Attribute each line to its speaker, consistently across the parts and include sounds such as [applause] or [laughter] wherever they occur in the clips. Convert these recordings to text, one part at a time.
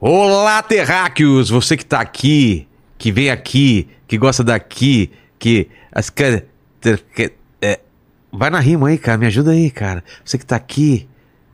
Speaker 1: Olá, terráqueos! Você que tá aqui, que vem aqui, que gosta daqui, que. As... que- que- é, Vai na rima aí, cara. Me ajuda aí, cara. Você que tá aqui,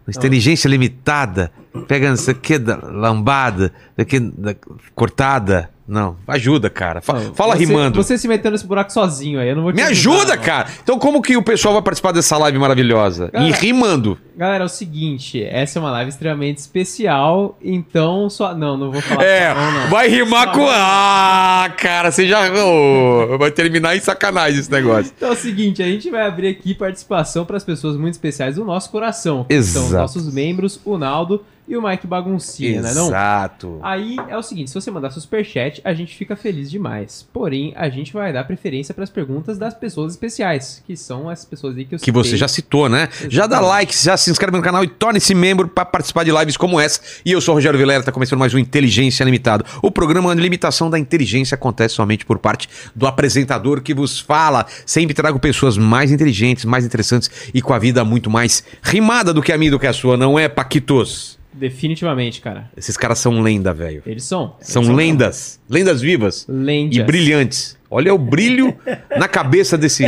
Speaker 1: com inteligência limitada, pegando isso aqui da lambada, daqui da... cortada. Não, ajuda, cara. Fa- Fala
Speaker 2: Você-
Speaker 1: rimando.
Speaker 2: Você né? se metendo nesse buraco sozinho aí, eu não vou te
Speaker 1: Me
Speaker 2: ajudar,
Speaker 1: ajuda,
Speaker 2: não.
Speaker 1: cara! Então, como que o pessoal vai participar dessa live maravilhosa?
Speaker 2: Cara,
Speaker 1: e rimando.
Speaker 2: Galera, é o seguinte, essa é uma live extremamente especial, então só... Não, não vou falar
Speaker 1: É,
Speaker 2: só não, não.
Speaker 1: vai rimar
Speaker 2: Só
Speaker 1: com.
Speaker 2: não.
Speaker 1: Ah, cara, você já. Ô, vai terminar em sacanagem esse negócio.
Speaker 2: Então é o seguinte, a gente vai abrir aqui participação para as pessoas muito especiais do nosso coração. que São os
Speaker 1: Exato.
Speaker 2: nossos membros, o Naldo e o Mike Baguncinha, né não?
Speaker 1: Exato.
Speaker 2: Aí é o seguinte, se você mandar seu superchat, a gente fica feliz demais. Porém, a gente vai dar preferência para as perguntas das pessoas especiais, que são as pessoas aí que eu
Speaker 1: Que você
Speaker 2: citei.
Speaker 1: já citou, né? Já dá
Speaker 2: Exatamente.
Speaker 1: like, já se inscreve no canal e torne-se membro para participar de lives como essa. E eu sou o Rogério Vilera, tá começando mais um Inteligência Limitado. O programa onde a limitação da inteligência acontece somente por parte do apresentador que vos fala. Sempre trago pessoas mais inteligentes, mais interessantes e com a vida muito mais rimada do que a minha e do que a sua, não é, Paquitos?
Speaker 2: Definitivamente, cara.
Speaker 1: Esses caras são lenda, velho.
Speaker 2: Eles são. Eles
Speaker 1: São lendas, lendas vivas
Speaker 2: Lendas.
Speaker 1: e brilhantes. Olha o brilho na cabeça desse.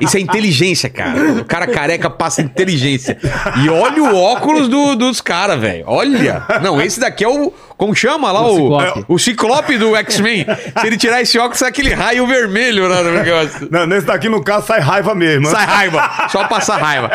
Speaker 1: Isso é inteligência, cara. O cara careca passa inteligência. E olha o óculos do- dos caras, velho. Olha. Não, esse daqui é o. Como chama lá?
Speaker 2: O
Speaker 1: O,
Speaker 2: Ciclope.
Speaker 1: é, o ciclope do X-Men. Se ele tirar esse óculos, sai aquele raio vermelho lá no negócio.
Speaker 3: Não, nesse daqui, no caso, sai raiva mesmo. né?
Speaker 1: Sai raiva. Só passar raiva.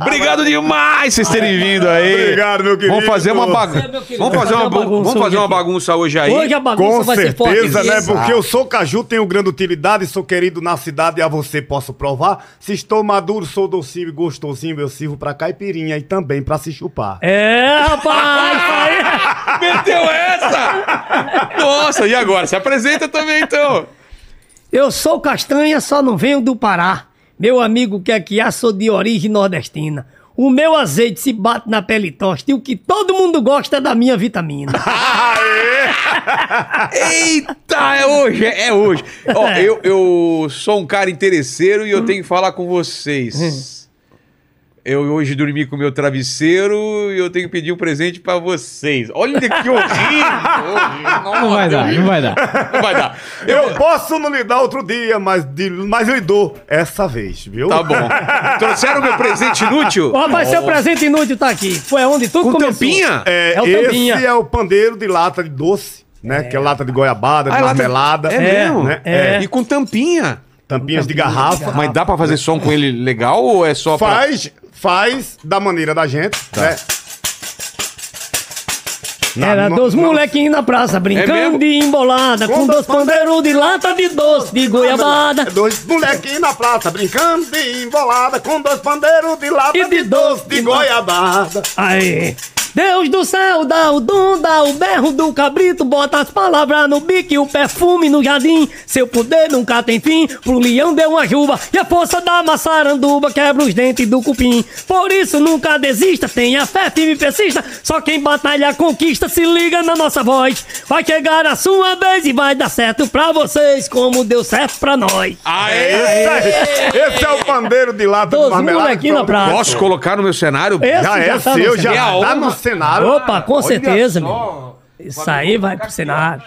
Speaker 1: Obrigado demais vocês terem vindo aí.
Speaker 3: Obrigado, meu querido.
Speaker 1: Vamos fazer uma
Speaker 4: É, meu
Speaker 1: bagunça.
Speaker 4: querido,
Speaker 1: Vamos fazer uma
Speaker 4: bagunça
Speaker 1: bagunça. Vamos fazer uma
Speaker 4: hoje aqui.
Speaker 1: bagunça hoje aí.
Speaker 4: Hoje a bagunça
Speaker 3: Com
Speaker 4: vai ser forte.
Speaker 3: certeza, né?
Speaker 4: Exato.
Speaker 3: Porque eu sou caju, tenho grande utilidade, sou querido na cidade e a você posso provar. Se estou maduro, sou docinho e gostosinho, eu sirvo pra caipirinha e também pra se chupar.
Speaker 4: É, rapaz, isso aí.
Speaker 1: Meteu essa! Nossa, e agora? Se apresenta também, então.
Speaker 4: Eu sou castanha, só não venho do Pará. Meu amigo quer que há, sou de origem nordestina. O meu azeite se bate na pele tosta e o que todo mundo gosta é da minha vitamina.
Speaker 1: Eita, é hoje, é hoje. Ó, eu, eu sou um cara interesseiro e eu tenho que falar com vocês. Eu hoje dormi com o meu travesseiro e eu tenho que pedir um presente pra vocês. Olha que horrível! horrível.
Speaker 2: Não vai dar, não vai dar.
Speaker 1: Não vai dar. Eu,
Speaker 3: Eu posso não lhe dar outro dia, mas, de, mas lhe dou essa vez, viu?
Speaker 1: tá bom. Trouxeram meu presente inútil?
Speaker 4: Ó, mas seu presente inútil tá aqui. Foi onde tudo
Speaker 1: Com
Speaker 4: começou.
Speaker 1: tampinha?
Speaker 3: [laughs] É,
Speaker 4: É o
Speaker 3: esse
Speaker 4: tampinha.
Speaker 3: é o pandeiro de lata de doce, né? Que é lata de goiabada, de
Speaker 1: Ah, é lata-
Speaker 3: marmelada.
Speaker 1: É, mesmo?
Speaker 3: né?
Speaker 4: é.
Speaker 1: E com tampinha.
Speaker 3: Tampinhas de
Speaker 4: Tampinha de
Speaker 3: garrafa.
Speaker 4: garrafa.
Speaker 1: Mas dá pra fazer som com ele legal ou é só pra...
Speaker 3: Faz, faz da maneira da gente, né? Na-
Speaker 4: Era
Speaker 3: na-
Speaker 4: dois
Speaker 3: na-
Speaker 4: molequinhos na praça brincando
Speaker 1: mesmo?
Speaker 4: de embolada com
Speaker 3: Com
Speaker 4: dois pandeiros de lata de doce de goiabada.
Speaker 3: É Dois molequinhos na praça brincando de embolada com dois pandeiros de lata
Speaker 4: E de
Speaker 3: de doce de
Speaker 4: doce.
Speaker 3: goiabada.
Speaker 4: Aí. Deus do céu, dá o dom, dá o berro do cabrito, bota as palavras no bico e o perfume no jardim. Seu poder nunca tem fim, pro leão deu uma juba e a força da maçaranduba quebra os dentes do cupim. Por isso nunca desista, tenha fé, firme e persista, só quem batalha conquista, se liga na nossa voz. Vai chegar a sua vez e vai dar certo pra vocês, como deu certo pra nós.
Speaker 1: Aê!
Speaker 3: Esse, aí, esse é o pandeiro de lata de
Speaker 4: Dois
Speaker 3: marmelada.
Speaker 4: molequinhos na praça.
Speaker 1: Posso colocar no meu cenário?
Speaker 4: Esse
Speaker 3: Já é
Speaker 4: tá no
Speaker 3: seu,
Speaker 4: cenário.
Speaker 1: cenário.
Speaker 3: já tá
Speaker 1: Uma-
Speaker 3: no cenário.
Speaker 4: Opa, com certeza,
Speaker 1: só.
Speaker 4: meu. Isso aí vai pro cenário.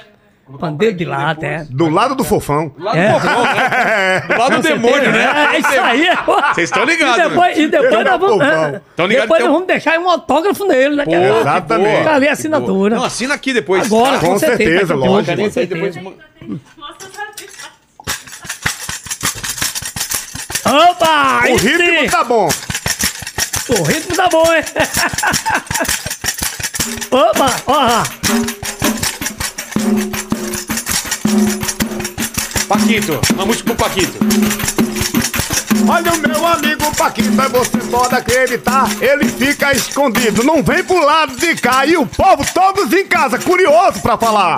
Speaker 4: Pandeiro de lata, é.
Speaker 3: Do lado do [laughs] fofão.
Speaker 1: Lá do
Speaker 4: É.
Speaker 1: povão,
Speaker 4: [laughs]
Speaker 1: né?
Speaker 3: É.
Speaker 1: Do lado do demônio, né?
Speaker 4: É isso aí.
Speaker 1: Vocês estão
Speaker 4: E
Speaker 1: ligados, né?
Speaker 4: depois, e depois nós vamos. é,
Speaker 1: Tão ligado
Speaker 4: depois
Speaker 1: que
Speaker 4: nós
Speaker 1: tem um-
Speaker 4: vamos deixar um autógrafo nele, né? cara?
Speaker 1: Pô,
Speaker 3: Exatamente.
Speaker 1: que boa,
Speaker 4: Fica ali a
Speaker 1: que
Speaker 4: assinatura.
Speaker 1: boa. Não, assina aqui depois.
Speaker 4: Agora,
Speaker 1: Tá?
Speaker 4: com,
Speaker 3: Com certeza,
Speaker 4: certeza, daqui a
Speaker 3: lógico.
Speaker 4: pouco, com
Speaker 1: Isso aí depois-
Speaker 4: certeza. Opa!
Speaker 3: O
Speaker 4: aí sim.
Speaker 3: ritmo tá bom.
Speaker 4: O ritmo tá bom, hein? Opa, ó.
Speaker 1: Paquito, uma música pro Paquito.
Speaker 3: Olha o meu amigo Paquito, é você pode acreditar. Ele fica escondido, não vem pro lado de cá. E o povo todos em casa, curioso pra falar.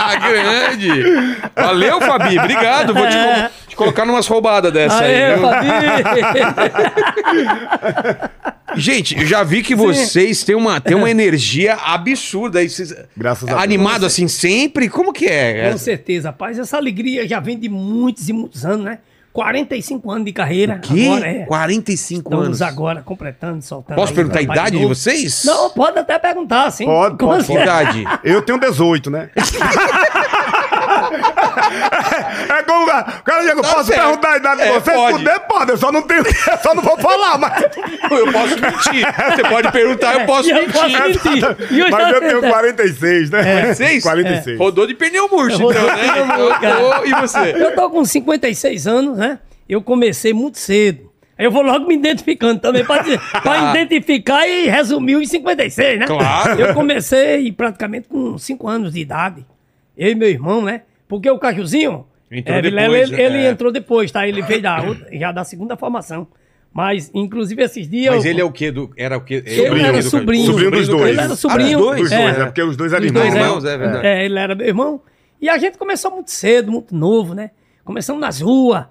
Speaker 1: Ah, grande! Valeu, Fabi. Obrigado. Vou te, co- te colocar numas roubadas dessa aí.
Speaker 4: É. Aê,
Speaker 1: viu?
Speaker 4: Fabi.
Speaker 1: Gente, eu já vi que vocês têm uma, têm
Speaker 4: É.
Speaker 1: uma energia absurda. aí. Vocês-
Speaker 3: Graças a Deus.
Speaker 1: Animado assim sempre? Como que [laughs] é?
Speaker 4: Com certeza, rapaz. Essa alegria já vem de muitos e muitos anos, né? 45 anos de carreira.
Speaker 1: Que?
Speaker 4: Agora é.
Speaker 1: 45
Speaker 4: Estamos
Speaker 1: anos.
Speaker 4: agora completando, soltando.
Speaker 1: Posso
Speaker 4: aí,
Speaker 1: perguntar a
Speaker 4: rapaz,
Speaker 1: idade de
Speaker 4: novo.
Speaker 1: vocês?
Speaker 4: Não, pode até perguntar, sim.
Speaker 3: Pode,
Speaker 4: Com
Speaker 3: pode,
Speaker 1: Que
Speaker 4: certeza.
Speaker 1: [laughs] idade?
Speaker 3: Eu tenho 18, né? [laughs] é como o cara chega,
Speaker 1: Tá
Speaker 3: posso
Speaker 1: certo.
Speaker 3: perguntar a idade de
Speaker 1: É,
Speaker 3: você? Se
Speaker 1: pode.
Speaker 3: puder, pode. Eu só não tenho, [laughs] eu só não vou falar,
Speaker 4: [laughs]
Speaker 3: mas.
Speaker 1: Eu posso mentir. Você pode perguntar, eu posso
Speaker 4: E eu
Speaker 1: mentir.
Speaker 4: posso mentir. E É.
Speaker 3: [laughs]
Speaker 4: eu
Speaker 3: mas
Speaker 4: já
Speaker 3: eu tenho
Speaker 4: tentei.
Speaker 3: 46, né?
Speaker 1: 46?
Speaker 3: 46.
Speaker 1: É. Rodou de pneu murcho,
Speaker 4: Eu
Speaker 1: então, né?
Speaker 4: rodou de pneu
Speaker 1: Eu
Speaker 4: murcho, cara.
Speaker 1: tô- E você?
Speaker 4: Eu tô com 56 anos, né? Eu comecei muito cedo. Aí Eu vou logo me identificando também, pra,
Speaker 1: [laughs]
Speaker 4: dizer- pra identificar e resumir os 56, né?
Speaker 1: Ah. Claro.
Speaker 4: Eu comecei praticamente com 5 anos de idade. Eu e meu irmão, né? Porque o Cajuzinho,
Speaker 1: Entrou
Speaker 4: é, Vilela,
Speaker 1: depois,
Speaker 4: ele, ele
Speaker 1: é.
Speaker 4: entrou depois, tá? Ele veio da, outra- já da segunda formação. Mas, inclusive, esses dias...
Speaker 1: Mas
Speaker 4: eu-
Speaker 1: ele é o quê? Do, era o quê?
Speaker 4: Ele
Speaker 1: Ele
Speaker 4: era
Speaker 1: do-
Speaker 4: sobrinho.
Speaker 3: Sobrinho dos
Speaker 1: do-
Speaker 3: dois.
Speaker 4: Ele era
Speaker 1: Ah,
Speaker 4: sobrinho.
Speaker 1: dos dois?
Speaker 3: Dos dois,
Speaker 4: É.
Speaker 3: é porque os dois eram
Speaker 4: Os
Speaker 3: irmãos,
Speaker 4: dois
Speaker 3: né?
Speaker 1: irmãos, é verdade.
Speaker 4: É, ele era meu irmão. E a gente começou muito cedo, muito novo, né? Começamos nas ruas,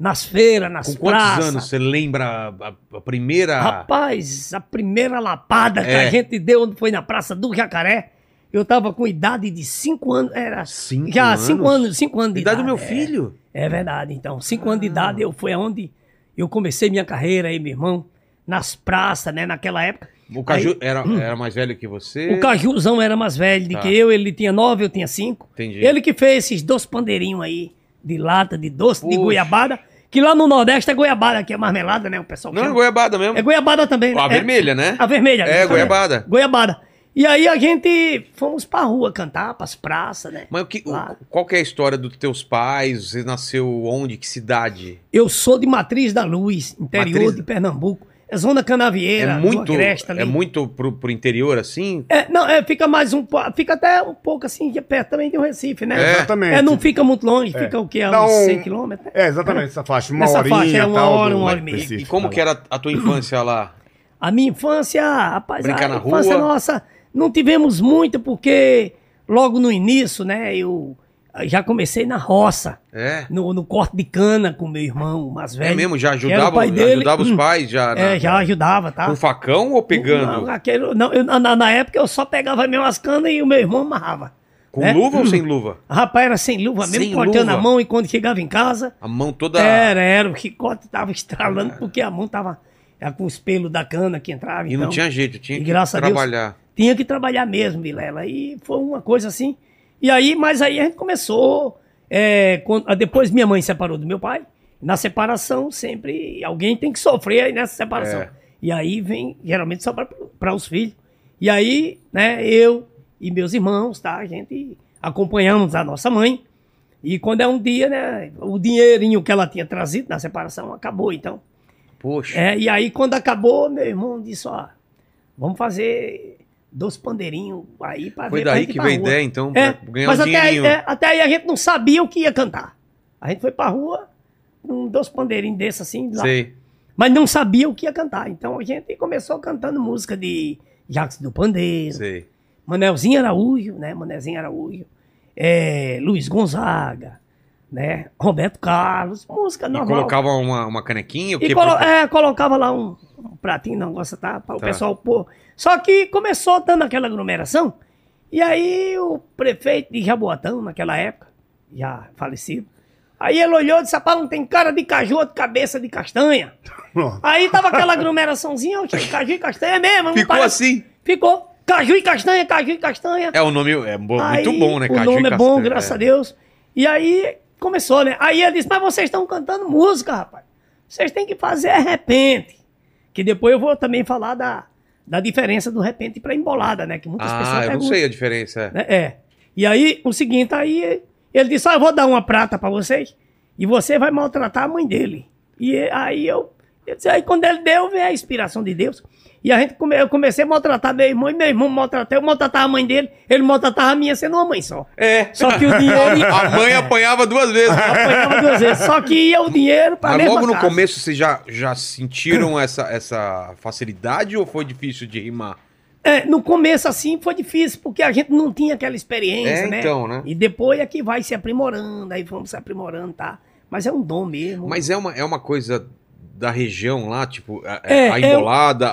Speaker 4: nas feiras, nas
Speaker 1: Com quantos
Speaker 4: praças.
Speaker 1: anos você lembra a, a- a primeira...
Speaker 4: Rapaz, a primeira lapada que
Speaker 1: É.
Speaker 4: a gente deu foi na Praça do Jacaré. Eu tava com idade de 5 anos. Era
Speaker 1: Cinco
Speaker 4: já
Speaker 1: anos?
Speaker 4: 5 anos, 5 anos de
Speaker 1: idade
Speaker 4: idade.
Speaker 1: do meu
Speaker 4: é.
Speaker 1: filho? Ah.
Speaker 4: É verdade, então. Cinco anos de idade eu foi aonde eu comecei minha carreira aí, meu irmão. Nas praças, né? Naquela época.
Speaker 1: O Caju era, era mais velho que você?
Speaker 4: Hum. O Cajuzão era mais velho do
Speaker 1: Tá.
Speaker 4: que eu, ele tinha nove, eu tinha cinco.
Speaker 1: Entendi.
Speaker 4: Ele que fez esses dois pandeirinhos aí, de lata, de doce, de
Speaker 1: Puxa.
Speaker 4: goiabada, que lá no Nordeste é goiabada, que é marmelada, né? O pessoal
Speaker 1: Não,
Speaker 4: chama.
Speaker 1: goiabada mesmo.
Speaker 4: É goiabada também, né?
Speaker 1: A
Speaker 4: É.
Speaker 1: vermelha, né?
Speaker 4: A vermelha.
Speaker 1: É,
Speaker 4: isso
Speaker 1: goiabada.
Speaker 4: mesmo. Goiabada. E aí a gente fomos pra rua cantar, pras praças, né?
Speaker 1: Mas o que, o-
Speaker 4: Lá.
Speaker 1: qual que é a história dos teus pais? Você nasceu onde? Que cidade?
Speaker 4: Eu sou de Matriz da Luz, interior
Speaker 1: Matriz-
Speaker 4: de Pernambuco. É zona canavieira,
Speaker 1: é muito,
Speaker 4: Lua cresta ali.
Speaker 1: é muito pro, pro interior assim?
Speaker 4: É, não, é, fica mais um po- fica até um pouco assim, de perto também de um Recife, né?
Speaker 1: É.
Speaker 3: Exatamente.
Speaker 4: É, não fica muito longe, fica o quê? A
Speaker 3: Dá
Speaker 4: Uns
Speaker 3: um-
Speaker 4: 100 quilômetros? né?
Speaker 3: É, exatamente, essa faixa. Uma
Speaker 4: Nessa
Speaker 3: horinha,
Speaker 4: faixa, é uma
Speaker 3: tal,
Speaker 4: hora,
Speaker 3: do-
Speaker 4: uma hora e é? meia.
Speaker 1: E
Speaker 3: Recife,
Speaker 1: como
Speaker 3: tá
Speaker 1: que era a tua infância lá?
Speaker 4: A minha infância, rapaz,
Speaker 1: Brincar
Speaker 4: a
Speaker 1: na
Speaker 4: infância
Speaker 1: rua.
Speaker 4: nossa, não tivemos muita, porque logo no início, né, eu já comecei na roça,
Speaker 1: É.
Speaker 4: no, no corte de cana com meu irmão mais velho.
Speaker 1: É mesmo, já
Speaker 4: que era o
Speaker 1: ajudava,
Speaker 4: pai dele.
Speaker 1: ajudava os
Speaker 4: Hum,
Speaker 1: pais já, na-
Speaker 4: É, já ajudava, tá?
Speaker 1: com facão ou pegando?
Speaker 4: Não, aquele- não, eu- na, na época eu só pegava mesmo as canas e o meu irmão amarrava.
Speaker 1: com
Speaker 4: né?
Speaker 1: luva ou sem luva?
Speaker 4: Rapaz, era sem luva mesmo,
Speaker 1: Sem
Speaker 4: cortando
Speaker 1: luva?
Speaker 4: a mão e quando chegava em casa,
Speaker 1: A mão toda É.
Speaker 4: Era, era. O chicote tava estralando porque a mão tava era com os pelos da cana que entrava.
Speaker 1: e não
Speaker 4: então,
Speaker 1: tinha jeito, tinha
Speaker 4: e
Speaker 1: que
Speaker 4: graças a Deus-
Speaker 1: trabalhar.
Speaker 4: Tinha que trabalhar mesmo, Vilela. E foi uma coisa assim. E aí, mas aí a gente começou. é, quando- ah, depois minha mãe separou do meu pai. Na separação, sempre alguém tem que sofrer aí nessa separação.
Speaker 1: É.
Speaker 4: E aí vem, geralmente, só para os filhos. E aí, né, eu e meus irmãos, tá? A gente acompanhamos a nossa mãe. E quando é um dia, né? O dinheirinho que ela tinha trazido na separação acabou, então.
Speaker 1: Poxa.
Speaker 4: É, e aí, quando acabou, meu irmão disse: Ó, vamos fazer dois pandeirinhos aí pra
Speaker 1: Foi
Speaker 4: ver É, pra
Speaker 1: daí
Speaker 4: gente ir
Speaker 1: que
Speaker 4: pra
Speaker 1: veio a
Speaker 4: rua.
Speaker 1: ideia, então,
Speaker 4: É,
Speaker 1: pra ganhar
Speaker 4: mas
Speaker 1: um
Speaker 4: até aí,
Speaker 1: dinheirinho.
Speaker 4: é, até aí a gente não sabia o que ia cantar. A gente foi pra rua, um, dois pandeirinhos desses assim, lá,
Speaker 1: Sei.
Speaker 4: mas não sabia o que ia cantar. Então a gente começou cantando música de Jacques do Pandeiro,
Speaker 1: Sei.
Speaker 4: Manelzinho Araújo, né? Manelzinho Araújo, é, Luiz Gonzaga, né? Roberto Carlos, música
Speaker 1: E
Speaker 4: normal.
Speaker 1: colocava uma, uma canequinha, o
Speaker 4: E
Speaker 1: quê?
Speaker 4: colo- é, colocava lá um, um pratinho, não gosta, tá? Para o
Speaker 1: Tá.
Speaker 4: pessoal pôr. Só que começou dando aquela aglomeração. E aí o prefeito de Jaboatão, naquela época, já falecido, aí ele olhou e disse: rapaz, não tem cara de caju, outro cabeça de castanha.
Speaker 3: Pronto.
Speaker 4: Aí tava aquela aglomeraçãozinha, eu tinha caju e castanha mesmo. não
Speaker 1: Ficou
Speaker 4: parece-
Speaker 1: assim.
Speaker 4: Ficou. Caju e castanha, caju e castanha.
Speaker 1: É, o nome é bo-
Speaker 4: Aí,
Speaker 1: muito bom, né?
Speaker 4: O
Speaker 1: Caju e
Speaker 4: nome é bom,
Speaker 1: castanha,
Speaker 4: graças
Speaker 1: é.
Speaker 4: a Deus. E aí começou, né? Aí ele disse: Mas vocês estão cantando música, rapaz. Vocês têm que fazer é repente. Que depois eu vou também falar da, da diferença do repente pra embolada, né? Que muitas pessoas
Speaker 1: Ah, eu não
Speaker 4: perguntam.
Speaker 1: sei a diferença.
Speaker 4: né? É. E aí, o seguinte, aí ele disse: Ó, eu vou dar uma prata pra vocês e você vai maltratar a mãe dele. E aí eu. eu disse, aí quando ele deu, veio a inspiração de Deus. E a gente come- eu comecei a maltratar meu irmão e meu irmão maltratava, eu maltratava a mãe dele, ele maltratava a minha sendo uma mãe só.
Speaker 1: É.
Speaker 4: Só que o dinheiro.
Speaker 1: [laughs] A mãe apanhava duas vezes.
Speaker 4: apanhava duas vezes. Só que ia o dinheiro pra
Speaker 1: Mas
Speaker 4: mesma
Speaker 1: logo no
Speaker 4: casa.
Speaker 1: começo vocês já, já sentiram essa, essa facilidade ou foi difícil de rimar?
Speaker 4: É, no começo, assim, foi difícil, porque a gente não tinha aquela
Speaker 1: É,
Speaker 4: experiência, né?
Speaker 1: então, né?
Speaker 4: E depois é que vai se aprimorando, aí vamos se aprimorando, tá? Mas é um dom mesmo.
Speaker 1: Mas é uma, é uma coisa da região lá, tipo, a,
Speaker 4: É,
Speaker 1: a
Speaker 4: é-
Speaker 1: embolada,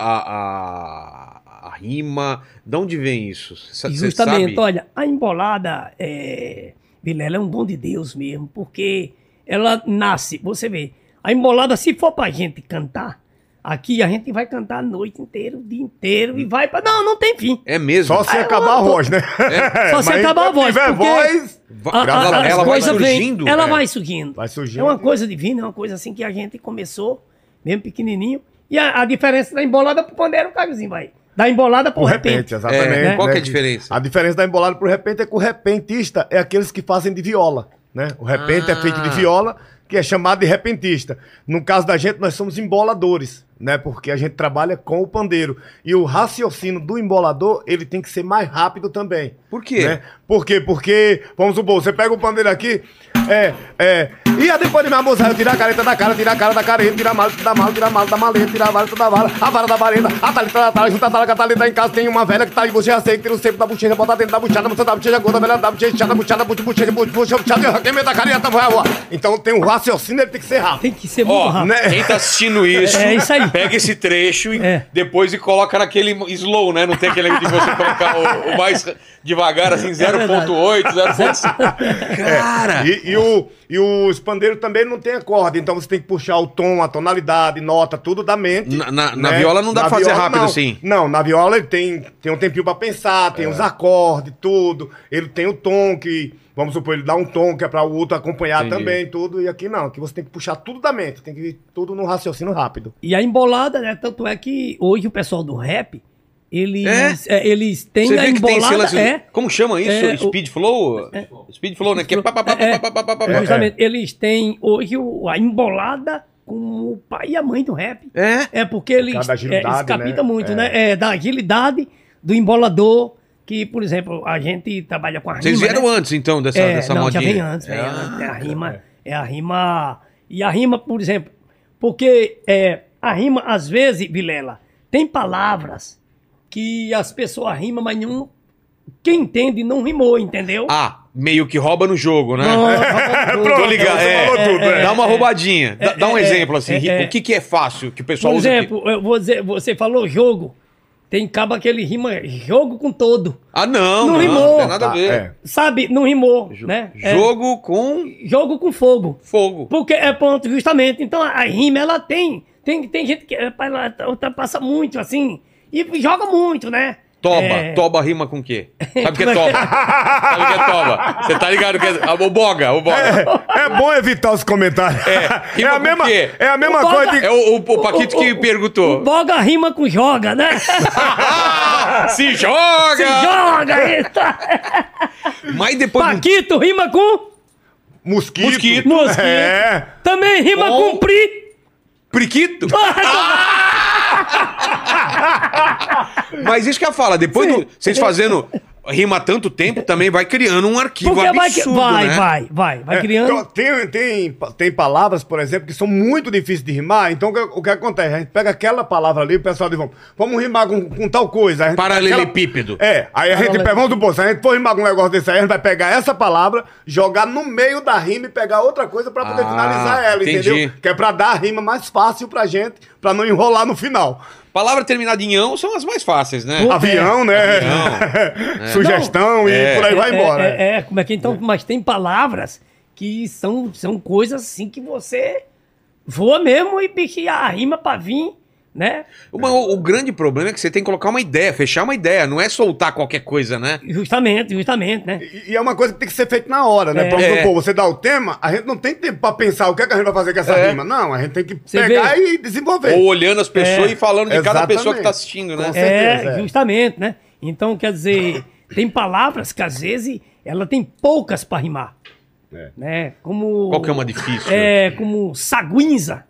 Speaker 1: a, a, a rima. De onde vem isso? Cê- cê
Speaker 4: Justamente,
Speaker 1: sabe?
Speaker 4: olha, a embolada, é, Vilela, é um dom de Deus mesmo, porque ela nasce, você vê. A embolada, se for pra gente cantar, aqui a gente vai cantar a noite inteira, o dia inteiro,
Speaker 1: Hum.
Speaker 4: e vai pra. Não, não tem fim.
Speaker 1: É mesmo.
Speaker 3: Só se
Speaker 4: Ah, eu
Speaker 3: acabar a
Speaker 4: amo.
Speaker 3: voz, né?
Speaker 4: É.
Speaker 3: [laughs]
Speaker 4: Só se
Speaker 3: Mas
Speaker 4: acabar a
Speaker 3: enquanto
Speaker 4: voz,
Speaker 3: tiver
Speaker 4: porque-
Speaker 3: voz,
Speaker 1: Va-
Speaker 4: A- a-
Speaker 1: ela,
Speaker 4: as
Speaker 1: ela vai
Speaker 4: coisas vêm-
Speaker 1: surgindo.
Speaker 4: Ela
Speaker 1: é.
Speaker 4: vai surgindo.
Speaker 3: Vai surgindo.
Speaker 4: É uma coisa divina, é uma coisa assim que a gente começou, mesmo pequenininho. E a, a diferença da embolada pro pandeiro, o Caiozinho vai. Da embolada pro
Speaker 3: O repente,
Speaker 4: repente.
Speaker 3: exatamente.
Speaker 1: É,
Speaker 3: né?
Speaker 1: qual que é a diferença?
Speaker 3: A diferença da embolada pro repente é que o repentista é aqueles que fazem de viola, né? O repente é feito de
Speaker 4: Ah.
Speaker 3: viola, que é chamado de repentista. No caso da gente, nós somos emboladores, né? Porque a gente trabalha com o pandeiro. E o raciocínio do embolador, ele tem que ser mais rápido também.
Speaker 1: Por quê?
Speaker 3: né? Por quê? Porque, vamos supor, você pega o pandeiro aqui, é, é. E aí depois de minha moça, eu tirar a careta da cara, tirar a cara da careta, tirar a maleta da mala, tirar a mala da maleta, tirar a valeta da vala, a vara da vareta, a talita da tala, junta a tala com a talita em casa, tem uma velha que tá de bochecha seca, tira o seco da bochecha, bota dentro da bochecha, bota da bochecha gorda, velha da bochecha, da bochecha, bucha, bochecha, bucha, bucha, bucha, queimei da careta, vai, ó. Então tem um raciocínio, ele tem que ser rápido.
Speaker 4: Tem que ser muito
Speaker 5: Ó,
Speaker 4: rápido.
Speaker 3: né?
Speaker 5: quem tá assistindo isso,
Speaker 4: [laughs] É isso aí.
Speaker 5: pega esse trecho e
Speaker 4: É.
Speaker 5: depois e coloca naquele slow, né? Não tem aquele de você colocar o, o mais devagar,
Speaker 4: É
Speaker 5: assim, 0.8,
Speaker 4: [laughs]
Speaker 5: 0.5.
Speaker 1: É. Cara!
Speaker 3: E, e o, e os pandeiros também não tem acorde, então você tem que puxar o tom, a tonalidade, nota, tudo da mente.
Speaker 1: Na- na- Né? na viola não dá pra fazer rápido
Speaker 3: Né? não.
Speaker 1: assim. É.
Speaker 3: Não, na viola ele tem, tem um tempinho pra pensar, tem os acordes, tudo. Ele tem o tom que, vamos supor, ele dá um tom que é pra o outro acompanhar
Speaker 2: Entendi.
Speaker 3: também, tudo. E aqui não, que você tem que puxar tudo da mente, tem que ir tudo num raciocínio rápido.
Speaker 4: E a embolada, né? Tanto é que hoje o pessoal do rap, eles, é, eles têm
Speaker 1: Você
Speaker 4: a
Speaker 1: vê que tem esse
Speaker 4: embolada.
Speaker 1: lance.
Speaker 4: é,
Speaker 1: Como chama isso?
Speaker 4: É, o-
Speaker 1: Speed Flow? Speed Flow, né? Que é pá, pá, pá,
Speaker 4: É,
Speaker 1: pá, pá, pá, pá, pá.
Speaker 4: é, justamente, eles têm hoje o- a embolada com o pai e a mãe do rap.
Speaker 1: É?
Speaker 4: É porque eles,
Speaker 3: causa da agilidade,
Speaker 4: é, eles capitam
Speaker 3: né?
Speaker 4: muito,
Speaker 3: É.
Speaker 4: né? É, da agilidade do embolador, que, por exemplo, a gente trabalha com a
Speaker 1: Vocês
Speaker 4: rima.
Speaker 1: vieram
Speaker 4: né?
Speaker 1: antes, então, dessa,
Speaker 4: é,
Speaker 1: dessa
Speaker 4: não,
Speaker 1: modinha?
Speaker 4: já vem antes, vem antes. É a rima, é a rima. E a rima, por exemplo, porque é, a rima, às vezes, Vilela, tem palavras que as pessoas rimam, mas não, quem entende não rimou, entendeu? Então,
Speaker 1: Ah, meio que rouba no jogo, né?
Speaker 4: [laughs] Pronto,
Speaker 1: [laughs] Tô ligado,
Speaker 3: você
Speaker 1: é.
Speaker 3: falou tudo, é.
Speaker 1: Dá uma roubadinha. dá, dá um
Speaker 4: é,
Speaker 1: exemplo, assim.
Speaker 4: é, é.
Speaker 1: O que, que é fácil que o pessoal
Speaker 4: Por
Speaker 1: usa aqui?
Speaker 4: exemplo, eu vou dizer, você falou jogo. Tem cabo que ele rima jogo com todo.
Speaker 1: Ah, não.
Speaker 4: Não
Speaker 1: Não,
Speaker 4: rimou.
Speaker 1: não tem nada a ver.
Speaker 3: É.
Speaker 4: Sabe? Não rimou, né? É,
Speaker 1: Jogo com
Speaker 4: jogo com fogo.
Speaker 1: fogo.
Speaker 4: Porque é ponto, justamente. Então a rima, ela tem. Tem, tem gente que é, ela ultrapassa muito, assim. E joga muito, né?
Speaker 1: Toba.
Speaker 4: É,
Speaker 1: Toba rima com o quê? Sabe o que é toba? Sabe o que é toba? Você tá ligado? Que é... A boboga, a boboga.
Speaker 3: É bom evitar os comentários. [laughs] É,
Speaker 1: rima
Speaker 3: a,
Speaker 1: com
Speaker 3: mesma,
Speaker 1: o quê?
Speaker 3: é a mesma
Speaker 4: O
Speaker 3: coisa
Speaker 4: Boga-
Speaker 3: de
Speaker 1: É, o, o, o Paquito
Speaker 4: o-
Speaker 1: que
Speaker 4: o-
Speaker 1: perguntou.
Speaker 4: O boga rima com joga, né?
Speaker 1: Ah, se joga!
Speaker 4: joga! Eita.
Speaker 1: Mas depois um do
Speaker 4: Paquito rima com.
Speaker 3: mosquito.
Speaker 1: Mosquito.
Speaker 4: Mosquito.
Speaker 3: [laughs] É.
Speaker 4: Também rima
Speaker 1: Com-
Speaker 4: com pri. [laughs]
Speaker 1: priquito... Mas isso que eu falo, depois do... Vocês fazendo rima há tanto tempo, também vai criando um arquivo
Speaker 4: Porque vai, que-
Speaker 1: absurdo,
Speaker 4: vai,
Speaker 1: né?
Speaker 4: vai, vai, vai
Speaker 3: É, então,
Speaker 4: criando.
Speaker 3: Tem, tem, tem palavras, por exemplo, que são muito difíceis de rimar. Então, o que, o que acontece? A gente pega aquela palavra ali, o pessoal diz, vamos, vamos rimar com, com tal coisa. A gente-
Speaker 1: Paralelepípedo.
Speaker 3: aquela- É, aí a gente pega, vamos supor, se a gente for rimar com um negócio desse aí, a gente vai pegar essa palavra, jogar no meio da rima e pegar outra coisa pra poder
Speaker 1: Ah,
Speaker 3: finalizar ela,
Speaker 1: entendi.
Speaker 3: entendeu? Que é pra dar a rima mais fácil pra gente, pra não enrolar no final.
Speaker 1: Palavra terminada em ão são as mais fáceis, né?
Speaker 4: Pô,
Speaker 3: Avião, né? [laughs] Sugestão e
Speaker 1: É.
Speaker 3: por aí vai
Speaker 4: É,
Speaker 3: embora.
Speaker 4: É, é, como é que então? Mas tem palavras que são, são coisas assim que você voa mesmo e que a rima pra vir, né?
Speaker 1: Uma- o, o grande problema é que você tem que colocar uma ideia, fechar uma ideia, não é soltar qualquer coisa, né?
Speaker 4: Justamente, justamente, né?
Speaker 3: E e é uma coisa que tem que ser feita na hora, né?
Speaker 4: É.
Speaker 3: Por exemplo,
Speaker 1: É.
Speaker 3: pô, você dá o tema, a gente não tem tempo pra pensar o que, é que a gente vai fazer com essa
Speaker 1: É.
Speaker 3: rima. Não, a gente tem que
Speaker 4: Você
Speaker 3: pegar
Speaker 4: vê?
Speaker 3: e desenvolver.
Speaker 1: Ou olhando as pessoas
Speaker 4: É,
Speaker 1: e falando de cada
Speaker 3: exatamente.
Speaker 1: pessoa que tá assistindo, né?
Speaker 3: Com certeza,
Speaker 4: é,
Speaker 3: é.
Speaker 4: justamente, né? Então, quer dizer, tem palavras que às vezes ela tem poucas pra rimar.
Speaker 3: É.
Speaker 4: Né? Como.
Speaker 1: Qual que é uma difícil? O
Speaker 4: É, como saguinza.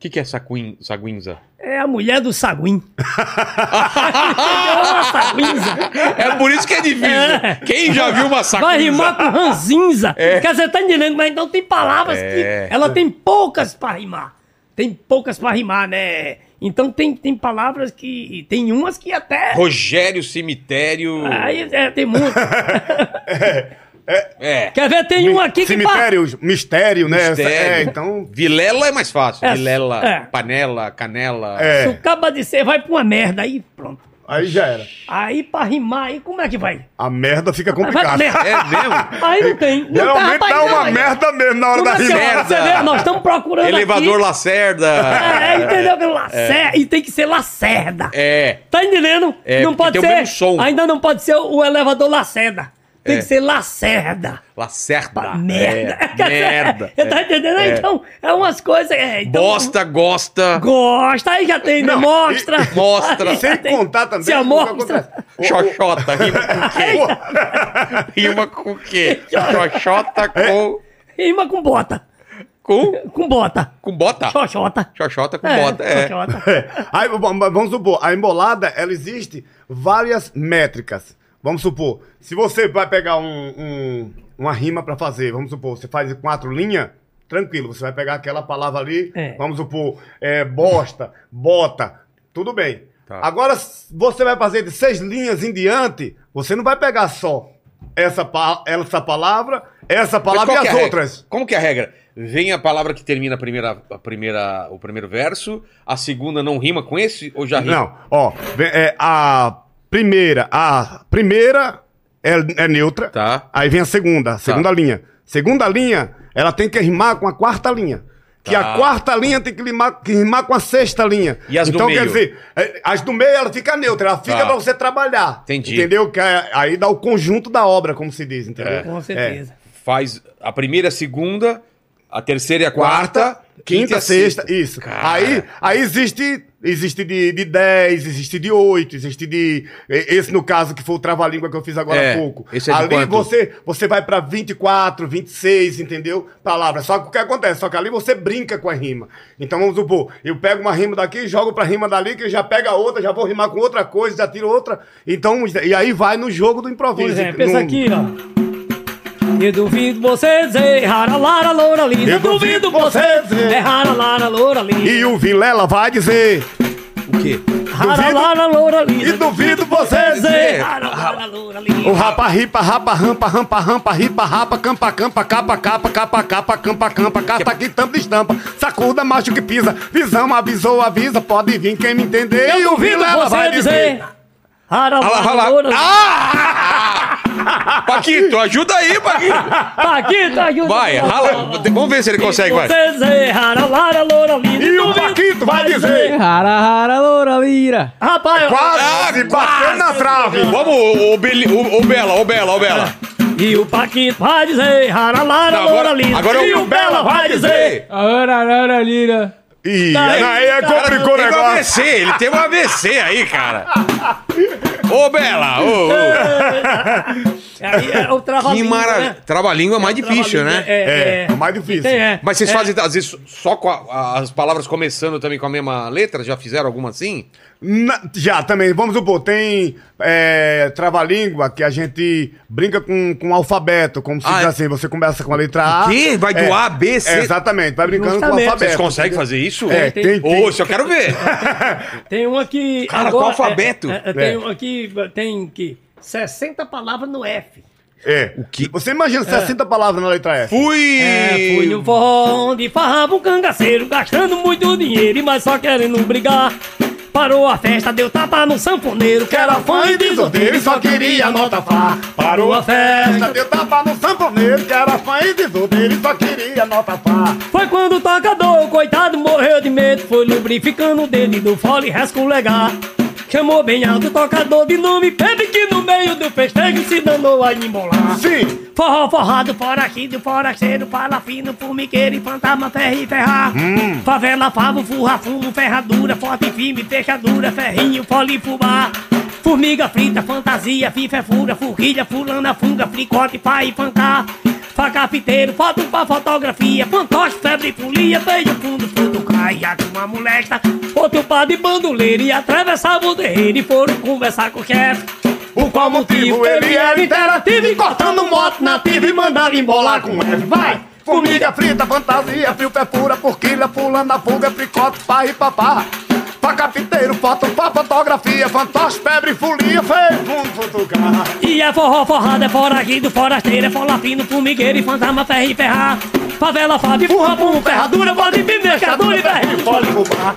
Speaker 1: que, que é saguin,
Speaker 4: [laughs]
Speaker 1: saguinza?
Speaker 4: É a mulher do saguim. é uma saguinza.
Speaker 1: É por isso que é difícil.
Speaker 4: É.
Speaker 1: Quem já viu uma saguinza?
Speaker 4: Vai rimar com ranzinza. Quer dizer, tá entendendo, mas então tem palavras
Speaker 1: É.
Speaker 4: que. Ela tem poucas pra rimar. Tem poucas pra rimar, né? Então tem, tem palavras que. Tem umas que até.
Speaker 1: Rogério Cemitério.
Speaker 4: Aí, é, tem muito.
Speaker 1: [laughs] É.
Speaker 4: Quer ver? Tem um aqui que. pa-
Speaker 3: Cemitério, mistério, né? Essa-
Speaker 1: Mistério.
Speaker 3: É, então.
Speaker 1: Vilela é mais fácil.
Speaker 4: É,
Speaker 1: Vilela,
Speaker 4: é.
Speaker 1: panela, canela.
Speaker 3: É.
Speaker 4: Se o caba de ser vai pra uma merda aí, pronto.
Speaker 3: Aí já era.
Speaker 4: Aí pra rimar, aí como é que vai?
Speaker 3: A merda fica
Speaker 4: Vai
Speaker 3: complicada.
Speaker 4: merda.
Speaker 1: É mesmo?
Speaker 4: Aí não tem. Não tá,
Speaker 3: Geralmente
Speaker 4: rapaz,
Speaker 3: dá
Speaker 4: não,
Speaker 3: uma
Speaker 4: aí.
Speaker 3: merda mesmo na hora
Speaker 4: Como
Speaker 3: da
Speaker 4: é que é?
Speaker 3: rima.
Speaker 4: Você vê, nós estamos procurando
Speaker 1: Elevador
Speaker 4: aqui.
Speaker 1: Lacerda.
Speaker 4: [laughs] É, entendeu? Que Lacer... E tem que ser Lacerda.
Speaker 5: É.
Speaker 4: Tá entendendo?
Speaker 5: É,
Speaker 4: não
Speaker 5: porque tem
Speaker 4: pode
Speaker 5: o
Speaker 4: ser.
Speaker 5: mesmo som.
Speaker 4: Ainda não pode ser o elevador Lacerda. Tem
Speaker 1: É.
Speaker 4: que ser Lacerda.
Speaker 1: Lacerda.
Speaker 4: merda. [laughs]
Speaker 1: É, merda.
Speaker 4: Você tá entendendo? Então, é umas coisas. É, então,
Speaker 1: Bosta, gosta.
Speaker 4: Gosta, aí já tem, né?
Speaker 3: Não,
Speaker 4: Mostra.
Speaker 1: e- mostra.
Speaker 4: [laughs] Aí já
Speaker 3: Sem
Speaker 4: tem.
Speaker 3: contar também.
Speaker 4: Se a
Speaker 3: o que
Speaker 4: mostra.
Speaker 3: acontece. [laughs]
Speaker 5: Xoxota, rima com o quê? Rima com o quê? Xoxota com.
Speaker 3: É.
Speaker 4: Rima com bota.
Speaker 5: Com,
Speaker 4: Com bota.
Speaker 5: com bota.
Speaker 4: Xoxota.
Speaker 5: Xoxota com bota. É.
Speaker 4: xoxota.
Speaker 3: Tá. É. Aí, v- v- vamos supor, a embolada, ela existe várias métricas. Vamos supor, se você vai pegar um- um- uma rima pra fazer, vamos supor, você faz quatro linhas, tranquilo, você vai pegar aquela palavra ali,
Speaker 4: É.
Speaker 3: vamos supor, é, bosta, bota, tudo bem.
Speaker 1: Tá.
Speaker 3: Agora, s- você vai fazer de seis linhas em diante, você não vai pegar só essa, pa- essa palavra, essa
Speaker 5: Mas
Speaker 3: palavra
Speaker 5: qual
Speaker 3: e
Speaker 5: que é
Speaker 3: as
Speaker 5: a regra?
Speaker 3: outras.
Speaker 5: Como que é a regra? Vem a palavra que termina a primeira, a primeira, o primeiro verso, a segunda não rima com esse ou já rima?
Speaker 3: Não, ó, vem- é, a primeira, a primeira é, é neutra.
Speaker 5: Tá.
Speaker 3: Aí vem a segunda, a segunda linha. Segunda linha, ela tem que rimar com a quarta linha. Que
Speaker 5: Tá.
Speaker 3: a quarta linha tem que rimar, que rimar com a sexta linha.
Speaker 5: E as do
Speaker 3: então, quer
Speaker 5: meio?
Speaker 3: dizer, é, as do meio ela fica neutra, ela fica
Speaker 5: Tá.
Speaker 3: pra você trabalhar.
Speaker 5: Entendi.
Speaker 3: Entendeu? Que é- aí dá o conjunto da obra, como se diz, entendeu?
Speaker 5: É.
Speaker 3: É.
Speaker 4: Com certeza.
Speaker 5: Faz a primeira e a segunda, a terceira e a quarta,
Speaker 3: quarta,
Speaker 5: e
Speaker 3: quinta,
Speaker 5: a
Speaker 3: sexta, isso.
Speaker 5: Cara.
Speaker 3: Aí, aí existe, existe de, de 10, existe de 8, existe de. e- Esse, no caso, que foi o trava-língua que eu fiz agora
Speaker 5: É,
Speaker 3: há pouco.
Speaker 5: esse é de
Speaker 3: ali
Speaker 5: quanto?
Speaker 3: você você vai pra 24, 26, entendeu? Palavras. Só que o que acontece? Só que ali você brinca com a rima. Então vamos supor, eu pego uma rima daqui, jogo pra rima dali, que já pega outra, já vou rimar com outra coisa, já tiro outra. Então, e aí vai no jogo do improviso.
Speaker 4: Por exemplo, é,
Speaker 3: no-
Speaker 4: pensa aqui, ó. Eu duvido você dizer raralara loura linda. Eu duvido você dizer é raralara loura linda.
Speaker 3: E o Vilela vai dizer.
Speaker 1: O quê?
Speaker 4: Raralara loura linda.
Speaker 3: E duvido você
Speaker 4: dizer
Speaker 3: dizer.
Speaker 4: raralara loura
Speaker 3: O
Speaker 4: linda.
Speaker 3: rapa, ripa, rapa, rampa, rampa, rampa, ripa, rapa, campa, campa, capa, capa, capa, capa, campa, campa, cata que tampa, estampa, sacuda, macho que pisa, visão, avisou, avisa, pode vir quem me entender. E o
Speaker 4: é
Speaker 3: Vilela vai dizer.
Speaker 5: Olha lá,
Speaker 4: Raralara
Speaker 5: olha
Speaker 4: loura
Speaker 5: lá.
Speaker 4: linda.
Speaker 5: Ah! Paquito, ajuda aí, Paquito.
Speaker 4: Paquito, ajuda.
Speaker 5: Vai, rala. Vamos ver se ele consegue, vai.
Speaker 4: Você dizer raralara loura linda.
Speaker 3: E o
Speaker 4: duvido
Speaker 3: Paquito vai dizer.
Speaker 2: Rara, rara, loura, lira.
Speaker 4: Rapaz,
Speaker 3: É Quase, bateu na trave.
Speaker 5: Vamos, ô, ô, Beli- ô, ô, Bela, ô Bela, ô Bela.
Speaker 4: e o Paquito vai dizer raralara
Speaker 5: Não, agora-
Speaker 4: loura linda.
Speaker 1: é
Speaker 5: agora é eu-
Speaker 4: e o Bela vai dizer.
Speaker 2: Rara, rara, lira.
Speaker 3: Ih,
Speaker 4: Tá aí,
Speaker 3: aí é
Speaker 4: tá
Speaker 3: complicou o
Speaker 5: Teve um
Speaker 3: negócio.
Speaker 5: AVC, ele teve um AVC aí, cara. Ô, Bela, ô, ô.
Speaker 4: Aí é o
Speaker 1: Que
Speaker 4: trava-língua,
Speaker 1: maravilha.
Speaker 4: né?
Speaker 1: Trabalhinho é mais difícil,
Speaker 4: Trava-língua,
Speaker 1: né?
Speaker 4: É,
Speaker 3: É, o mais difícil.
Speaker 4: Tem, é.
Speaker 5: Mas vocês fazem, às vezes, só com a- a- as palavras começando também com a mesma letra? Já fizeram alguma assim?
Speaker 3: Na- já, também, vamos supor, tem é, trava-língua que a gente brinca com, com alfabeto, como se
Speaker 1: Ah,
Speaker 3: diz
Speaker 1: é.
Speaker 3: assim, você começa com a letra A.
Speaker 4: Ah.
Speaker 1: O quê? Vai do
Speaker 3: é,
Speaker 1: A, B, C?
Speaker 3: é, exatamente, vai brincando
Speaker 4: Justamente.
Speaker 3: com o
Speaker 5: Vocês
Speaker 3: alfabeto.
Speaker 5: conseguem fazer isso?
Speaker 3: É, tem-
Speaker 5: Ô,
Speaker 3: tem.
Speaker 5: isso eu quero ver.
Speaker 4: Tem uma que.
Speaker 1: Cara,
Speaker 4: agora,
Speaker 1: com alfabeto.
Speaker 4: é, é, é, tem
Speaker 3: É.
Speaker 4: uma que tem que 60 palavras no F.
Speaker 3: É. O
Speaker 1: que-
Speaker 3: Você imagina 60 palavras na letra F.
Speaker 5: Fui!
Speaker 4: [laughs] É, fui no
Speaker 5: [laughs]
Speaker 4: forró onde farrava um cangaceiro, gastando muito dinheiro e mais só querendo brigar. Parou a festa, deu tapa no sanfoneiro, que era fã e desordeiro e só queria nota fá. Parou a festa,
Speaker 3: deu tapa no sanfoneiro, que era fã e desobeiro e só queria nota pá.
Speaker 4: Foi quando o tocador, coitado, morreu de medo. Foi lubrificando o dedo do fole rescolegar. Chamou bem alto o tocador de nome Pepe, que no meio do festejo se danou a embolar.
Speaker 3: Sim,
Speaker 4: Forró forrado, forajido, forasteiro, palafino, formigueiro e fantasma, ferro e ferrar. Favela, favo, furra, fumo, ferradura, forte, firme, fechadura, ferrinho, fole, e fubá. Formiga frita, fantasia, fifa, é fura, forquilha, fulana, funga, fricote, pai e fantar. Facafiteiro, foto pra fotografia, fantoche, febre, folia, beijo fundo, fundo, caia com uma molesta. Outro par de bandoleiro e atravessava o terreiro e foram conversar com o chefe. Por qual motivo ele era interativo e cortando moto nativa e mandava embolar com F, vai!
Speaker 3: formiga frita, fantasia, fio pé fura, porquilha, pulando a fuga, fricote, pá e papá. Facapiteiro, foto pra fotografia, fantoche, febre, folia, feio, fundo, futucar.
Speaker 4: E é forró forrado, é foragido, forasteiro, é folafino, formigueiro e fantasma, ferro e ferrar. Favela, fábio, furra, pum, ferradura, bode, bim, mercadura e ferrinho.
Speaker 3: Pode roubar.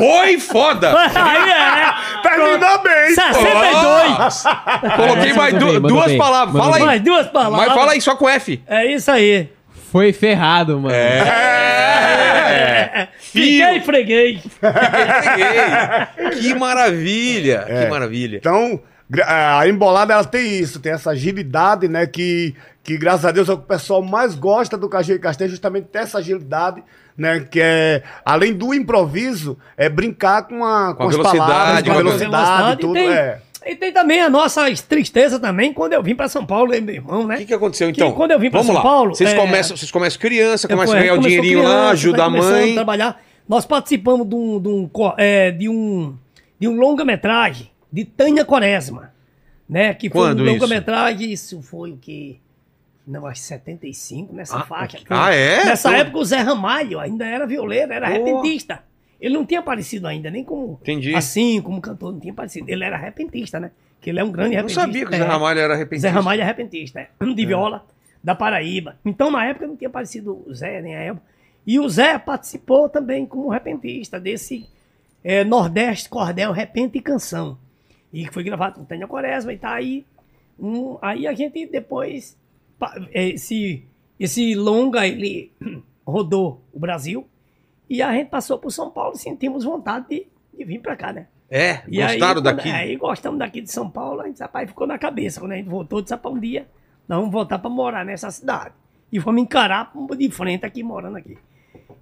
Speaker 5: Oi, foda!
Speaker 4: Aí é, né?
Speaker 3: Termina bem.
Speaker 4: é 62!
Speaker 5: [laughs] Coloquei
Speaker 2: Mandou
Speaker 5: mais
Speaker 2: bem,
Speaker 5: du-
Speaker 2: mandou
Speaker 5: duas
Speaker 2: bem.
Speaker 5: palavras.
Speaker 2: Mandou
Speaker 5: Fala aí.
Speaker 4: Mais duas palavras.
Speaker 5: Mas fala aí só com F.
Speaker 4: É isso aí.
Speaker 2: Foi ferrado, mano.
Speaker 3: É.
Speaker 4: É, Fiquei e freguei.
Speaker 5: Peguei.
Speaker 3: [laughs]
Speaker 5: Que maravilha. Que maravilha.
Speaker 3: Então, gra- a embolada ela tem isso, tem essa agilidade, né? Que, que graças a Deus é o que o pessoal mais gosta do Caju e Castanha, justamente ter essa agilidade, né? Que é, além do improviso, é brincar com, a, com,
Speaker 5: a
Speaker 3: as
Speaker 5: velocidade,
Speaker 3: palavras, com
Speaker 5: com
Speaker 3: a
Speaker 5: a
Speaker 3: É velocidade, tudo.
Speaker 4: e, tem,
Speaker 3: É.
Speaker 4: e tem também a nossa tristeza também quando eu vim pra São Paulo, hein, meu irmão,
Speaker 5: O
Speaker 4: né?
Speaker 1: é
Speaker 5: que, que aconteceu então?
Speaker 4: quando eu vim pra
Speaker 5: Vamos
Speaker 4: São
Speaker 5: lá.
Speaker 4: Paulo,
Speaker 5: Vocês,
Speaker 4: é,
Speaker 5: começam, vocês começam criança, começam a É, ganhar o
Speaker 4: começou
Speaker 5: dinheirinho lá,
Speaker 4: criança,
Speaker 5: ajuda
Speaker 4: vai
Speaker 5: a
Speaker 4: começando
Speaker 5: mãe.
Speaker 4: trabalhar. Nós participamos de um, de um, co- é, de um, de um longa-metragem de Tânia Quaresma, né? Que
Speaker 1: Quando
Speaker 4: foi um
Speaker 1: isso?
Speaker 4: longa-metragem, isso foi o que... Não, acho que 75, nessa faixa.
Speaker 1: ah, é?
Speaker 4: Nessa
Speaker 1: Então-
Speaker 4: época o Zé Ramalho ainda era violeiro, era repentista. Ele não tinha aparecido ainda, nem como...
Speaker 5: Entendi.
Speaker 4: Assim, como cantor, não tinha aparecido. Ele era repentista, né? Que ele é um grande
Speaker 5: não
Speaker 4: repentista.
Speaker 5: sabia que o Zé
Speaker 4: é.
Speaker 5: Ramalho era
Speaker 4: Zé
Speaker 5: arrependido.
Speaker 4: Ramalho é repentista, é. [clears throat] de viola, da Paraíba. Então, na época, não tinha aparecido o Zé, nem a época. E o Zé participou também como repentista desse é, Nordeste Cordel Repente e Canção. E que foi gravado com Tânia Quaresma e tá aí. um- aí a gente depois. pa- é, Esse, esse longa, ele [clears throat] rodou o Brasil. E a gente passou por São Paulo e sentimos vontade de, de vir pra cá, né?
Speaker 1: É,
Speaker 4: E
Speaker 1: gostaram
Speaker 4: aí, quando- é.
Speaker 1: daqui.
Speaker 4: Aí gostamos daqui de São Paulo, a gente rapaz, ficou na cabeça. Quando a gente voltou, disse rapaz, um dia, nós vamos voltar para morar nessa cidade. E vamos encarar de frente aqui, morando aqui.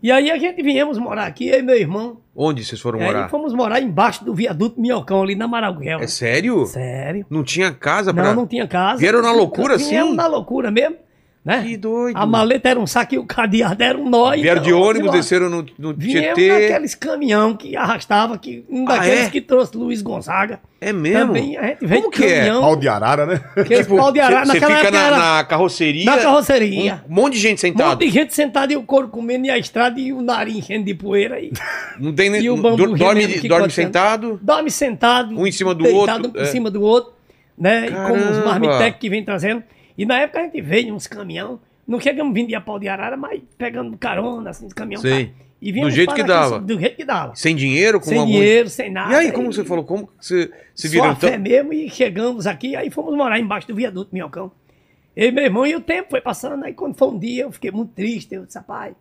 Speaker 4: E aí a gente viemos morar aqui, eu e meu irmão.
Speaker 1: Onde vocês foram
Speaker 4: Aí
Speaker 1: morar?
Speaker 4: fomos morar embaixo do viaduto Minhocão, ali na Maraguel.
Speaker 1: É sério?
Speaker 4: Sério.
Speaker 1: Não tinha casa pra...
Speaker 4: Não, não tinha casa.
Speaker 1: Vieram na loucura, assim?
Speaker 4: Vieram na loucura mesmo, né?
Speaker 1: Que doido.
Speaker 4: A maleta era um saco e o cadeado era um nó.
Speaker 1: Vieram de
Speaker 4: então,
Speaker 1: ônibus,
Speaker 4: assim, ó,
Speaker 1: desceram no, no
Speaker 4: Viemos
Speaker 1: Tietê.
Speaker 4: naqueles caminhão que arrastava, que, um daqueles
Speaker 1: é?
Speaker 4: que trouxe Luiz Gonzaga.
Speaker 1: É mesmo?
Speaker 4: Também a gente vem
Speaker 1: Como que é?
Speaker 3: Pau de arara,
Speaker 4: [laughs]
Speaker 3: né?
Speaker 4: Aqueles pau de arara
Speaker 1: tipo, Você
Speaker 4: naquela
Speaker 1: fica
Speaker 4: época
Speaker 1: na,
Speaker 4: era
Speaker 1: na carroceria.
Speaker 4: na carroceria.
Speaker 1: Um monte de gente
Speaker 4: Um monte
Speaker 1: sentada.
Speaker 4: de gente sentada e o couro comendo e a estrada e o nariz enchendo de poeira. E
Speaker 1: Não tem nem.
Speaker 4: E o
Speaker 1: do-
Speaker 4: bambu
Speaker 1: dorme
Speaker 4: remendo que
Speaker 1: dorme
Speaker 4: corta.
Speaker 1: sentado.
Speaker 4: dorme sentado.
Speaker 1: Um em cima do
Speaker 4: deitado
Speaker 1: outro,
Speaker 4: um
Speaker 1: é.
Speaker 4: em cima do outro. Né? E como os
Speaker 1: Caramba.
Speaker 4: marmitecos que vem trazendo. E na época a gente veio uns caminhão. Não chegamos vindo de a pau de arara, mas pegando carona, assim, os caminhão.
Speaker 1: Sim.
Speaker 4: pá. E vinha
Speaker 1: Do jeito que dava.
Speaker 4: Do jeito que dava.
Speaker 1: Sem dinheiro, com
Speaker 4: sem
Speaker 1: algum.
Speaker 4: dinheiro, sem nada.
Speaker 1: E aí, como você falou? Como que você se então?
Speaker 4: Só
Speaker 1: virou
Speaker 4: a fé
Speaker 1: tão.
Speaker 4: mesmo e chegamos aqui, aí fomos morar embaixo do viaduto Minhocão. E meu irmão, e o tempo foi passando, aí quando foi um dia eu fiquei muito triste, eu disse, rapaz,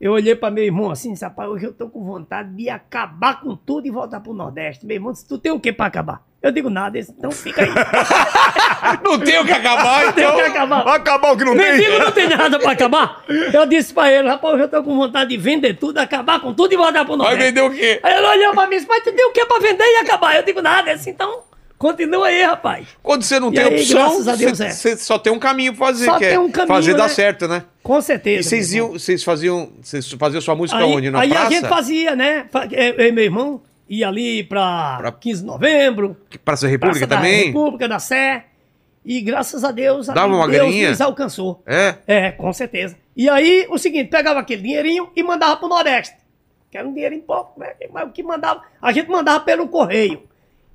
Speaker 4: eu olhei para meu irmão assim, disse, rapaz, hoje eu tô com vontade de acabar com tudo e voltar pro Nordeste. Meu irmão disse, tu tem o que para acabar? Eu digo nada, ele disse, então fica
Speaker 1: [laughs]
Speaker 4: aí,
Speaker 1: Ah,
Speaker 5: Não tem o que acabar,
Speaker 4: [laughs] tem o que
Speaker 5: então.
Speaker 4: acabar.
Speaker 3: Vai acabar o que não tem.
Speaker 4: Mendigo não tem nada pra acabar. Eu disse pra ele, rapaz, hoje eu tô com vontade de vender tudo, acabar com tudo e voltar pro
Speaker 5: Vai
Speaker 4: Nordeste.
Speaker 5: vender o quê?
Speaker 4: Aí ele olhou pra mim e disse, mas tu tem o que pra vender e acabar? Eu digo nada, ele disse, então continua aí, rapaz.
Speaker 5: Quando você não
Speaker 4: E
Speaker 5: tem
Speaker 4: aí,
Speaker 5: opção,
Speaker 4: graças a Deus,
Speaker 5: você,
Speaker 4: é.
Speaker 5: você só tem um caminho pra fazer,
Speaker 4: Só
Speaker 5: que
Speaker 4: tem
Speaker 5: é
Speaker 4: um caminho,
Speaker 5: fazer dar
Speaker 4: né?
Speaker 5: certo, né?
Speaker 4: Com certeza.
Speaker 5: E vocês
Speaker 4: meu irmão.
Speaker 5: iam, vocês faziam, vocês faziam sua música
Speaker 4: aí,
Speaker 5: onde? Na
Speaker 4: aí
Speaker 5: praça?
Speaker 4: a gente fazia, né? Fa- Eu eu e meu irmão ia ali pra,
Speaker 1: Pra-
Speaker 4: 15 de novembro,
Speaker 1: Praça da
Speaker 4: Praça
Speaker 1: República
Speaker 4: da
Speaker 1: também?
Speaker 4: República, da Sé. E graças a Deus,
Speaker 1: Dava
Speaker 4: amigo,
Speaker 1: uma
Speaker 4: Deus
Speaker 1: graninha?
Speaker 4: nos alcançou.
Speaker 1: É.
Speaker 4: É, com certeza. E aí, o seguinte, pegava aquele dinheirinho e mandava pro Nordeste. Que era um dinheirinho pouco, né? Mas o que mandava, a gente mandava pelo correio.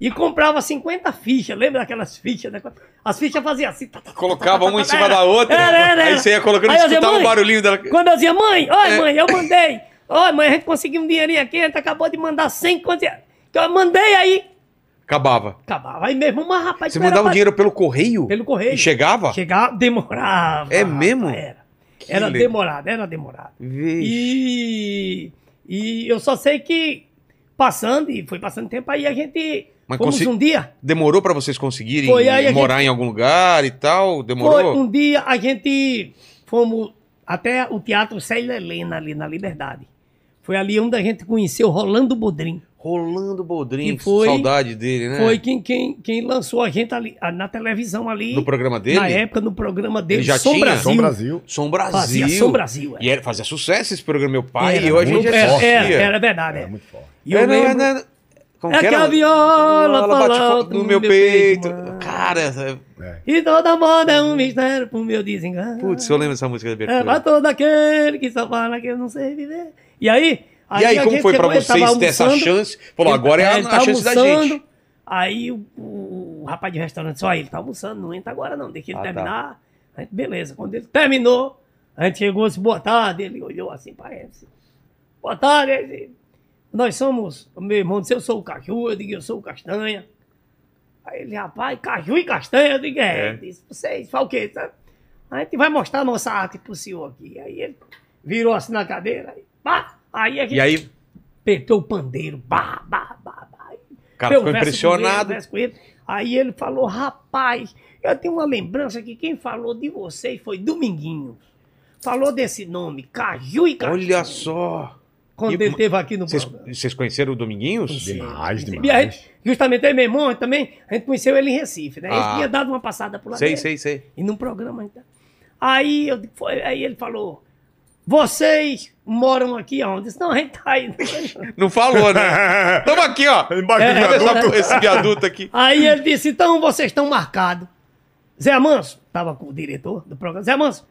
Speaker 4: E comprava 50 fichas, lembra daquelas fichas? né? As fichas faziam assim. tá, tá, tá,
Speaker 5: Colocava
Speaker 4: tá, tá,
Speaker 5: uma em
Speaker 4: tá,
Speaker 5: cima
Speaker 4: era.
Speaker 5: da outra.
Speaker 4: Era, era,
Speaker 5: Aí
Speaker 4: era.
Speaker 5: você ia colocando,
Speaker 4: Aí eu dizia,
Speaker 5: escutava o
Speaker 4: "Mãe,
Speaker 5: barulhinho dela.
Speaker 4: Quando eu dizia, mãe, olha,
Speaker 5: É.
Speaker 4: mãe, eu mandei. Olha, mãe, a gente conseguiu um dinheirinho aqui, a gente acabou de mandar 100 conto. que Eu mandei aí.
Speaker 5: Acabava.
Speaker 4: Acabava. Aí mesmo, mas rapaz,
Speaker 1: Você
Speaker 4: não era
Speaker 1: mandava o
Speaker 4: pra-
Speaker 1: dinheiro pelo correio?
Speaker 4: Pelo correio.
Speaker 1: E chegava?
Speaker 4: Chegava, demorava.
Speaker 1: É mesmo?
Speaker 4: Era. Era
Speaker 1: legal.
Speaker 4: demorado, era demorado.
Speaker 1: Vixe.
Speaker 4: E, e eu só sei que passando, e foi passando tempo, aí a gente.
Speaker 1: Mas
Speaker 4: fomos
Speaker 1: consegui-
Speaker 4: um dia.
Speaker 1: Demorou pra vocês conseguirem
Speaker 4: Foi, aí a
Speaker 1: morar em algum lugar e tal? Demorou?
Speaker 4: Foi um dia a gente fomos até o Teatro Célia Helena, ali na Liberdade. Foi ali onde a gente conheceu Rolando Bodrim.
Speaker 1: Rolando Boldrin,
Speaker 4: E foi-
Speaker 1: saudade dele, né?
Speaker 4: Foi quem, quem, quem lançou a gente ali, a- na televisão ali.
Speaker 1: No programa dele?
Speaker 4: Na época, no programa dele,
Speaker 1: Ele já
Speaker 4: Som
Speaker 1: tinha?
Speaker 3: [laughs]
Speaker 4: Brasil.
Speaker 3: São Brasil.
Speaker 1: Som Brasil.
Speaker 4: Fazia Som Brasil, é.
Speaker 1: E era, fazia sucesso esse programa, meu pai.
Speaker 4: Era
Speaker 1: e eu a gente
Speaker 4: muito-
Speaker 1: assistia.
Speaker 4: era, era, era verdade.
Speaker 3: É
Speaker 4: É.
Speaker 3: muito forte.
Speaker 4: E eu
Speaker 1: Era-
Speaker 4: lembro-
Speaker 1: era-
Speaker 5: né?
Speaker 1: como
Speaker 4: É
Speaker 1: que era?
Speaker 4: que a viola
Speaker 1: bate
Speaker 4: fala
Speaker 1: foto no meu peito. Cara, essa-
Speaker 5: é-
Speaker 3: né?
Speaker 4: E toda moda é um mistério pro meu desengano.
Speaker 1: putz, eu lembro dessa música da
Speaker 4: É,
Speaker 1: abertura.
Speaker 4: pra todo aquele que só fala que eu não sei viver. E aí...
Speaker 1: E aí,
Speaker 4: a
Speaker 1: como
Speaker 4: gente
Speaker 1: foi pra
Speaker 4: chegou, ele tava
Speaker 1: vocês ter essa
Speaker 4: almoçando,
Speaker 1: chance? Falou,
Speaker 4: ele-
Speaker 1: agora é a,
Speaker 4: ele
Speaker 1: a
Speaker 4: tava
Speaker 1: chance da
Speaker 4: almoçando,
Speaker 1: gente.
Speaker 4: Aí o, o- o rapaz de restaurante disse, olha, ele tá almoçando, não entra agora não, deixa ele
Speaker 1: Ah, tá.
Speaker 4: terminar. A gente, beleza, quando ele terminou, a gente chegou e disse, boa tarde, ele olhou assim pra ele, disse, boa tarde, ele disse, Nós somos, o meu irmão disse, eu sou o Caju, eu digo, eu sou o Castanha. Aí ele, rapaz, Caju e Castanha, eu digo, é.
Speaker 5: É.
Speaker 4: Ele Disse, vocês, faz o quê? tá? A gente vai mostrar a nossa arte pro senhor aqui. Aí ele virou assim na cadeira, aí, pá, aí a gente
Speaker 5: E aí,
Speaker 4: apertou o pandeiro, bah, bah, bah, bah. Aí
Speaker 5: o cara ficou
Speaker 4: Deu verso com ele,
Speaker 5: impressionado.
Speaker 4: verso com ele. Aí ele falou, rapaz, eu tenho uma lembrança que quem falou de vocês foi Dominguinho. Falou desse nome, Caju e Castanha.
Speaker 5: Olha só.
Speaker 4: Quando
Speaker 5: E-
Speaker 4: ele esteve aqui no
Speaker 5: Vocês-
Speaker 4: programa.
Speaker 5: Vocês conheceram o Dominguinhos?
Speaker 4: Sim.
Speaker 3: Demais,
Speaker 4: E aí,
Speaker 3: demais.
Speaker 4: justamente aí, meu irmão, também, a gente conheceu ele em Recife, né?
Speaker 5: Ah.
Speaker 4: Ele tinha dado uma passada por lá.
Speaker 5: Sei,
Speaker 4: dele.
Speaker 5: sei, sei.
Speaker 4: E num programa ainda. Aí, eu, foi- aí ele falou, vocês moram aqui aonde? Eu Disse, não, a gente tá aí.
Speaker 5: Não falou,
Speaker 3: [laughs]
Speaker 5: né? Tamo aqui, ó.
Speaker 3: [laughs] Embaixo do
Speaker 5: Olha só
Speaker 4: É,
Speaker 3: viaduto.
Speaker 5: pro- esse viaduto aqui.
Speaker 4: Aí ele disse, então vocês estão marcados. Zé Manso, tava com o diretor do programa, Zé Manso,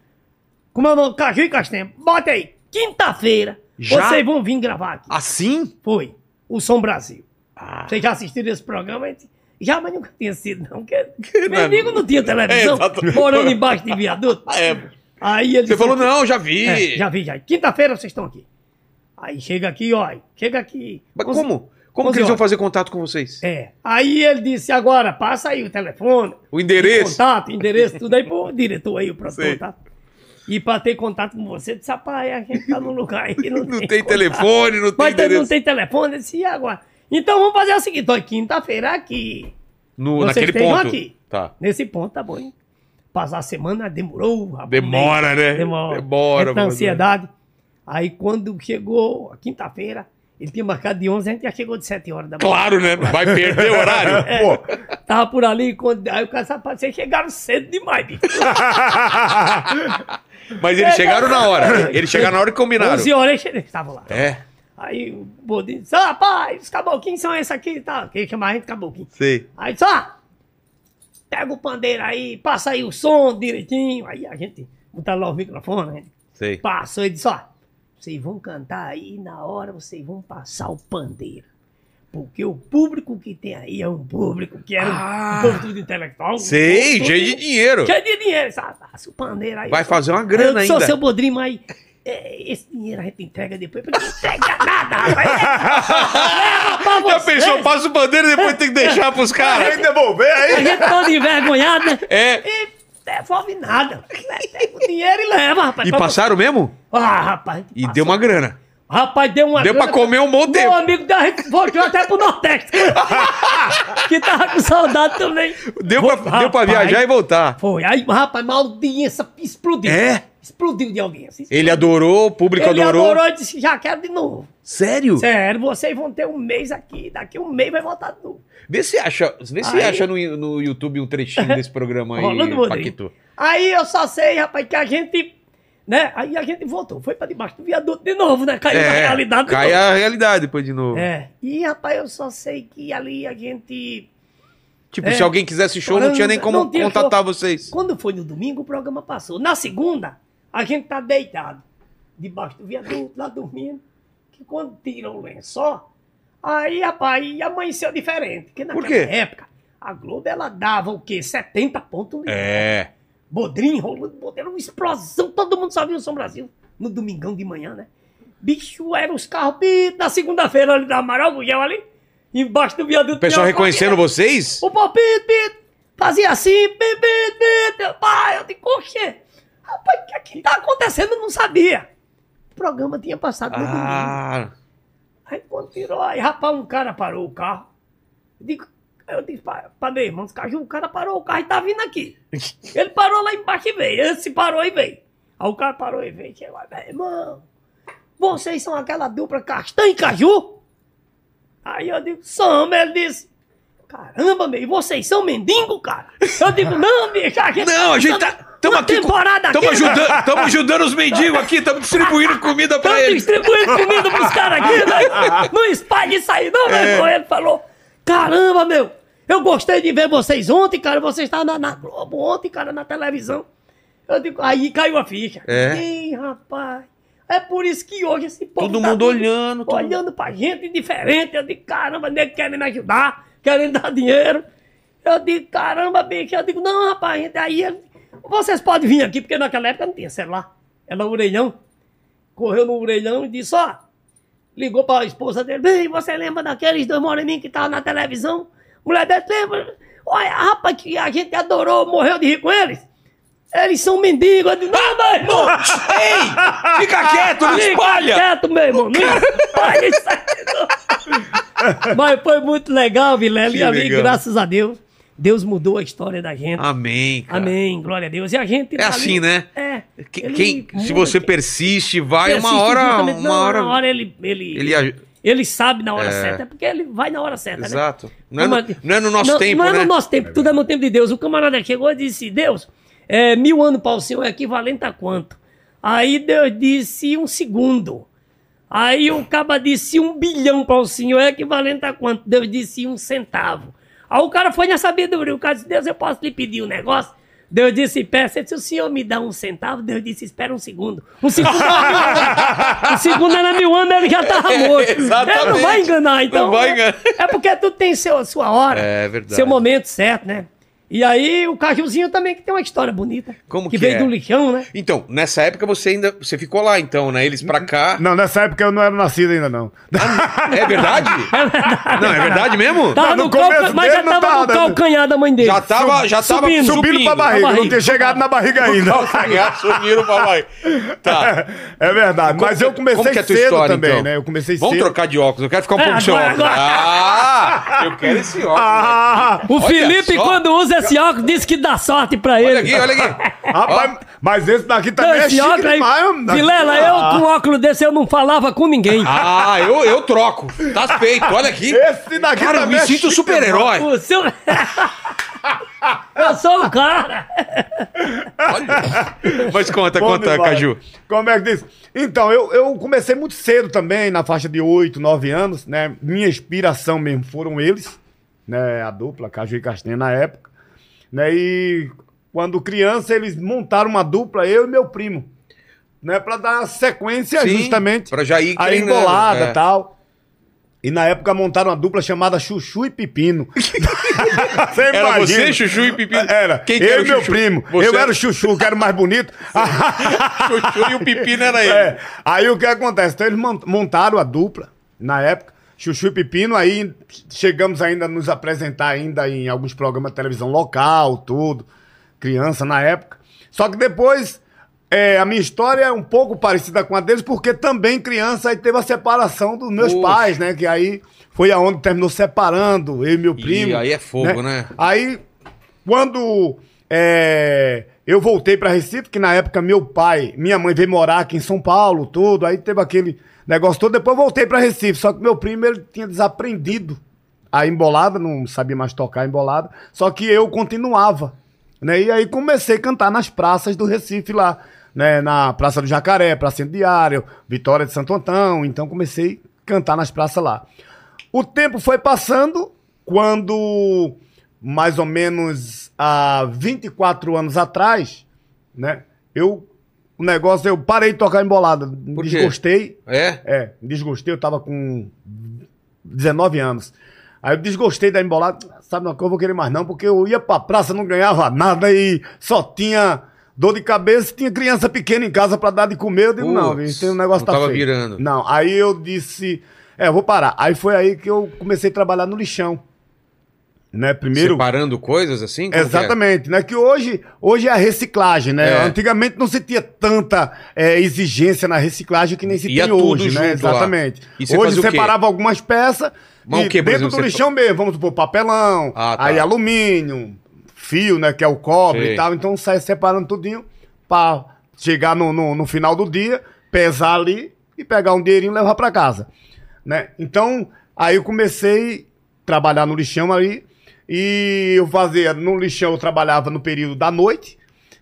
Speaker 4: com meu nome, Caju e Castanha, bota aí, quinta-feira,
Speaker 1: Já?
Speaker 4: vocês vão vir gravar aqui.
Speaker 1: Assim?
Speaker 4: Foi, o Som Brasil.
Speaker 5: Ah.
Speaker 4: Vocês já assistiram esse programa? Eu disse, Já, mas nunca tinha sido, não.
Speaker 5: [laughs]
Speaker 4: Porque meu amigo não tinha televisão,
Speaker 5: é exato.
Speaker 4: morando embaixo de viaduto.
Speaker 5: Ah, é.
Speaker 4: Aí ele
Speaker 5: Você falou, não, já
Speaker 4: É,
Speaker 5: vi.
Speaker 4: já vi, já. Quinta-feira vocês estão aqui. Aí chega aqui, ó, chega aqui.
Speaker 5: Mas
Speaker 4: Onze-
Speaker 5: como? Como
Speaker 4: onze
Speaker 5: que eles vão
Speaker 4: horas.
Speaker 5: fazer contato com vocês?
Speaker 4: É. Aí ele disse, agora, passa aí o telefone.
Speaker 5: O endereço?
Speaker 4: Contato, endereço, tudo aí pro diretor aí,
Speaker 5: Sei.
Speaker 4: o produtor, tá? E pra ter contato com você, disse, rapaz, a gente tá num lugar aí. Não,
Speaker 5: Não tem
Speaker 4: contato.
Speaker 5: telefone, não tem
Speaker 4: Mas tem- não
Speaker 5: endereço.
Speaker 4: tem telefone, eu disse, e agora? Então vamos fazer o seguinte, ó, quinta-feira aqui.
Speaker 5: No,
Speaker 4: Vocês
Speaker 5: naquele
Speaker 4: pegam
Speaker 5: ponto.
Speaker 4: aqui.
Speaker 5: Tá.
Speaker 4: Nesse ponto, tá bom, hein? Passar a semana demorou. rapaz,
Speaker 5: Demora, né?
Speaker 4: Demora.
Speaker 5: Demora, é.
Speaker 4: Entra
Speaker 5: vamos
Speaker 4: ansiedade. Aí quando chegou a quinta-feira, ele tinha marcado de 11, a gente já chegou de 7 horas da manhã.
Speaker 5: Claro, né? Vai perder o horário.
Speaker 4: é.
Speaker 3: [laughs] Pô.
Speaker 4: Tava por ali, quando... aí o cara sabe, "Rapaz, vocês chegaram cedo demais, bicho.
Speaker 5: Mas eles chegaram na hora. Eles chegaram na hora e combinaram.
Speaker 4: 11 horas che- eles estavam lá.
Speaker 5: É,
Speaker 4: Aí o Bodinho disse, "Ah, rapaz, os caboclinhos são esses aqui e tal. Quem chama a gente, caboclinho.
Speaker 5: sei.
Speaker 4: Aí só, pega o pandeiro aí, passa aí o som direitinho. Aí a gente botar lá o microfone, né? a gente
Speaker 5: Sei.
Speaker 4: Passou e disse, ó, vocês vão cantar aí, na hora vocês vão passar o pandeiro. Porque o público que tem aí é um público que era
Speaker 5: Ah.
Speaker 4: um povo tudo intelectual. um
Speaker 5: Sei,
Speaker 4: povo
Speaker 5: cheio de
Speaker 4: tudo-
Speaker 5: dinheiro.
Speaker 4: Cheio de dinheiro, sabe? Passa o pandeiro aí.
Speaker 5: Vai fazer uma
Speaker 4: Eu
Speaker 5: grana
Speaker 4: sou
Speaker 5: ainda.
Speaker 4: seu bodrinho, mas é, esse dinheiro a gente entrega depois. Não entrega nada, rapaz. É, Leva pra
Speaker 5: Já
Speaker 4: vocês.
Speaker 5: pensou, passa o bandeira e depois tem que deixar pros
Speaker 3: Tem [laughs]
Speaker 5: caras.
Speaker 3: que devolver
Speaker 4: é, A
Speaker 3: aí.
Speaker 4: gente todo envergonhado, né?
Speaker 5: É.
Speaker 4: E devolve nada. Né? Pega o dinheiro e leva, rapaz.
Speaker 1: E
Speaker 4: pra-
Speaker 1: passaram mesmo?
Speaker 4: Ah, rapaz.
Speaker 5: E deu uma grana.
Speaker 4: Rapaz, deu uma
Speaker 5: Deu pra
Speaker 4: grana-
Speaker 5: comer um bom
Speaker 4: Meu
Speaker 5: tempo.
Speaker 4: amigo da gente voltou até pro Nordeste.
Speaker 5: [laughs]
Speaker 4: que tava com saudade também.
Speaker 5: Deu pra,
Speaker 4: Rapaz,
Speaker 5: deu pra viajar e voltar.
Speaker 4: Foi. Aí, rapaz, uma audiência explodiu.
Speaker 5: É?
Speaker 4: Explodiu de audiência.
Speaker 5: Ele adorou, o público
Speaker 4: Ele
Speaker 5: adorou.
Speaker 4: adorou e disse, já quero de novo.
Speaker 1: Sério?
Speaker 4: Sério, vocês vão ter um mês aqui, daqui um mês vai voltar de novo.
Speaker 1: Vê se acha.
Speaker 5: Vê se
Speaker 4: Aí-
Speaker 5: acha no, no YouTube um trechinho desse programa
Speaker 4: Rolando
Speaker 5: aí,
Speaker 4: Rodrigues.
Speaker 5: Paquito.
Speaker 4: Aí eu só sei, rapaz, que a gente... Né? Aí a gente voltou, foi pra debaixo do viaduto de novo, né? Caiu na realidade. de
Speaker 5: É, cai
Speaker 4: novo.
Speaker 5: a realidade depois de novo.
Speaker 4: É. E, rapaz, eu só sei que ali a gente...
Speaker 5: Tipo,
Speaker 4: É.
Speaker 5: se alguém quisesse show, não tinha nem como
Speaker 4: Não tinha
Speaker 5: contatar
Speaker 4: show.
Speaker 5: vocês.
Speaker 4: Quando foi no domingo, o programa passou. Na segunda, a gente tá deitado, debaixo do viaduto, lá dormindo. Que quando tiram o lençol, aí, rapaz, amanheceu diferente. Porque naquela
Speaker 5: Por quê?
Speaker 4: época, a Globo, ela dava o quê? 70 pontos no
Speaker 5: É.
Speaker 4: Bodrinho rolando, bodrinho, era uma explosão. Todo mundo só viu o São Brasil no domingão de manhã, né? Bicho, eram os carros bi, na segunda-feira ali da Amaral Gugel ali, embaixo do viaduto.
Speaker 5: O pessoal
Speaker 4: tinha uma
Speaker 5: reconhecendo vocês?
Speaker 4: o palpite, pito, fazia assim, pito, pito, pito, pá, eu digo, oxê, rapaz, o que, que tá acontecendo? Eu não sabia. O programa tinha passado no domingo.
Speaker 5: Ah,
Speaker 4: Aí quando tirou, aí, rapaz, um cara parou o carro. Eu digo, aí eu disse pra, pra meu irmão, Caju, o cara parou o carro e tá
Speaker 5: [laughs]
Speaker 4: vindo aqui. Ele parou lá embaixo e veio, esse parou e veio. Aí o cara parou e veio, chegou, meu irmão, vocês são aquela dupla Castanho e Caju? Aí eu digo, somos, ele disse, caramba, meu, e vocês são mendigo, cara? Eu digo, não, bicho, a gente...
Speaker 5: Não, a gente tá. Tamo
Speaker 4: uma
Speaker 5: aqui. com-
Speaker 4: temporada
Speaker 5: Tamo
Speaker 4: aqui, né?
Speaker 5: ajudando, tamo ajudando os mendigos aqui, tamo distribuindo comida pra
Speaker 4: Estão [laughs]
Speaker 5: eles.
Speaker 4: distribuindo comida pros caras aqui,
Speaker 5: [laughs]
Speaker 4: né? Não espalhe isso aí, não, meu
Speaker 5: É.
Speaker 4: irmão. Ele falou: caramba, meu, eu gostei de ver vocês ontem, cara. Vocês estavam na, na Globo ontem, cara, na televisão. Eu digo, aí caiu a ficha.
Speaker 5: É.
Speaker 4: Ih, rapaz. É por isso que hoje esse povo.
Speaker 5: Todo
Speaker 4: tá
Speaker 5: mundo
Speaker 4: tudo
Speaker 5: olhando, todo
Speaker 4: Olhando pra gente diferente. Eu digo, caramba, nego querendo me ajudar, querendo dar dinheiro. Eu digo, caramba, bicho. Eu digo, não, rapaz, gente, aí ele- vocês podem vir aqui, porque naquela época não tinha celular. Era orelhão correu no orelhão e disse, ó, Ligou pra esposa dele. Bem, você lembra daqueles dois moreninhos que estavam na televisão? Mulher dele, lembra? Olha, rapaz, que a gente adorou, morreu de rir com eles. Eles são mendigos. Eu disse, não, meu irmão!
Speaker 5: Ei!
Speaker 4: [laughs]
Speaker 5: Fica quieto, não
Speaker 4: Fica
Speaker 5: espalha!
Speaker 4: quieto, meu irmão. Não espalha isso aqui, não. Mas foi muito legal, Vilela. E
Speaker 5: Que
Speaker 4: a mim,
Speaker 5: legal.
Speaker 4: graças a Deus, Deus mudou a história da gente.
Speaker 1: Amém, Ah, cara.
Speaker 4: Amém, glória a Deus. E a gente. tá
Speaker 1: É assim, né?
Speaker 4: É.
Speaker 1: Que-
Speaker 4: ele
Speaker 1: quem- se
Speaker 4: muda,
Speaker 1: você
Speaker 4: quem
Speaker 1: persiste, vai uma
Speaker 4: assiste
Speaker 1: hora,
Speaker 4: justamente-
Speaker 1: uma
Speaker 4: não,
Speaker 1: hora,
Speaker 4: Na hora ele. Ele,
Speaker 1: ele aj-
Speaker 4: ele sabe na hora
Speaker 1: É.
Speaker 4: certa, é porque ele vai na hora certa, né?
Speaker 1: Exato. Não é, no,
Speaker 4: Uma-
Speaker 1: não é no nosso
Speaker 4: não,
Speaker 1: tempo,
Speaker 4: Não é
Speaker 1: né?
Speaker 4: no nosso tempo, tudo é no tempo de Deus. O camarada chegou e disse: Deus, é, mil anos para o senhor é equivalente a quanto? Aí Deus disse: um segundo. Aí o caba disse: um bilhão para o senhor é equivalente a quanto? Deus disse: um centavo. Aí o cara foi na sabedoria. O cara disse: Deus, eu posso lhe pedir um negócio? Deus disse, peça, Ele disse, se o senhor me dá um centavo, Deus disse, espera um segundo. Um segundo era
Speaker 1: [laughs]
Speaker 4: mil, um segundo era mil anos, ele já estava
Speaker 1: É,
Speaker 4: morto.
Speaker 5: Exatamente.
Speaker 4: Ele não vai enganar, então.
Speaker 5: Não vai
Speaker 4: né?
Speaker 5: enganar.
Speaker 4: É porque tu tem seu, sua hora.
Speaker 1: É verdade.
Speaker 4: Seu momento certo, né? E aí o Cajuzinho também, que tem uma história bonita.
Speaker 1: Como que
Speaker 4: veio
Speaker 1: é?
Speaker 4: do lixão, né?
Speaker 1: Então, nessa época você ainda. Você ficou lá, então, né? Eles pra
Speaker 4: [laughs]
Speaker 1: cá.
Speaker 3: Não, nessa época eu não era nascido ainda, não.
Speaker 1: É verdade? não, é verdade mesmo?
Speaker 4: Tava
Speaker 3: no
Speaker 4: no
Speaker 3: começo
Speaker 4: calca- mas já
Speaker 3: dele não
Speaker 4: tava no
Speaker 3: tava, né?
Speaker 4: calcanhar da mãe dele.
Speaker 1: Já tava, já tava
Speaker 4: Subindo.
Speaker 3: Subindo um pra barriga, não tinha chegado
Speaker 1: [laughs]
Speaker 3: na barriga ainda.
Speaker 1: é
Speaker 5: Calcanhar, sumiram pra vai. Tá.
Speaker 3: [laughs] É verdade, mas
Speaker 1: Como
Speaker 3: eu
Speaker 1: que-
Speaker 3: comecei
Speaker 1: como que é a tua
Speaker 3: cedo
Speaker 1: história,
Speaker 3: também,
Speaker 1: então?
Speaker 3: né? Eu comecei
Speaker 1: Vamos
Speaker 3: cedo.
Speaker 1: trocar de óculos, eu quero ficar um
Speaker 4: É,
Speaker 1: pouco sem
Speaker 4: agora-
Speaker 1: óculos. Ah, eu quero esse óculos. né?
Speaker 3: Ah,
Speaker 4: O
Speaker 5: Olha
Speaker 4: Felipe,
Speaker 5: só.
Speaker 4: quando usa esse óculos, diz que dá sorte pra ele.
Speaker 1: Olha aqui, olha aqui.
Speaker 3: rapaz, mas esse daqui
Speaker 4: Não,
Speaker 3: também é
Speaker 4: esse
Speaker 3: chique
Speaker 4: óculos aí.
Speaker 3: demais. Ah. mano.
Speaker 4: Vilela, eu com óculos desse eu não falava com ninguém.
Speaker 1: Ah, eu, eu troco. Tá feito, olha aqui.
Speaker 3: Esse daqui
Speaker 1: Cara, eu
Speaker 3: também
Speaker 1: me
Speaker 3: é
Speaker 1: sinto
Speaker 3: chique
Speaker 1: super-herói.
Speaker 4: O seu. eu sou o cara.
Speaker 1: Olha. Mas conta,
Speaker 3: Bom
Speaker 1: conta,
Speaker 3: demais.
Speaker 1: Caju.
Speaker 3: Como é que diz? Então, eu, eu comecei muito cedo também, na faixa de 8, 9 anos, né? Minha inspiração mesmo foram eles, né? A dupla, Caju e Castanha na época. Né? E quando criança, eles montaram uma dupla, eu e meu primo. Né? Pra dar sequência
Speaker 1: Sim,
Speaker 3: justamente.
Speaker 1: pra já ir
Speaker 3: A
Speaker 5: né?
Speaker 1: treinando,
Speaker 3: embolada
Speaker 1: é.
Speaker 3: tal. E na época montaram uma dupla chamada Chuchu e Pepino. [laughs] Você
Speaker 5: Era
Speaker 3: imagina?
Speaker 5: você, Chuchu e Pepino?
Speaker 3: Era.
Speaker 5: Quem que
Speaker 3: eu
Speaker 5: era o
Speaker 3: e meu
Speaker 5: Chuchu?
Speaker 3: primo.
Speaker 5: Você
Speaker 3: Eu
Speaker 5: era-
Speaker 3: era o Chuchu, que era o mais bonito.
Speaker 5: [laughs] Chuchu e o né, Pepino era ele.
Speaker 3: É, aí o que acontece? Então eles mon- montaram a dupla na época, Chuchu e Pepino, aí chegamos ainda a nos apresentar ainda em alguns programas de televisão local, tudo, criança na época. Só que depois é, a minha história é um pouco parecida com a deles, porque também criança aí teve a separação dos meus
Speaker 1: Puxa.
Speaker 3: pais, né? Que aí foi aonde terminou separando eu e meu primo.
Speaker 1: aí é fogo, né?
Speaker 3: Aí, quando é, eu voltei para Recife, que na época meu pai, minha mãe veio morar aqui em São Paulo, tudo, aí teve aquele negócio todo. Depois eu voltei para Recife, só que meu primo ele tinha desaprendido a embolada, não sabia mais tocar a embolada, só que eu continuava. Né? E aí comecei a cantar nas praças do Recife lá, né? na Praça do Jacaré, Praça Diário, Vitória de Santo Antão, então comecei a cantar nas praças lá. O tempo foi passando quando, mais ou menos há 24 anos atrás, né? Eu. O negócio, eu parei de tocar embolada.
Speaker 1: quê?
Speaker 3: desgostei.
Speaker 1: É?
Speaker 3: É, desgostei, eu tava com 19 anos. Aí eu desgostei da embolada, sabe uma coisa, eu vou querer mais não, porque eu ia pra praça, não ganhava nada e só tinha dor de cabeça, tinha criança pequena em casa pra dar de comer, eu digo, não,
Speaker 1: Putz,
Speaker 3: bicho, tem um negócio
Speaker 1: não
Speaker 3: tá
Speaker 1: tava
Speaker 3: feio.
Speaker 1: virando.
Speaker 3: Não, aí eu disse, é, eu vou parar. Aí foi aí que eu comecei a trabalhar no lixão, né, primeiro...
Speaker 1: Separando coisas assim? Como que é?
Speaker 3: Exatamente, né? Que hoje, hoje é a reciclagem, né?
Speaker 1: É.
Speaker 3: Antigamente não se tinha tanta é, exigência na reciclagem que nem se
Speaker 1: Ia
Speaker 3: tem
Speaker 1: tudo
Speaker 3: hoje, né?
Speaker 1: junto lá.
Speaker 3: Exatamente.
Speaker 1: E você
Speaker 3: hoje
Speaker 1: fazia o quê?
Speaker 3: separava algumas peças
Speaker 1: Mas
Speaker 3: e
Speaker 1: o quê, por
Speaker 3: dentro
Speaker 1: exemplo,
Speaker 3: do
Speaker 1: você
Speaker 3: lixão mesmo, vamos supor, papelão,
Speaker 1: Ah, tá.
Speaker 3: aí alumínio, fio, né? Que é o cobre
Speaker 1: Sei.
Speaker 3: e tal. Então sai separando tudinho pra chegar no, no, no final do dia, pesar ali e pegar um dinheirinho e levar pra casa né? Então, aí eu comecei a trabalhar no lixão aí e eu fazia, no lixão eu trabalhava no período da noite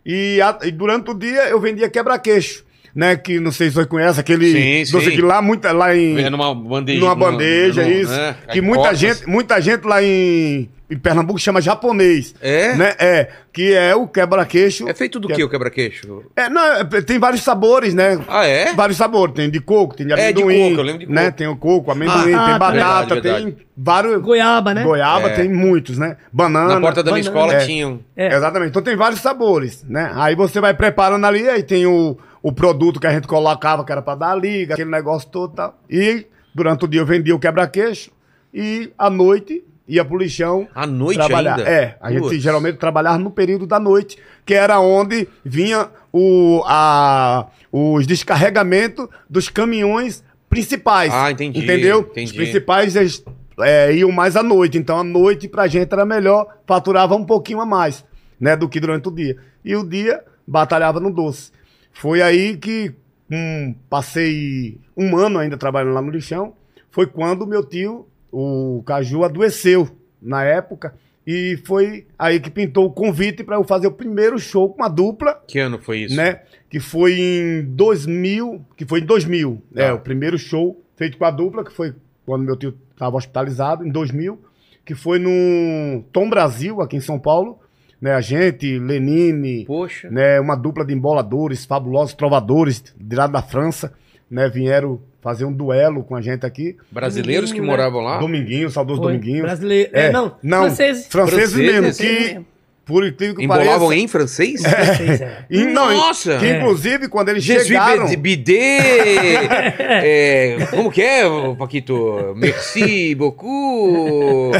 Speaker 3: e, a- e durante o dia eu vendia quebra-queixo, né? Que não sei se vocês conhecem, aquele
Speaker 1: Sim, um
Speaker 3: doce
Speaker 1: sim.
Speaker 3: que lá, muita, lá em
Speaker 5: É Numa bandeja.
Speaker 3: numa bandeja,
Speaker 1: numa-
Speaker 3: isso.
Speaker 1: né?
Speaker 3: Que
Speaker 1: Aí
Speaker 3: muita
Speaker 1: corta-se.
Speaker 3: gente, muita gente lá em, em Pernambuco chama japonês.
Speaker 1: É?
Speaker 3: Né? É, que é o quebra-queixo.
Speaker 1: É feito do que o quebra-queixo?
Speaker 3: É, não, é, tem vários sabores, né?
Speaker 1: Ah, é?
Speaker 3: Vários sabores. Tem de coco, tem de
Speaker 1: É, de
Speaker 3: amendoim.
Speaker 1: coco, eu lembro de
Speaker 3: Né?
Speaker 1: coco.
Speaker 3: Tem o coco, amendoim,
Speaker 4: Ah,
Speaker 3: tem
Speaker 4: tá.
Speaker 3: batata,
Speaker 1: Verdade, verdade.
Speaker 3: tem vários...
Speaker 4: Goiaba, né?
Speaker 3: Goiaba
Speaker 1: É.
Speaker 3: tem muitos, né? Banana.
Speaker 1: Na porta da minha
Speaker 4: banana.
Speaker 1: escola um.
Speaker 3: É.
Speaker 1: tinham.
Speaker 4: É.
Speaker 3: Exatamente. Então tem vários sabores, né? Aí você vai preparando ali, aí tem o, o produto que a gente colocava, que era pra dar liga, aquele negócio todo e tal. E Durante o dia eu vendia o quebra-queixo e à noite ia pro lixão.
Speaker 1: À noite
Speaker 3: trabalhar.
Speaker 1: ainda?
Speaker 3: É, a gente
Speaker 1: Putz.
Speaker 3: geralmente trabalhava no período da noite, que era onde vinha o, a, os descarregamentos dos caminhões principais.
Speaker 1: Ah, entendi,
Speaker 3: Entendeu?
Speaker 1: entendi.
Speaker 3: Os principais eles, é, iam mais à noite, então à noite pra gente era melhor, faturava um pouquinho a mais, né, do que durante o dia. E o dia batalhava no doce. Foi aí que hum, passei um ano ainda trabalhando lá no lixão. Foi quando meu tio, o Caju, adoeceu na época. E foi aí que pintou o convite pra eu fazer o primeiro show com uma dupla,
Speaker 1: Que ano foi isso?
Speaker 3: né? Que foi em 2000, que foi em 2000, né?
Speaker 1: Tá.
Speaker 3: o primeiro show feito com a dupla, que foi quando meu tio estava hospitalizado, em 2000, que foi no Tom Brasil, aqui em São Paulo, né? A gente, Lenine,
Speaker 1: Poxa.
Speaker 3: né, uma dupla de emboladores, fabulosos trovadores de lá da França, né, vieram fazer um duelo com a gente aqui.
Speaker 1: Brasileiros que
Speaker 4: Menino, né?
Speaker 1: moravam lá?
Speaker 3: Dominguinho, saudoso
Speaker 4: Foi.
Speaker 3: Dominguinho.
Speaker 4: Brasileiro. É, não,
Speaker 3: não,
Speaker 4: franceses.
Speaker 3: franceses mesmo,
Speaker 1: Franceses.
Speaker 3: que por incrível que
Speaker 1: Embolavam
Speaker 3: pareça,
Speaker 1: em francês?
Speaker 4: Francês, é.
Speaker 3: e não,
Speaker 1: Nossa!
Speaker 3: que
Speaker 4: É.
Speaker 3: inclusive quando eles
Speaker 1: Je suis
Speaker 3: chegaram,
Speaker 1: bid- bidet!
Speaker 3: [laughs]
Speaker 1: É, como que é, ô, Paquito? Merci beaucoup!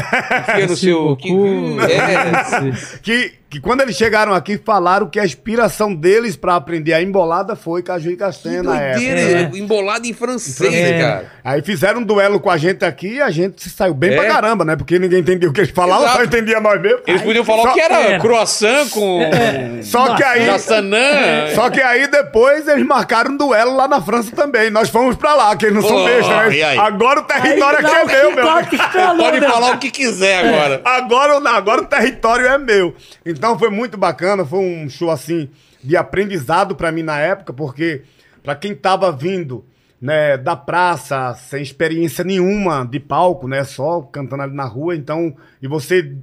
Speaker 1: Fica no seu. Que, é,
Speaker 3: que, que quando eles chegaram aqui falaram que a inspiração deles pra aprender a embolada foi Caju e
Speaker 1: que
Speaker 3: Castanha na época.
Speaker 1: doideira! né? Embolado É. em francês,
Speaker 4: É.
Speaker 1: cara.
Speaker 3: Aí fizeram um duelo com a gente aqui e a gente se saiu bem
Speaker 1: É.
Speaker 3: pra caramba, né? Porque ninguém entendia o que eles falavam,
Speaker 5: Exato.
Speaker 3: só entendia nós mesmo.
Speaker 5: Eles podiam falar
Speaker 3: Só-
Speaker 5: que era
Speaker 4: é.
Speaker 5: croissant
Speaker 1: [laughs]
Speaker 5: com
Speaker 1: É.
Speaker 3: Só que aí é.
Speaker 5: jassanã.
Speaker 3: Só que aí depois eles marcaram um duelo lá na França também. Nós fomos pra lá, que eles não são
Speaker 5: Oh,
Speaker 3: besta,
Speaker 5: e
Speaker 3: né?
Speaker 5: aí?
Speaker 3: Agora o território
Speaker 4: Aí,
Speaker 3: aqui é
Speaker 4: claro,
Speaker 3: meu, meu.
Speaker 4: claro
Speaker 3: amigo.
Speaker 4: que estralou,
Speaker 5: Pode
Speaker 4: né?
Speaker 5: falar o que quiser agora.
Speaker 3: Agora, o- agora o território é meu. Então foi muito bacana, foi um show assim de aprendizado pra mim na época, porque pra quem tava vindo, né, da praça, sem experiência nenhuma de palco, né, só cantando ali na rua, então, e você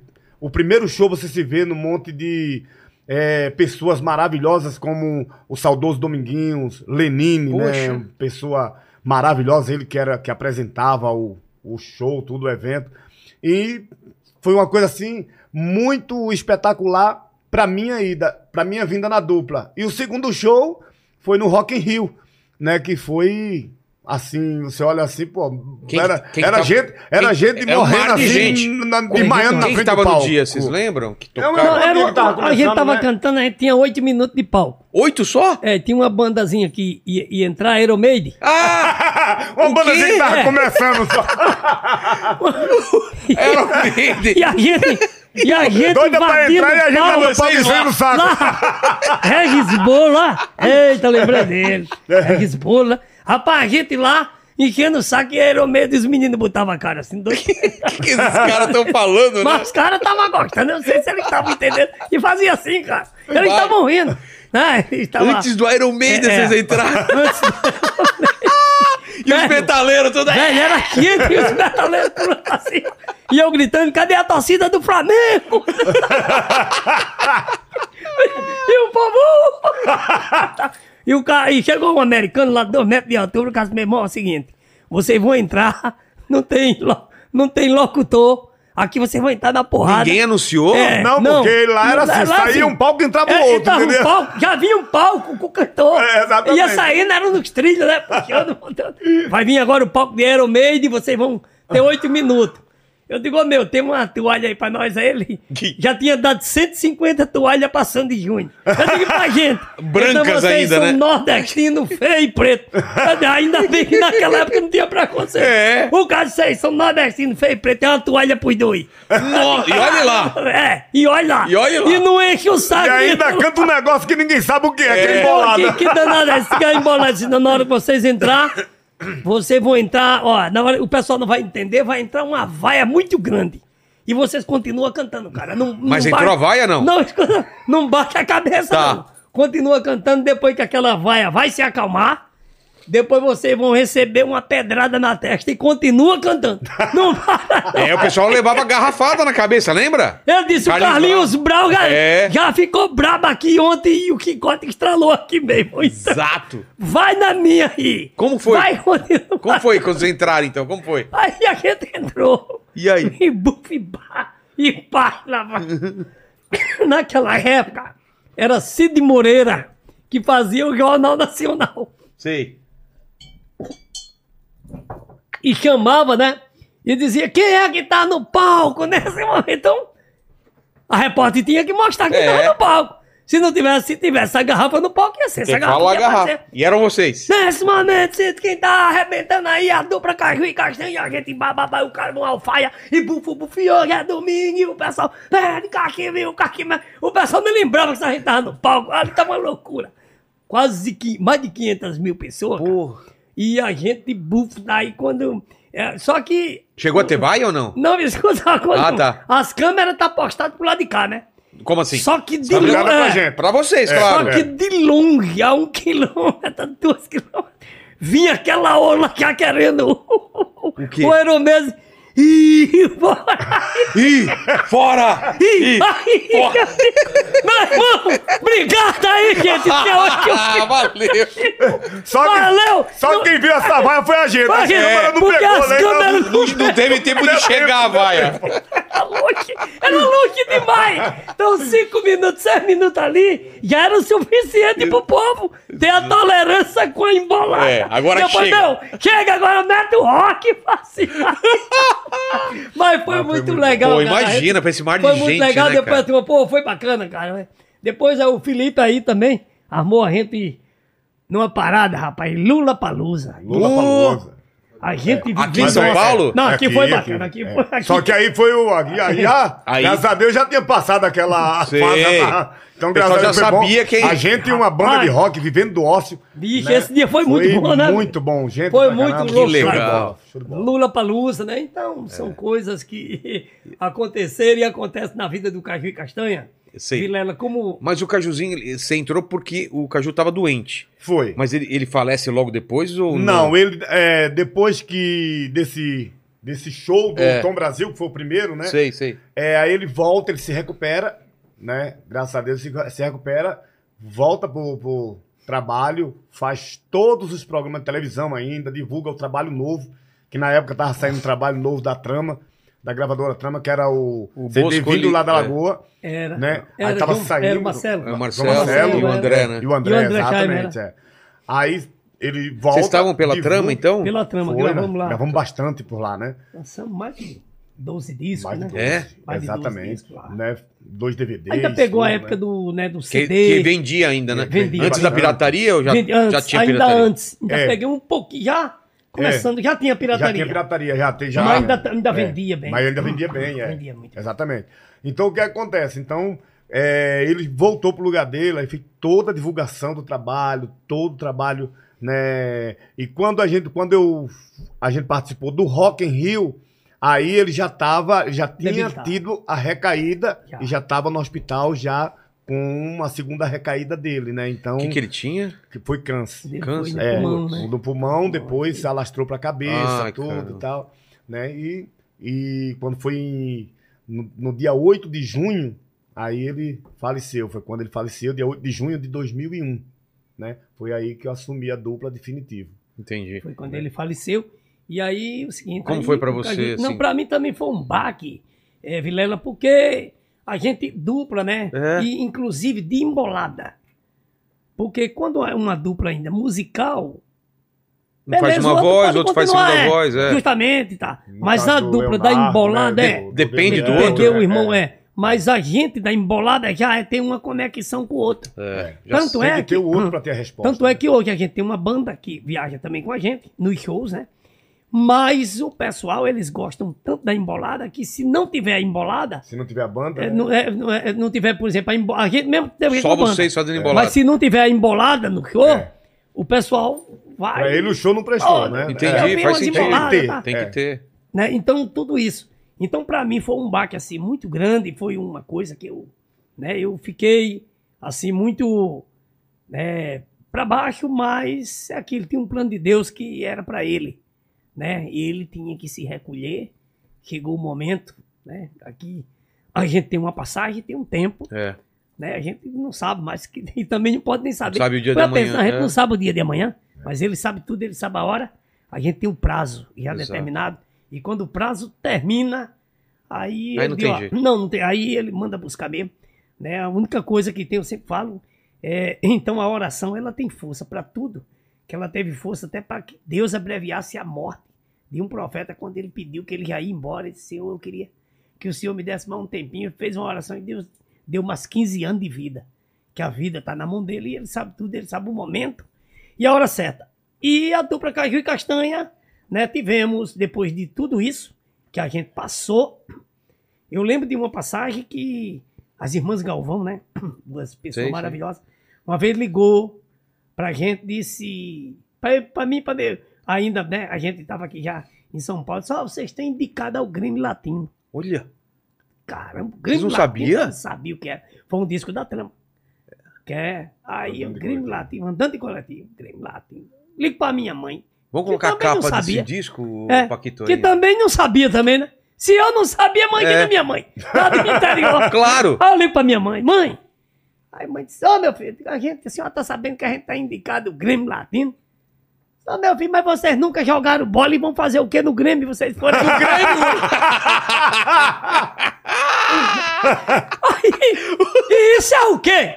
Speaker 3: o primeiro show você se vê num monte de é, pessoas maravilhosas como o saudoso Dominguinhos, Lenine, né?
Speaker 1: Poxa.
Speaker 3: uma Pessoa maravilhosa, ele que era que apresentava o, o show, tudo o evento. E foi uma coisa assim muito espetacular pra minha ida, pra minha vinda na dupla. E o segundo show foi no Rock in Rio, né, que foi assim, você olha assim, pô,
Speaker 1: Quem-
Speaker 3: era,
Speaker 1: quem
Speaker 3: era
Speaker 1: tava-
Speaker 3: gente, era
Speaker 1: quem- é
Speaker 3: gente
Speaker 5: era um mar
Speaker 3: morrendo
Speaker 5: de
Speaker 3: assim,
Speaker 5: gente.
Speaker 3: na- desmaiando na
Speaker 1: Quem que
Speaker 3: frente
Speaker 1: tava
Speaker 3: do palco.
Speaker 1: no dia,
Speaker 3: [laughs]
Speaker 1: vocês lembram? Que
Speaker 3: Eu
Speaker 1: tocaram?
Speaker 4: Não, era
Speaker 3: Quando tava
Speaker 4: um- a gente
Speaker 3: começando,
Speaker 4: tava
Speaker 3: né?
Speaker 4: cantando, a gente tinha oito minutos de palco.
Speaker 1: Oito só?
Speaker 4: É, tinha uma bandazinha que ia, ia entrar, Aeromaid.
Speaker 1: Ah!
Speaker 3: Uma
Speaker 1: O
Speaker 3: banda assim
Speaker 1: quê? [laughs]
Speaker 3: que tava começando só.
Speaker 1: Era É o Made.
Speaker 4: [laughs] E a gente. E a gente
Speaker 3: Doida pra
Speaker 4: invadindo
Speaker 3: entrar e a
Speaker 4: o
Speaker 3: gente
Speaker 4: palco.
Speaker 3: tava
Speaker 5: vocês
Speaker 3: enchendo o
Speaker 1: [laughs]
Speaker 3: saco.
Speaker 4: Lá, Regis Bola. Eita, lembrei dele.
Speaker 3: É.
Speaker 4: Regis Bola. Rapaz, a gente lá, enchendo o saco e aeromedo, e os meninos botavam a cara assim,
Speaker 3: [laughs]
Speaker 4: doido.
Speaker 5: O que, que esses caras estão falando, né?
Speaker 4: Mas os caras estavam gostando, eu não sei se eles estavam entendendo. E fazia assim, cara. Eles
Speaker 5: Vai.
Speaker 4: estavam rindo. né? eles estavam...
Speaker 1: Antes do Iron Maiden
Speaker 4: É, é.
Speaker 1: vocês entraram.
Speaker 4: Antes
Speaker 5: E os
Speaker 4: velho.
Speaker 5: metaleiros toda
Speaker 4: Velho, era quente e os metaleiros pulando assim. E eu gritando, cadê a torcida do Flamengo? [laughs] e o povo... "Uh!" e, o cara, e chegou um americano lá de dois metros de altura, o cara disse, meu irmão, é o seguinte, vocês vão entrar, não tem, lo- não tem locutor, aqui vocês vão entrar na porrada.
Speaker 1: Ninguém anunciou?
Speaker 4: É,
Speaker 3: Não, porque lá era assim, saía um palco e entrava outro,
Speaker 4: entrava um
Speaker 3: entendeu?
Speaker 4: palco, já vinha um palco com o cantor.
Speaker 3: É, exatamente.
Speaker 4: Ia saindo, era nos trilhos, né? Puxando, botando. Vai vir agora o palco de Iron Maiden, vocês vão ter oito minutos. Eu digo, ô meu, tem uma toalha aí pra nós aí. Ele já tinha dado 150 toalhas passando de junho. Eu digo
Speaker 3: [laughs]
Speaker 4: pra gente.
Speaker 5: Brancas
Speaker 4: então vocês
Speaker 5: ainda,
Speaker 4: são
Speaker 5: né?
Speaker 4: nordestino, feio e preto. Eu digo, Ainda bem que naquela época não tinha preconceito.
Speaker 5: É.
Speaker 4: O caso, vocês são nordestino, feio e preto, tem uma toalha pros dois.
Speaker 5: Nossa, e olha lá.
Speaker 4: [laughs] É, e olha lá.
Speaker 5: E olha lá.
Speaker 4: E não enche o saco.
Speaker 3: E ainda
Speaker 4: não-
Speaker 3: canta um negócio que ninguém sabe o que é, que é
Speaker 5: É.
Speaker 3: embolada.
Speaker 4: Que, que danada é esse cara embolado? Se Na hora que vocês entrar, vocês vão entrar, ó, na hora, o pessoal não vai entender, vai entrar uma vaia muito grande. E vocês continuam cantando, cara. Não,
Speaker 1: Mas
Speaker 4: não
Speaker 1: entrou
Speaker 4: bate-
Speaker 1: a vaia, não?
Speaker 4: Não, [laughs] escuta, não bate a cabeça,
Speaker 1: Tá.
Speaker 4: não. Continua cantando, depois que aquela vaia vai se acalmar, depois vocês vão receber uma pedrada na testa e continua cantando. Não [laughs] para, não.
Speaker 1: É, o pessoal levava garrafada na cabeça, lembra?
Speaker 4: Eu disse, o Carlinhos
Speaker 1: Carlinhos
Speaker 4: Brau já,
Speaker 1: É.
Speaker 4: já ficou brabo aqui ontem e o Quicote estralou aqui mesmo. Então,
Speaker 1: Exato.
Speaker 4: vai na minha aí.
Speaker 1: Como foi?
Speaker 4: Vai, Rodrigo.
Speaker 1: Como foi quando vocês entraram, então? Como foi?
Speaker 4: Aí a gente entrou.
Speaker 1: E aí?
Speaker 4: E buf, e pá, e pá, lá
Speaker 1: [laughs]
Speaker 4: vai. Naquela época, era Cid Moreira que fazia o Jornal Nacional.
Speaker 1: Sei.
Speaker 4: e chamava, né? E dizia, quem é que tá no palco nesse momento? Então, a repórter tinha que mostrar quem
Speaker 5: É.
Speaker 4: tava no palco. Se não tivesse, se tivesse a garrafa no palco, ia ser
Speaker 5: Tem
Speaker 4: essa é
Speaker 5: que falar
Speaker 4: garrafa.
Speaker 5: a
Speaker 4: ia
Speaker 5: garrafa.
Speaker 4: aparecer.
Speaker 5: E eram vocês.
Speaker 4: Nesse momento, sinto quem tá arrebentando aí a dupla Caju e Castanho, e a gente bababa, o cara no alfaia, e bufo, bufo, e hoje é domingo, e o pessoal, é, de caquinho, e o caquinho, mas o pessoal nem lembrava que a gente tava no palco, olha, tá uma loucura. Quase que, mais de 500 mil pessoas, cara. e a gente bufo daí quando, é, só que,
Speaker 5: Chegou a ter vai ou não?
Speaker 4: não me escuta uma coisa,
Speaker 5: Ah, tá.
Speaker 4: as câmeras tá postadas pro lado de cá, né?
Speaker 5: Como assim?
Speaker 4: Só que de
Speaker 5: Tá
Speaker 4: longe,
Speaker 5: ligado
Speaker 3: Obrigado pra
Speaker 4: é,
Speaker 3: gente.
Speaker 5: Pra vocês,
Speaker 3: É,
Speaker 5: claro.
Speaker 4: só que de longe, a um quilômetro, [laughs] a dois quilômetros, vinha aquela onda já querendo o, o
Speaker 1: quê?
Speaker 4: o aeromês. Ih, bora!
Speaker 5: Ih, fora!
Speaker 4: Ih, [laughs]
Speaker 5: Ih,
Speaker 4: aí, meu
Speaker 5: porra.
Speaker 4: Deus. Meu irmão, obrigado aí, gente! Até
Speaker 1: [laughs]
Speaker 4: hoje que eu
Speaker 5: Ah, valeu!
Speaker 3: Só que,
Speaker 4: Valeu!
Speaker 3: só
Speaker 4: Não-
Speaker 3: quem viu
Speaker 4: [laughs]
Speaker 3: essa vaia foi a gente.
Speaker 4: Foi a
Speaker 3: A
Speaker 4: gente, é.
Speaker 3: câmera não
Speaker 4: porque
Speaker 3: pegou,
Speaker 4: as
Speaker 3: né?
Speaker 4: câmeras
Speaker 3: Então,
Speaker 5: Não, não teve tempo de chegar a vaia.
Speaker 4: Era longe, Tá era longe demais. Então, cinco minutos, seis minutos ali já era o suficiente pro povo ter a tolerância com a embolada.
Speaker 5: É, agora
Speaker 4: Depois,
Speaker 5: chega.
Speaker 4: Não, chega agora, mete o rock e faz
Speaker 5: [laughs]
Speaker 4: assim. Mas Ah, foi muito legal.
Speaker 5: Pô,
Speaker 4: cara.
Speaker 5: imagina, pra esse mar de
Speaker 4: Foi
Speaker 5: gente,
Speaker 4: muito legal.
Speaker 5: né,
Speaker 4: depois,
Speaker 5: cara?
Speaker 4: a turma, pô, foi bacana, cara. né? Depois aí o Felipe aí também armou a gente numa parada, rapaz. Lula Palusa.
Speaker 5: tá
Speaker 3: Lula Palusa.
Speaker 4: A gente
Speaker 5: É. Aqui em
Speaker 4: viveu
Speaker 5: né? São
Speaker 4: uma-
Speaker 5: Paulo?
Speaker 4: Não, aqui,
Speaker 3: Aqui,
Speaker 4: foi
Speaker 3: aqui.
Speaker 4: bacana. Aqui,
Speaker 3: É.
Speaker 4: foi aqui.
Speaker 3: Só que aí foi o. Aí, aí, a-
Speaker 5: Aí-
Speaker 3: Graças a Deus já tinha passado aquela
Speaker 5: Sei.
Speaker 3: fase. lá. Então,
Speaker 5: O pessoal
Speaker 3: graças a Deus.
Speaker 5: já
Speaker 3: foi bom.
Speaker 5: sabia quem-
Speaker 3: A gente e uma banda de rock vivendo do ócio.
Speaker 4: Bicho, esse dia foi muito bom, né?
Speaker 3: Né? Muito bom, gente.
Speaker 4: Foi
Speaker 3: pra
Speaker 4: muito
Speaker 3: caramba.
Speaker 4: louco,
Speaker 5: Que legal.
Speaker 3: Show de bola. É.
Speaker 4: Lula palusa, né? Então, são coisas que [laughs] aconteceram e acontecem na vida do Caju e Castanha.
Speaker 1: Sei.
Speaker 4: Vilela, como.
Speaker 1: Mas o Cajuzinho, ele- você entrou porque o Caju tava doente.
Speaker 3: Foi.
Speaker 1: Mas ele, ele falece logo depois ou
Speaker 3: Não, ele. é, depois que. Desse, desse show do
Speaker 5: É.
Speaker 3: Tom Brasil, que foi o primeiro, né?
Speaker 5: Sei, sei.
Speaker 3: É, aí ele volta, ele se recupera, né? Graças a Deus se, se recupera, volta pro, pro trabalho, faz todos os programas de televisão ainda, divulga o trabalho novo, que na época tava saindo um trabalho novo da Trama, da gravadora Trama, que era o,
Speaker 5: O
Speaker 3: CD
Speaker 5: Bosco
Speaker 3: Vindo lá da
Speaker 5: é.
Speaker 3: Lagoa,
Speaker 4: Era.
Speaker 3: né?
Speaker 4: Era,
Speaker 3: aí tava
Speaker 4: João-
Speaker 3: saindo.
Speaker 4: Era o Marcelo.
Speaker 5: É o Marcelo,
Speaker 3: João
Speaker 4: e o
Speaker 5: André, né?
Speaker 3: E o André,
Speaker 4: E o André
Speaker 3: exatamente, é. Aí ele volta.
Speaker 1: Vocês estavam pela
Speaker 3: divulga-
Speaker 1: trama, então?
Speaker 4: Pela trama,
Speaker 3: Foi, né?
Speaker 4: gravamos lá.
Speaker 3: Gravamos bastante por lá, né?
Speaker 4: Lançamos mais de 12 discos,
Speaker 3: Mais de
Speaker 4: né?
Speaker 3: 12.
Speaker 1: É?
Speaker 4: Mais de 12
Speaker 3: Exatamente.
Speaker 4: discos lá.
Speaker 3: né? Dois DVDs.
Speaker 4: Ainda pegou a
Speaker 3: tudo,
Speaker 4: época
Speaker 3: né?
Speaker 4: do, né, do
Speaker 1: Que,
Speaker 4: CD.
Speaker 1: que vendia ainda, né?
Speaker 4: Vendia.
Speaker 1: Antes da pirataria ou já,
Speaker 4: Vendi-
Speaker 1: já
Speaker 4: antes,
Speaker 1: tinha
Speaker 4: ainda
Speaker 1: pirataria?
Speaker 4: antes. Ainda
Speaker 3: É.
Speaker 4: peguei um pouquinho. Já começando, já tinha pirataria.
Speaker 3: Já tinha pirataria, já tem já. É.
Speaker 4: Mas ainda- ainda vendia bem.
Speaker 3: Mas ainda vendia bem, é.
Speaker 4: Vendia muito bem.
Speaker 3: Exatamente. Então o que acontece? Então, é, ele voltou pro lugar dele, aí fez toda a divulgação do trabalho, todo o trabalho, né? E quando a gente, quando eu a gente participou do Rock in Rio, aí ele já tava, ele já tinha
Speaker 4: Debilitado.
Speaker 3: tido a recaída
Speaker 4: Já.
Speaker 3: e já tava no hospital já com uma segunda recaída dele, né? Então,
Speaker 1: O que, que ele tinha?
Speaker 3: que foi câncer.
Speaker 4: Depois,
Speaker 1: Câncer.
Speaker 4: no
Speaker 3: É,
Speaker 4: pulmão, né?
Speaker 3: um do pulmão, depois se alastrou pra cabeça,
Speaker 1: Ai,
Speaker 3: tudo
Speaker 1: cara.
Speaker 3: e tal, né? E, e quando foi em- no, no dia 8 de junho, aí ele faleceu, foi quando ele faleceu, dia 8 de junho de 2001, né? Foi aí que eu assumi a dupla definitivo.
Speaker 1: Entendi.
Speaker 4: Foi quando ele faleceu. E aí, o seguinte.
Speaker 1: Como
Speaker 4: aí, um
Speaker 1: foi pra
Speaker 4: a
Speaker 1: você,
Speaker 4: gente- Não,
Speaker 1: assim?
Speaker 4: pra mim também foi um baque, eh, Vilela, porque a gente dupla, né?
Speaker 1: É.
Speaker 4: E inclusive de embolada. Porque quando é uma dupla ainda musical.
Speaker 1: Um faz uma
Speaker 4: o
Speaker 1: voz,
Speaker 4: pode
Speaker 1: outro faz
Speaker 4: continuar,
Speaker 1: segunda
Speaker 4: é.
Speaker 1: voz, é.
Speaker 4: Justamente, tá.
Speaker 3: No
Speaker 4: Mas
Speaker 3: caso
Speaker 4: a
Speaker 3: do
Speaker 4: dupla da
Speaker 3: Leonardo,
Speaker 4: embolada
Speaker 3: né?
Speaker 4: é.
Speaker 3: Do- do
Speaker 1: Depende do
Speaker 3: Leonardo,
Speaker 1: outro,
Speaker 4: Perdeu o
Speaker 3: né?
Speaker 4: irmão, é. Mas a gente da embolada já é- tem uma conexão com o outro.
Speaker 1: É, já
Speaker 4: Tanto
Speaker 3: Tem
Speaker 4: é
Speaker 3: que ter o outro pra ter a resposta.
Speaker 1: né?
Speaker 3: né?
Speaker 4: tanto é que hoje a gente tem uma banda que viaja também com a gente, nos shows, né? Mas o pessoal, eles gostam tanto da embolada que se não tiver a embolada,
Speaker 3: Se não tiver a banda,
Speaker 4: é,
Speaker 3: né?
Speaker 4: não, é- não é- não tiver, por exemplo, a embolada. A gente mesmo teve
Speaker 1: Só
Speaker 4: uma banda,
Speaker 1: vocês fazendo embolada.
Speaker 4: É. Mas se não tiver a embolada no show,
Speaker 3: É.
Speaker 4: o pessoal vai.
Speaker 3: pra ele o show não prestou,
Speaker 4: Olha,
Speaker 3: né?
Speaker 1: Entendi,
Speaker 4: [laughs] Eu vi
Speaker 1: faz
Speaker 4: umas
Speaker 1: sentido.
Speaker 4: emboladas,
Speaker 3: Tem que ter.
Speaker 4: tá?
Speaker 1: Tem
Speaker 3: É.
Speaker 1: que ter.
Speaker 4: né? Então, tudo isso. Então, pra mim, foi um baque, assim, muito grande. Foi uma coisa que eu, né, eu fiquei, assim, muito né, para baixo, mas é aquilo, tinha um plano de Deus que era pra ele, né? E ele tinha que se recolher. Chegou o momento, né? Aqui a gente tem uma passagem, tem um tempo,
Speaker 1: É.
Speaker 4: né? A gente não sabe mais, que, [laughs] e também não pode nem saber.
Speaker 1: Sabe o dia
Speaker 4: Foi
Speaker 1: da
Speaker 4: a pensão,
Speaker 1: manhã.
Speaker 4: a gente
Speaker 1: é.
Speaker 4: não sabe o dia de amanhã, mas ele sabe tudo, ele sabe a hora. A gente tem um prazo já
Speaker 1: Exato.
Speaker 4: determinado. E quando o prazo termina,
Speaker 1: Aí
Speaker 4: aí. ele
Speaker 1: não
Speaker 4: diz,
Speaker 1: tem
Speaker 4: ó,
Speaker 1: jeito.
Speaker 4: Não, não tem. Aí ele manda buscar mesmo. Né? A única coisa que tem, eu sempre falo, é. [laughs] Então a oração, ela tem força para tudo. Que ela teve força até para que Deus abreviasse a morte de um profeta quando ele pediu que ele já ia embora. Ele disse, Senhor, eu queria que o Senhor me desse mais um tempinho. Fez uma oração e Deus deu umas 15 anos de vida. Que a vida tá na mão dele e ele sabe tudo, ele sabe o momento e a hora certa. E a dupla Caju e Castanha, né, tivemos, depois de tudo isso que a gente passou, eu lembro de uma passagem que as irmãs Galvão, né, [clears throat] duas pessoas
Speaker 1: Sim, sim.
Speaker 4: maravilhosas, uma vez ligou pra gente, disse, pra, pra mim, pra mim, ainda, né, a gente tava aqui já em São Paulo, só vocês têm indicado ao Grêmio Latino.
Speaker 1: Olha.
Speaker 4: Caramba, o Grêmio
Speaker 1: não
Speaker 4: Latino,
Speaker 1: sabia?
Speaker 4: eu não sabia o que era. Foi um disco da trama. Que é, aí o
Speaker 1: Andando de
Speaker 4: Grêmio
Speaker 1: coletivo.
Speaker 4: Latino, andando de coletivo, Grêmio Latino. Ligo pra minha mãe,
Speaker 1: Vamos
Speaker 4: Que
Speaker 1: colocar a
Speaker 4: também não
Speaker 1: capa desse
Speaker 4: sabia.
Speaker 1: disco,
Speaker 4: É,
Speaker 1: Paquito?
Speaker 4: que também não sabia também, né? Se eu não sabia, imagina
Speaker 1: É.
Speaker 4: minha mãe, lá do
Speaker 1: [laughs]
Speaker 4: interior.
Speaker 1: Claro!
Speaker 4: Aí eu ligo pra minha mãe, mãe. Aí a mãe disse, ô meu filho, a gente, a senhora tá sabendo que a gente tá indicado o Grêmio Latino? Ô meu filho, mas vocês nunca jogaram bola e vão fazer o que no Grêmio? Vocês foram
Speaker 1: [laughs]
Speaker 4: no Grêmio? Aí, isso é o quê?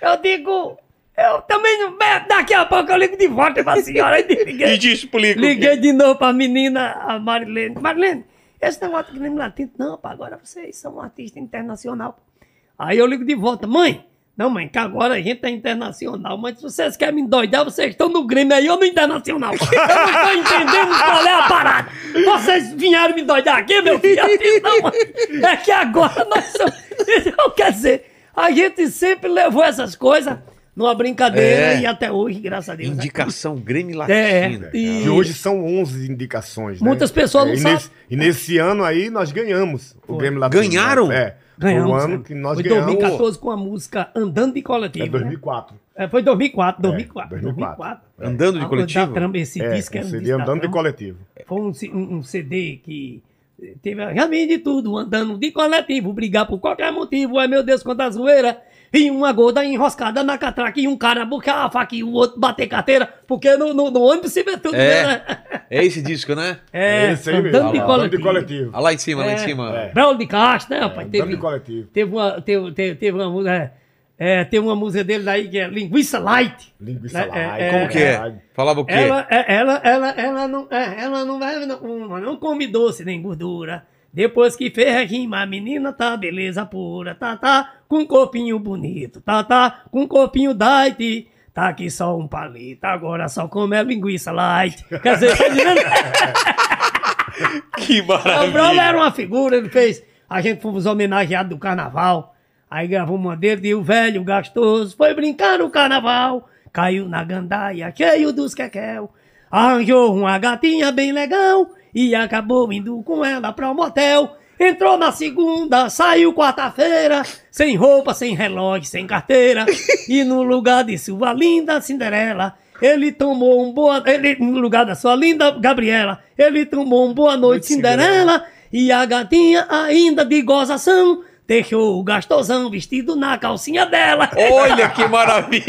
Speaker 4: Eu digo, eu também não... Daqui a pouco eu ligo de volta pra senhora. Aí [laughs] liguei,
Speaker 5: E te explico.
Speaker 4: liguei de novo pra menina, a Marilene. Marilene, esse negócio de Grêmio Latino, não, pá, agora vocês são um artista internacional. Aí eu ligo de volta, mãe. Não, mãe, que agora a gente é internacional, mas se vocês querem me endoidar, vocês estão no Grêmio aí, eu no Internacional. Eu não tô entendendo qual é a parada. Vocês vieram me endoidar aqui, meu filho? Assim, não, mãe. É que agora nós somos... [laughs] Então, quer dizer, a gente sempre levou essas coisas numa brincadeira
Speaker 1: É.
Speaker 4: e até hoje, graças a Deus. né?
Speaker 1: Indicação Grêmio
Speaker 4: É,
Speaker 1: Latino.
Speaker 4: e-
Speaker 3: E hoje são 11 indicações, né?
Speaker 4: Muitas pessoas não
Speaker 3: e
Speaker 4: sabem.
Speaker 3: Nesse, e nesse ano aí nós ganhamos o Grêmio Latino.
Speaker 1: Ganharam?
Speaker 3: É.
Speaker 4: Ganhamos,
Speaker 3: Foi o ano
Speaker 4: né?
Speaker 3: que nós
Speaker 4: foi
Speaker 3: ganhamos.
Speaker 4: 2014 com a música Andando de Coletivo.
Speaker 3: É 2004.
Speaker 4: né? É, foi 2004, 2004,
Speaker 3: 2004.
Speaker 4: 2004.
Speaker 1: É. Andando de
Speaker 4: Ah,
Speaker 1: coletivo?
Speaker 4: da Trama, esse
Speaker 3: É,
Speaker 4: disco era um
Speaker 3: seria
Speaker 4: disco da
Speaker 3: andando de
Speaker 4: Trama.
Speaker 3: coletivo.
Speaker 4: Foi um, ci- um- um CD que eh, teve a caminho de tudo, andando de coletivo, brigar por qualquer motivo, ai meu Deus, quanta zoeira. E uma gorda enroscada na catraca e um cara buscar a faca e o outro bater carteira, porque no, no, no ônibus se vê tudo,
Speaker 1: É.
Speaker 4: né? [laughs]
Speaker 1: É esse disco, né?
Speaker 4: É,
Speaker 3: Esse aí mesmo,
Speaker 4: andando de
Speaker 3: andando de
Speaker 1: Ah,
Speaker 4: coletivo.
Speaker 3: coletivo.
Speaker 1: lá em cima, lá em
Speaker 4: É.
Speaker 1: cima.
Speaker 3: É.
Speaker 4: Braulio de Castro, né, rapaz?
Speaker 3: Andando
Speaker 4: Teve,
Speaker 3: de coletivo.
Speaker 4: teve uma, teve, teve, teve uma música. É, tem uma música dele daí que é Linguiça Light.
Speaker 3: Linguiça
Speaker 4: É,
Speaker 3: lá.
Speaker 4: é,
Speaker 1: Como que é? Falava o quê?
Speaker 4: Ela, é- ela, ela, ela não, é, ela não vai, não, uma, não come doce nem gordura. Depois que fez a rima, a menina tá beleza pura, tá, tá, com corpinho bonito, tá, tá, com corpinho diet, tá aqui só um palito, agora só come a linguiça light. Quer dizer, tá entendendo?
Speaker 1: [laughs]
Speaker 5: Que
Speaker 4: O Brown era
Speaker 5: maravilha.
Speaker 4: uma figura, ele fez. A gente fomos homenageados do carnaval. Aí gravou uma dele e o velho gastoso foi brincar no carnaval. Caiu na gandaia, cheio dos quequel. Arranjou uma gatinha bem legal e acabou indo com ela pra um motel. Entrou na segunda, saiu quarta-feira, sem roupa, sem relógio, sem [laughs] carteira. E no lugar de sua linda Cinderela, ele tomou um boa. Ele, no lugar da sua linda Gabriela, ele tomou um boa noite, Cinderela. E a gatinha, ainda de gozação, deixou o gastosão vestido na calcinha dela. [laughs]
Speaker 5: Olha que maravilha.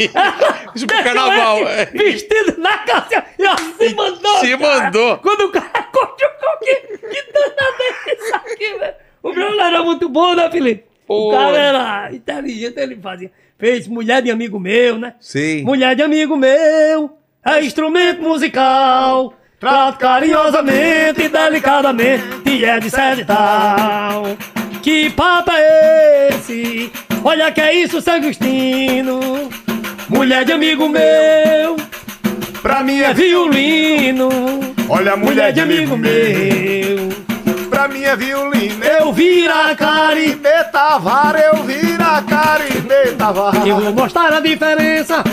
Speaker 5: Isso pro
Speaker 4: Deixou
Speaker 5: carnaval.
Speaker 4: ele
Speaker 5: é.
Speaker 4: Vestido na calcinha. E ó,
Speaker 1: [laughs]
Speaker 4: se mandou.
Speaker 5: se
Speaker 4: cara. [laughs]
Speaker 5: mandou.
Speaker 4: um Quando o cara curtiu, que, que danada é isso aqui, velho? O Bruno era muito bom, né, Felipe?
Speaker 5: Pô.
Speaker 4: O cara era inteligente, ele fazia. Fez mulher de amigo meu, né?
Speaker 1: Sim.
Speaker 4: Mulher de amigo meu é instrumento musical. Trato carinhosamente e delicadamente é de sede tal. Que papo é esse? Olha que é isso, San Agostino. Mulher de amigo meu
Speaker 3: Pra mim
Speaker 4: é
Speaker 3: é.
Speaker 4: violino.
Speaker 3: Olha a
Speaker 4: Mulher de amigo meu,
Speaker 3: Pra mim é violino.
Speaker 4: eu vira a cara e
Speaker 3: Carimbe Tavar, eu vira Carimbe Tavar.
Speaker 4: Eu vou mostrar a diferença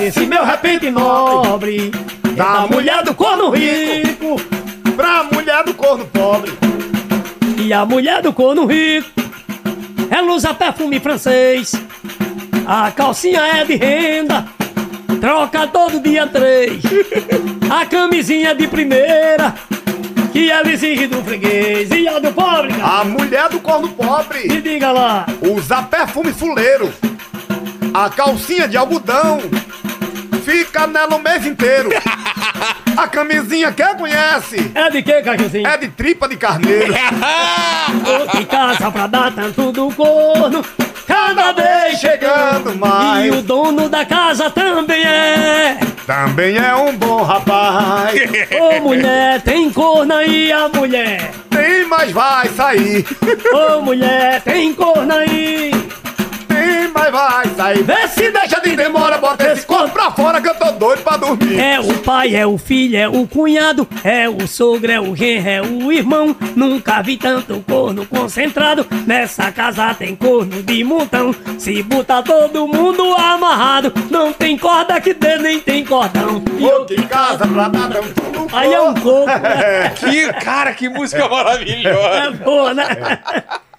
Speaker 4: Nesse meu repente nobre é Da mulher do corno rico
Speaker 3: Pra mulher do corno pobre.
Speaker 4: E a mulher do corno rico Ela usa perfume francês A calcinha é de renda Troca todo dia três A camisinha é de primeira Que ela exige do freguês E a do pobre, cara
Speaker 3: A mulher do corno pobre
Speaker 4: Me diga lá
Speaker 3: usa perfume fuleiro. A calcinha de algodão fica nela o mês inteiro. A camisinha quem conhece
Speaker 4: É de que, Cajuzinho?
Speaker 3: é de tripa de carneiro.
Speaker 4: Outra em casa pra dar tanto do corno Cada vez chegando
Speaker 3: Chegando mais.
Speaker 4: E o dono da casa também é
Speaker 3: Também é um bom rapaz.
Speaker 4: Ô mulher, tem corna aí a mulher.
Speaker 3: Tem, mas vai sair.
Speaker 4: Ô mulher, tem corna aí.
Speaker 3: Tem, mas vai sair.
Speaker 4: Vê se
Speaker 3: Deixa de demora, bota esse corpo pra fora que eu tô doido pra dormir.
Speaker 4: É o pai, é o filho, é o cunhado, é o sogro, é o genro, é o irmão. Nunca vi tanto corno concentrado. Nessa casa tem corno de montão. Se botar todo mundo amarrado, não tem corda que dê, nem tem cordão. E
Speaker 3: Vou
Speaker 4: eu
Speaker 3: de casa pra dadão, tudo [laughs]
Speaker 4: Aí é um coco, né?
Speaker 1: Que, cara, que música
Speaker 4: É
Speaker 1: maravilhosa.
Speaker 4: boa, né?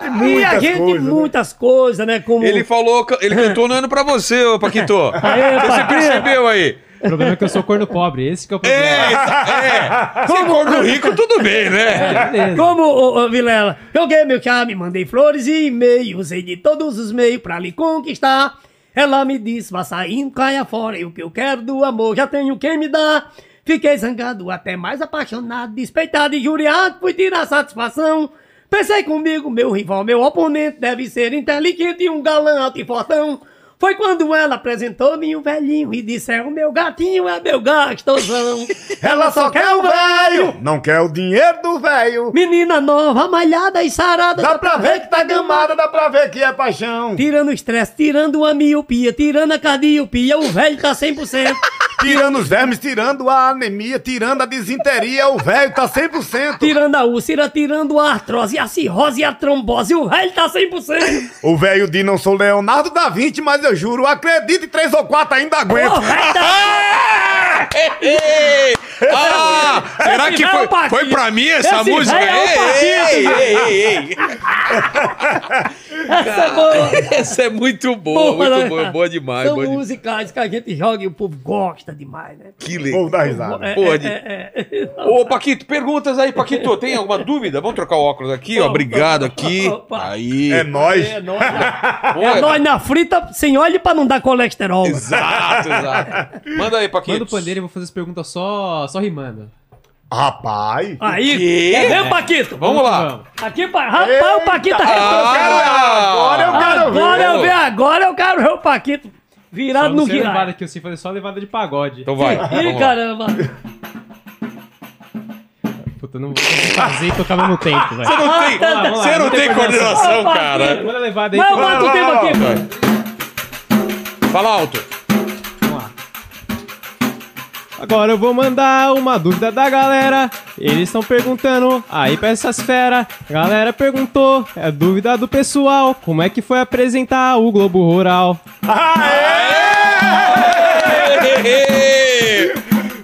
Speaker 4: E a
Speaker 3: muitas
Speaker 4: gente
Speaker 3: coisas, né?
Speaker 4: muitas coisas, né? Como.
Speaker 1: Ele falou, ele cantou no ano pra você, ô Paquito.
Speaker 4: [laughs] Aê,
Speaker 1: Você
Speaker 4: Paquito.
Speaker 1: percebeu aí?
Speaker 2: O problema é que eu sou corno pobre, esse que é
Speaker 1: É,
Speaker 2: o problema.
Speaker 1: é. Se for no rico, tudo bem,
Speaker 4: É.
Speaker 1: né?
Speaker 2: Beleza.
Speaker 4: Como, ô, ô, Vilela, joguei meu charme, mandei flores e e-mail, usei de todos os meios pra lhe conquistar. Ela me disse, vá saindo, caia fora, e o que eu quero do amor já tenho quem me dá. Fiquei zangado, até mais apaixonado, despeitado e juriado, fui tirar satisfação. Pensei comigo, meu rival, meu oponente, deve ser inteligente e um galã alto e fortão. Foi quando ela apresentou-me um velhinho e disse, é o meu gatinho, é meu gastosão.
Speaker 3: Ela só quer o velho, não quer o dinheiro do velho.
Speaker 4: Menina nova, malhada e sarada.
Speaker 3: Dá pra ver que tá gamada, dá pra ver que é paixão.
Speaker 4: Tirando o estresse, tirando a miopia, tirando a cardiopia, o velho tá 100%.
Speaker 3: Tirando os vermes, tirando a anemia, tirando a desinteria, o velho tá 100%.
Speaker 4: tirando a úlcera, tirando a artrose, a cirrose e a trombose, o velho tá 100%.
Speaker 3: O velho de não sou Leonardo da Vinci, mas eu juro, acredite, três ou quatro ainda
Speaker 4: O
Speaker 3: aguento.
Speaker 1: [laughs]
Speaker 4: velho tá...
Speaker 1: Ei! Ah, será que foi, foi pra mim essa
Speaker 4: é Esse
Speaker 1: música?
Speaker 4: velho é o
Speaker 1: ei, ei, ei, ei, ei.
Speaker 4: [laughs] Essa é boa.
Speaker 1: Essa é muito boa,
Speaker 4: né?
Speaker 1: muito boa, boa demais.
Speaker 4: São
Speaker 1: Boa demais.
Speaker 4: musicais que a gente joga e o povo gosta demais, né?
Speaker 1: Que
Speaker 3: Vou
Speaker 1: legal.
Speaker 3: dar risada.
Speaker 1: Pô, de-
Speaker 4: É, é, é.
Speaker 1: Ô, Paquito, perguntas aí, Paquito. Tem alguma dúvida? Vamos trocar o óculos aqui, ó.
Speaker 4: Opa.
Speaker 1: Obrigado aqui.
Speaker 4: Opa.
Speaker 1: Aí.
Speaker 3: É nóis.
Speaker 4: É nóis, na-
Speaker 1: Pô,
Speaker 4: é nóis na frita, sem óleo pra não dar colesterol.
Speaker 1: Exato, exato. Manda aí, Paquito.
Speaker 2: Manda o pandeiro e eu vou fazer as perguntas só, só rimando.
Speaker 3: Rapaz.
Speaker 4: Aí,
Speaker 1: Quê?
Speaker 4: quer ver, Paquito?
Speaker 1: Vamos lá.
Speaker 4: Aqui, pa... rapaz, o Paquito tá
Speaker 1: Ah,
Speaker 4: retrocedendo.
Speaker 3: Agora eu quero
Speaker 4: Agora
Speaker 1: ver.
Speaker 4: eu vi, agora eu quero ver o Paquito
Speaker 2: Só
Speaker 4: virado
Speaker 2: não
Speaker 4: no
Speaker 2: sei levada
Speaker 4: guirado.
Speaker 2: que eu sei assim, fazer só levada de pagode.
Speaker 1: Então vai.
Speaker 4: Ih,
Speaker 1: vamos lá.
Speaker 4: caramba.
Speaker 2: Puta, não vou fazer e tocar ao mesmo tempo, velho.
Speaker 1: Você não tem,
Speaker 4: Ah, tá, tá.
Speaker 1: você não
Speaker 2: Não tem
Speaker 1: tem
Speaker 2: coordenação.
Speaker 1: coordenação,
Speaker 4: Ah,
Speaker 1: cara.
Speaker 2: Manda a levada aí.
Speaker 4: Vai,
Speaker 2: que eu-
Speaker 4: vai,
Speaker 3: vai,
Speaker 4: tu tem
Speaker 3: vai,
Speaker 4: aqui,
Speaker 1: vai.
Speaker 4: mano.
Speaker 1: Fala alto.
Speaker 2: Vamos lá. Agora eu vou mandar uma dúvida da galera. Eles estão perguntando aí pra essas fera. A galera perguntou, é dúvida do pessoal. Como é que foi apresentar o Globo Rural?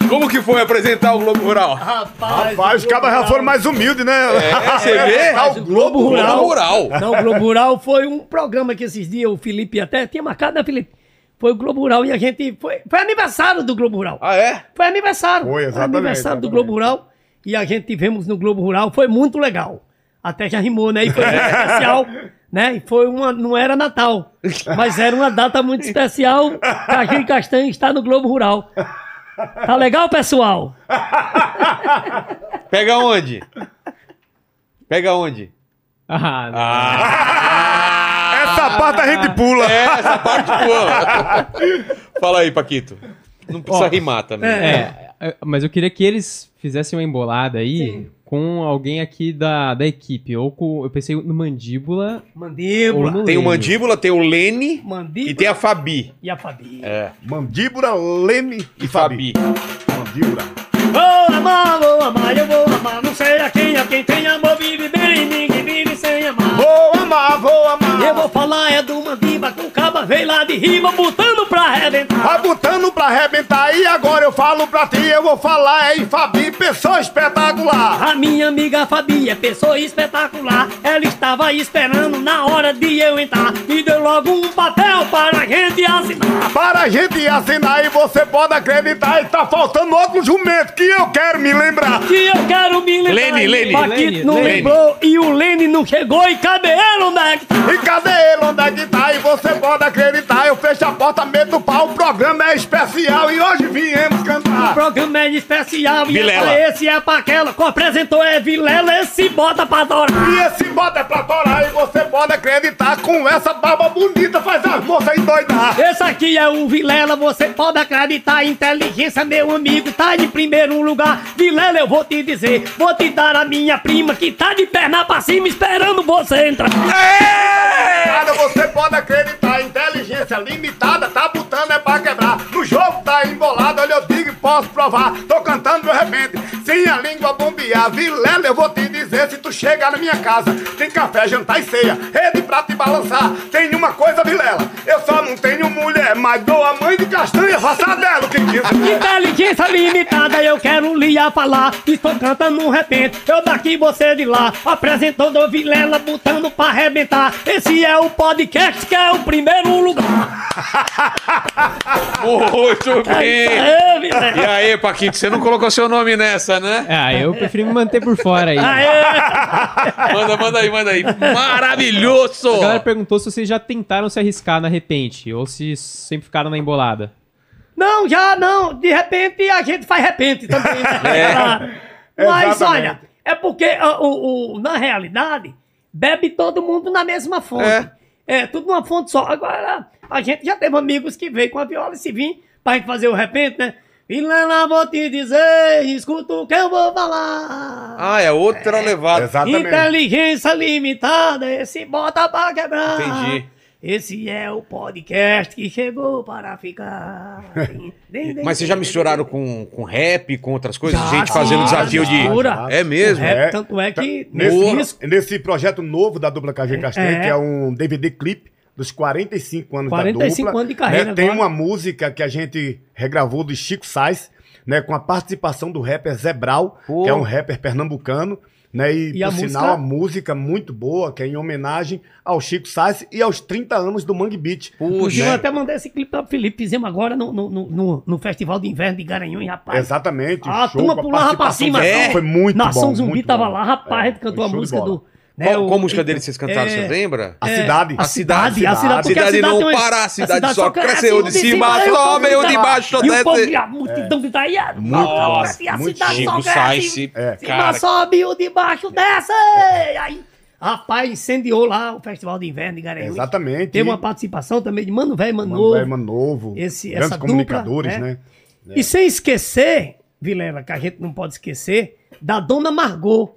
Speaker 1: Como que foi apresentar o Globo Rural?
Speaker 4: Rapaz,
Speaker 3: Rapaz, os cabas já foram mais humildes, né?
Speaker 1: É,
Speaker 3: [laughs]
Speaker 1: você vê?
Speaker 3: Tá o Globo
Speaker 4: Globo
Speaker 3: Rural.
Speaker 4: Rural.
Speaker 1: Globo Rural.
Speaker 4: Não, o Globo Rural foi um programa que esses dias o Felipe até tinha marcado, né, Felipe? Foi o Globo Rural e a gente. Foi, foi aniversário do Globo Rural.
Speaker 1: Ah, é?
Speaker 4: Foi aniversário.
Speaker 3: Foi, exatamente,
Speaker 4: aniversário do
Speaker 3: exatamente.
Speaker 4: Globo Rural. E a gente tivemos no Globo Rural. Foi muito legal. Até já rimou, né? E
Speaker 1: [laughs]
Speaker 4: foi muito especial. Né? E foi uma. Não era Natal. Mas era uma data muito especial. Cajinho Castanho está no Globo Rural. Tá legal, pessoal?
Speaker 1: Pega onde? Pega onde?
Speaker 2: Ah, não.
Speaker 3: Essa parte a gente pula.
Speaker 1: É, essa parte boa. Fala aí, Paquito. Não precisa
Speaker 2: Ó,
Speaker 1: rimar também.
Speaker 2: É, é, mas eu queria que eles fizessem uma embolada aí com alguém aqui da, da equipe. Ou com. Eu pensei no mandíbula. ou
Speaker 4: Mandíbula.
Speaker 2: no
Speaker 1: Tem o
Speaker 2: Lênin.
Speaker 1: Mandíbula, tem o Lene
Speaker 4: Mandíbula.
Speaker 1: e tem a Fabi.
Speaker 4: E a Fabi.
Speaker 1: É,
Speaker 3: Mandíbula, Leme e
Speaker 1: e Fabi.
Speaker 3: Fabi. Mandíbula.
Speaker 4: Vou amar, vou amar, eu vou amar. Não sei a quem, a quem tem amor vive bem, ninguém vive sem amar.
Speaker 3: Vou amar, vou amar.
Speaker 4: Eu vou falar é de uma viva com caba, veio lá de rima, botando pra arrebentar.
Speaker 3: Vai botando pra arrebentar e agora eu falo pra ti, eu vou falar, hein, Fabi, pessoa espetacular.
Speaker 4: A minha amiga Fabi é pessoa espetacular. Ela estava esperando na hora de eu entrar. Me deu logo um papel para a gente assinar.
Speaker 3: Para a gente assinar e você pode acreditar, está faltando outro jumento que eu quero me lembrar.
Speaker 4: Que eu quero me lembrar.
Speaker 1: Lene, Lene,
Speaker 4: Paquito não
Speaker 2: Lene.
Speaker 4: lembrou e o Lene não chegou e cabelo, né?
Speaker 3: E cadê ele? Onde é que é tá? E você pode acreditar, eu fecho a porta, meto o pau, o programa é especial e hoje viemos
Speaker 4: O
Speaker 3: cantar.
Speaker 4: programa é especial e é
Speaker 5: Vilela.
Speaker 4: pra esse, é pra aquela. Co apresentou é Vilela, esse bota pra adorar.
Speaker 3: E esse bota é pra torar e você pode acreditar, com essa barba bonita faz as moças endoidar.
Speaker 4: Esse aqui é o Vilela, você pode acreditar. Inteligência, meu amigo, tá em primeiro lugar. Vilela, eu vou te dizer, vou te dar a minha prima que tá de perna pra cima esperando você entrar.
Speaker 3: Cara, você pode acreditar, inteligência limitada, tá botando é pra quebrar. No jogo tá embolado, olha eu digo e posso provar. Tô cantando de repente, sem a língua bombear. Vilela, eu vou te dizer, se tu chegar na minha casa, tem café, jantar e ceia, rede pra te balançar. Tem uma coisa, Vilela, eu só não tenho mulher, mas dou a mãe de castanha, faça dela o que quiser.
Speaker 4: Inteligência limitada, eu quero lhe a falar. Estou cantando um repente, eu daqui, você de lá. Apresentando o Vilela, botando pra arrebentar. Esse é o podcast que é o primeiro lugar.
Speaker 5: Muito bem.
Speaker 4: Aê,
Speaker 5: E
Speaker 4: É Vilela!
Speaker 5: aí, Paquito, você não colocou seu nome nessa, né?
Speaker 2: Ah, eu prefiro me manter por fora aí. A
Speaker 4: Aê!
Speaker 5: Manda, manda aí, manda aí. Maravilhoso!
Speaker 2: galera perguntou se vocês já tentaram se arriscar na repente ou se sempre ficaram na embolada.
Speaker 4: Não, já não. De repente a gente faz repente também. né? Ah, Mas
Speaker 3: Exatamente.
Speaker 4: olha, é porque ah, o, o- na realidade bebe todo mundo na mesma fonte. É. tudo numa fonte só. Agora, a gente já teve amigos que veio com a viola e se vir pra gente fazer o repente, né? E lá vou te dizer, escuta o que eu vou falar.
Speaker 5: Ah, é outra levada.
Speaker 4: Inteligência limitada, esse bota pra quebrar.
Speaker 5: Entendi.
Speaker 4: Esse é o podcast que chegou para ficar.
Speaker 1: [laughs] Mas vocês já misturaram com, com rap, com outras coisas?
Speaker 4: Já,
Speaker 1: Gente
Speaker 4: sim,
Speaker 1: fazendo
Speaker 4: já,
Speaker 1: desafio de.
Speaker 4: mistura.
Speaker 1: É mesmo?
Speaker 4: É, tanto é
Speaker 3: tá-
Speaker 4: que
Speaker 3: nesse,
Speaker 4: nesse disco-
Speaker 3: nesse projeto novo da dupla KG Castanha,
Speaker 4: É.
Speaker 3: que é um DVD clipe dos 45 anos
Speaker 4: 45
Speaker 3: da dupla.
Speaker 4: anos de carreira
Speaker 3: né? Tem
Speaker 4: agora.
Speaker 3: uma música que a gente regravou do Chico Sainz, né, com a participação do rapper Zebral,
Speaker 1: Pô.
Speaker 3: que é um rapper pernambucano, né, e,
Speaker 4: E a
Speaker 3: por sinal
Speaker 4: música?
Speaker 3: a música muito boa, que é em homenagem ao Chico Sainz e aos 30 anos do Mangue Beat. Hum,
Speaker 4: Inclusive, eu
Speaker 1: Puxa. né?
Speaker 4: até mandei esse clipe para o Felipe. Fizemos agora no, no, no- no- no Festival de Inverno de Garanhuns, rapaz.
Speaker 3: Exatamente. o
Speaker 4: Ah, a
Speaker 3: show,
Speaker 4: turma
Speaker 3: com a
Speaker 4: pulava pra
Speaker 3: participação
Speaker 4: cima.
Speaker 3: do-
Speaker 4: É.
Speaker 3: Foi muito
Speaker 4: Nação
Speaker 3: bom.
Speaker 4: Zumbi
Speaker 3: muito
Speaker 4: tava
Speaker 3: bom.
Speaker 4: lá,
Speaker 3: É,
Speaker 4: rapaz. a gente cantou
Speaker 3: foi
Speaker 4: a
Speaker 3: show de
Speaker 4: música
Speaker 3: bola.
Speaker 4: do. né,
Speaker 1: Qual,
Speaker 4: o-
Speaker 1: qual a música deles vocês cantaram?
Speaker 4: é,
Speaker 1: Vocês lembram?
Speaker 3: A cidade.
Speaker 4: A cidade, a
Speaker 3: cidade.
Speaker 4: cidade, porque
Speaker 1: A cidade não
Speaker 4: tem uma-
Speaker 1: para, a cidade só cresce,
Speaker 4: cresce, um
Speaker 1: ou de cima
Speaker 4: aí o povo
Speaker 1: sobe, ou de
Speaker 4: grita,
Speaker 1: baixo
Speaker 4: E o povo,
Speaker 1: desce.
Speaker 4: e a multidão grita, e a-
Speaker 3: Nossa,
Speaker 4: e a
Speaker 3: muito
Speaker 4: cidade Ah, só
Speaker 5: Chico
Speaker 4: cresce,
Speaker 5: Sainz.
Speaker 3: É.
Speaker 4: de cima
Speaker 5: Cara,
Speaker 4: sobe, um o de baixo desce. Aí, rapaz, incendiou lá o Festival de Inverno de Garanhuns.
Speaker 3: Exatamente.
Speaker 4: Teve uma participação também de Mano Velho, Mano
Speaker 3: Mano,
Speaker 4: Novo.
Speaker 3: é, mano novo.
Speaker 4: Esse-
Speaker 3: grandes
Speaker 4: essa
Speaker 3: comunicadores,
Speaker 4: dupla,
Speaker 3: né?
Speaker 1: É.
Speaker 4: E sem esquecer, Vilela, que a gente não pode esquecer, da Dona Margot,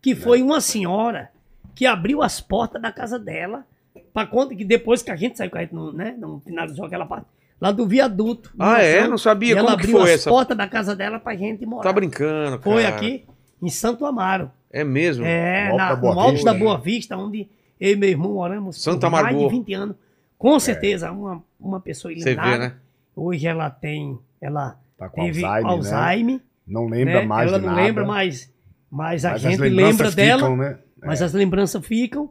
Speaker 4: que
Speaker 1: É.
Speaker 4: foi uma senhora que abriu as portas da casa dela, para conta que depois que a gente saiu, que a gente não, né, não finalizou aquela parte, lá do viaduto.
Speaker 1: Ah, é?
Speaker 4: Nação,
Speaker 1: Não sabia.
Speaker 4: E ela
Speaker 1: Como que
Speaker 4: abriu
Speaker 1: foi
Speaker 4: as
Speaker 1: essa?
Speaker 4: portas da casa dela pra gente morar.
Speaker 1: Tá brincando, cara.
Speaker 4: É. Foi aqui em Santo Amaro.
Speaker 1: É mesmo?
Speaker 4: É,
Speaker 3: Alto
Speaker 4: na,
Speaker 3: da Boa
Speaker 4: no alto
Speaker 3: Vista,
Speaker 4: da Boa Vista, onde eu e meu irmão moramos
Speaker 1: né? Santa
Speaker 4: por mais de
Speaker 1: Margot.
Speaker 4: 20 anos. Com certeza, uma, uma pessoa
Speaker 1: Você
Speaker 4: iluminada.
Speaker 1: vê, né?
Speaker 4: Hoje ela tem. Ela
Speaker 3: Tá com
Speaker 4: teve
Speaker 3: Alzheimer, né?
Speaker 4: Alzheimer,
Speaker 3: Não lembra
Speaker 4: né?
Speaker 3: mais
Speaker 4: Ela
Speaker 3: de
Speaker 4: não
Speaker 3: nada.
Speaker 4: lembra mais. Mas a
Speaker 3: Mas as
Speaker 4: gente
Speaker 3: lembranças
Speaker 4: lembra
Speaker 3: ficam,
Speaker 4: dela,
Speaker 3: né?
Speaker 4: mas as lembranças ficam.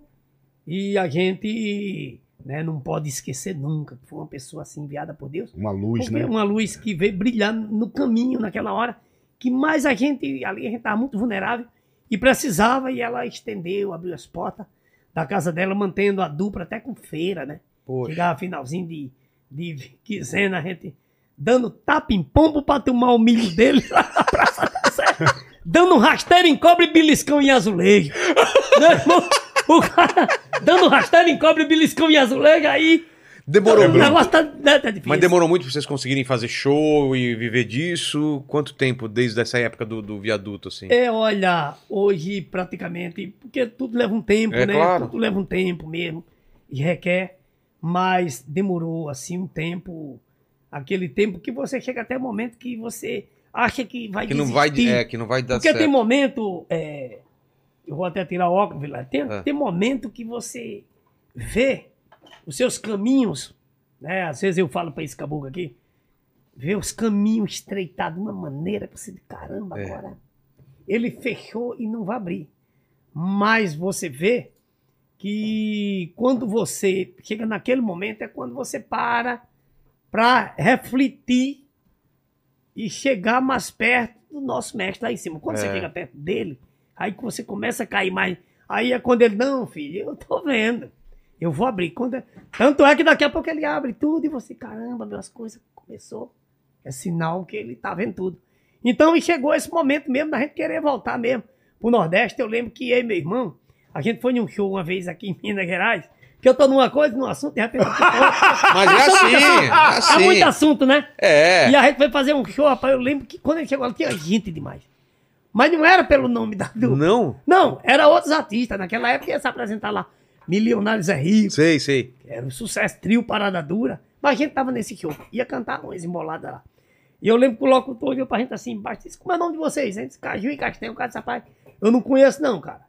Speaker 4: E a gente né, não pode esquecer nunca que foi uma pessoa assim enviada por Deus.
Speaker 3: Uma luz,
Speaker 4: Porque é
Speaker 3: né?
Speaker 4: uma luz que veio brilhar no caminho naquela hora, que mais a gente, ali a gente estava muito vulnerável e precisava, e ela estendeu, abriu as portas da casa dela, mantendo a dupla até com feira, né?
Speaker 1: Poxa.
Speaker 4: Chegava finalzinho de, de quinzena, a gente dando tapa em pombo pra tomar o milho dele [laughs] lá na Praça da Sé, dando rasteiro em cobre, beliscão
Speaker 1: [laughs]
Speaker 4: em azulejo. Meu irmão, o cara dando rasteiro em cobre, beliscão em azulejo, aí
Speaker 1: Demorou
Speaker 4: o
Speaker 1: muito.
Speaker 4: negócio tá, tá- tá difícil.
Speaker 1: Mas demorou muito pra vocês conseguirem fazer show e viver disso? Quanto tempo desde essa época do, do viaduto, assim?
Speaker 4: É, olha, hoje praticamente, porque tudo leva um tempo,
Speaker 1: É,
Speaker 4: né?
Speaker 1: claro.
Speaker 4: Tudo leva um tempo mesmo e requer, mas demorou assim um tempo, aquele tempo que você chega até o momento que você acha que vai
Speaker 1: que não vai,
Speaker 4: desistir.
Speaker 1: é, que não vai dar
Speaker 4: Porque tem
Speaker 1: certo.
Speaker 4: momento, é, eu vou até tirar o óculos, Vilar, tem,
Speaker 1: Ah.
Speaker 4: tem momento que você vê os seus caminhos, né? Às vezes eu falo pra esse caboclo aqui, vê os caminhos estreitados de uma maneira que você, caramba,
Speaker 1: É.
Speaker 4: agora ele fechou e não vai abrir. Mas você vê que quando você chega naquele momento é quando você para para refletir e chegar mais perto do nosso mestre lá em cima. Quando você
Speaker 1: É.
Speaker 4: chega perto dele, aí que você começa a cair mais. Aí é quando ele, não, filho, eu tô vendo. Eu vou abrir. Quando é- Tanto é que daqui a pouco ele abre tudo e você, caramba, meu, as coisas começou. É sinal que ele tá vendo tudo. Então e chegou esse momento mesmo da gente querer voltar mesmo pro Nordeste. Eu lembro que eu e meu irmão, a gente foi num show uma vez aqui em Minas Gerais, que eu tô numa coisa, num assunto, de repente. eu tô falando.
Speaker 5: Mas
Speaker 4: [laughs]
Speaker 5: é assim, é
Speaker 1: ah,
Speaker 4: É
Speaker 5: assim.
Speaker 4: muito assunto, né?
Speaker 5: É.
Speaker 4: [laughs] E a gente foi fazer um show, rapaz. Eu lembro que quando ele chegou lá tinha gente demais. Mas não era pelo nome da dupla.
Speaker 1: Não?
Speaker 4: Não, era outros artistas. Naquela época ia se apresentar lá. Milionários é Rico,
Speaker 1: Sei, sei.
Speaker 4: era um sucesso, trio Parada Dura. Mas a gente tava nesse show, ia cantar umas emboladas lá. E eu lembro que o locutor olhou pra gente assim embaixo e disse: Como é o nome de vocês? A gente disse: Caju e Castanho. O cara disse: Rapaz, eu não conheço, não, cara.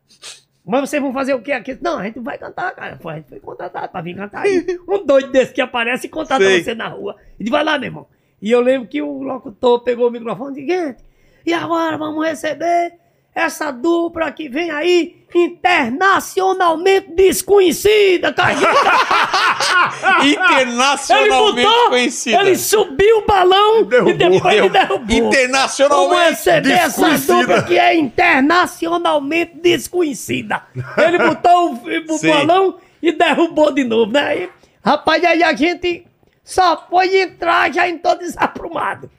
Speaker 4: Mas vocês vão fazer o quê aqui? Não, a gente vai cantar, cara. Foi, a gente foi contratado pra vir cantar aí. Um doido desse que aparece e contrata
Speaker 1: Sei.
Speaker 4: você na rua. E diz, vai lá, meu irmão. E eu lembro que o locutor pegou o microfone e disse, gente, e agora vamos receber essa dupla que vem aí, internacionalmente desconhecida, tá, cara. Ele
Speaker 5: Internacionalmente
Speaker 4: botou,
Speaker 5: conhecida.
Speaker 4: ele subiu o balão
Speaker 3: Derrubou.
Speaker 4: e depois ele é derrubou. Vamos
Speaker 5: Internacionalmente.
Speaker 4: receber essa
Speaker 3: desconhecida.
Speaker 4: dupla que é internacionalmente desconhecida. Ele botou o, o
Speaker 1: Sim.
Speaker 4: balão e derrubou de novo, né? E, rapaz, aí a gente só foi entrar já em todo desaprumado.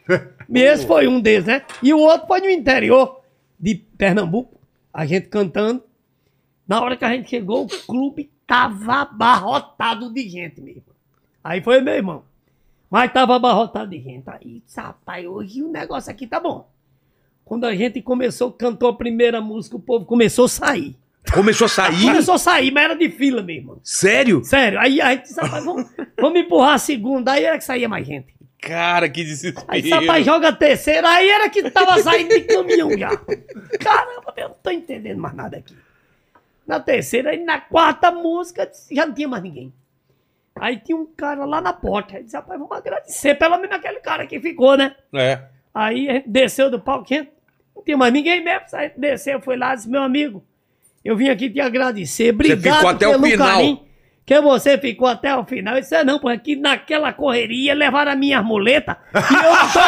Speaker 4: Esse foi um deles, né? E o outro foi no interior de Pernambuco, a gente cantando. Na hora que a gente chegou, o clube tava abarrotado de gente mesmo. Aí foi meu irmão. Mas tava abarrotado de gente. Aí, disse, rapaz, hoje o negócio aqui tá bom. Quando a gente começou, cantou a primeira música, o povo começou a sair.
Speaker 1: Começou a sair?
Speaker 4: Começou a sair, mas era de fila mesmo.
Speaker 1: Sério?
Speaker 4: Sério, aí a gente disse, rapaz, vamos, vamos empurrar a segunda, aí era que saía mais gente.
Speaker 5: Cara, que
Speaker 4: Aí disse, rapaz,
Speaker 5: desespero.
Speaker 4: joga a terceira, aí era que tava saindo de caminhão já. Caramba, eu não tô entendendo mais nada aqui. Na terceira, e na quarta música, já não tinha mais ninguém. Aí tinha um cara lá na porta, aí disse, rapaz, vamos agradecer pelo menos aquele cara que ficou, né?
Speaker 5: É.
Speaker 4: Aí a gente desceu do palco, gente, não tinha mais ninguém mesmo. A gente desceu, foi lá, disse, meu amigo, eu vim aqui te agradecer, obrigado
Speaker 1: ficou até o
Speaker 4: pelo
Speaker 1: final.
Speaker 4: carinho. Que você ficou até o final. Isso é não, pô, é que naquela correria levaram a minha muleta e eu não tô-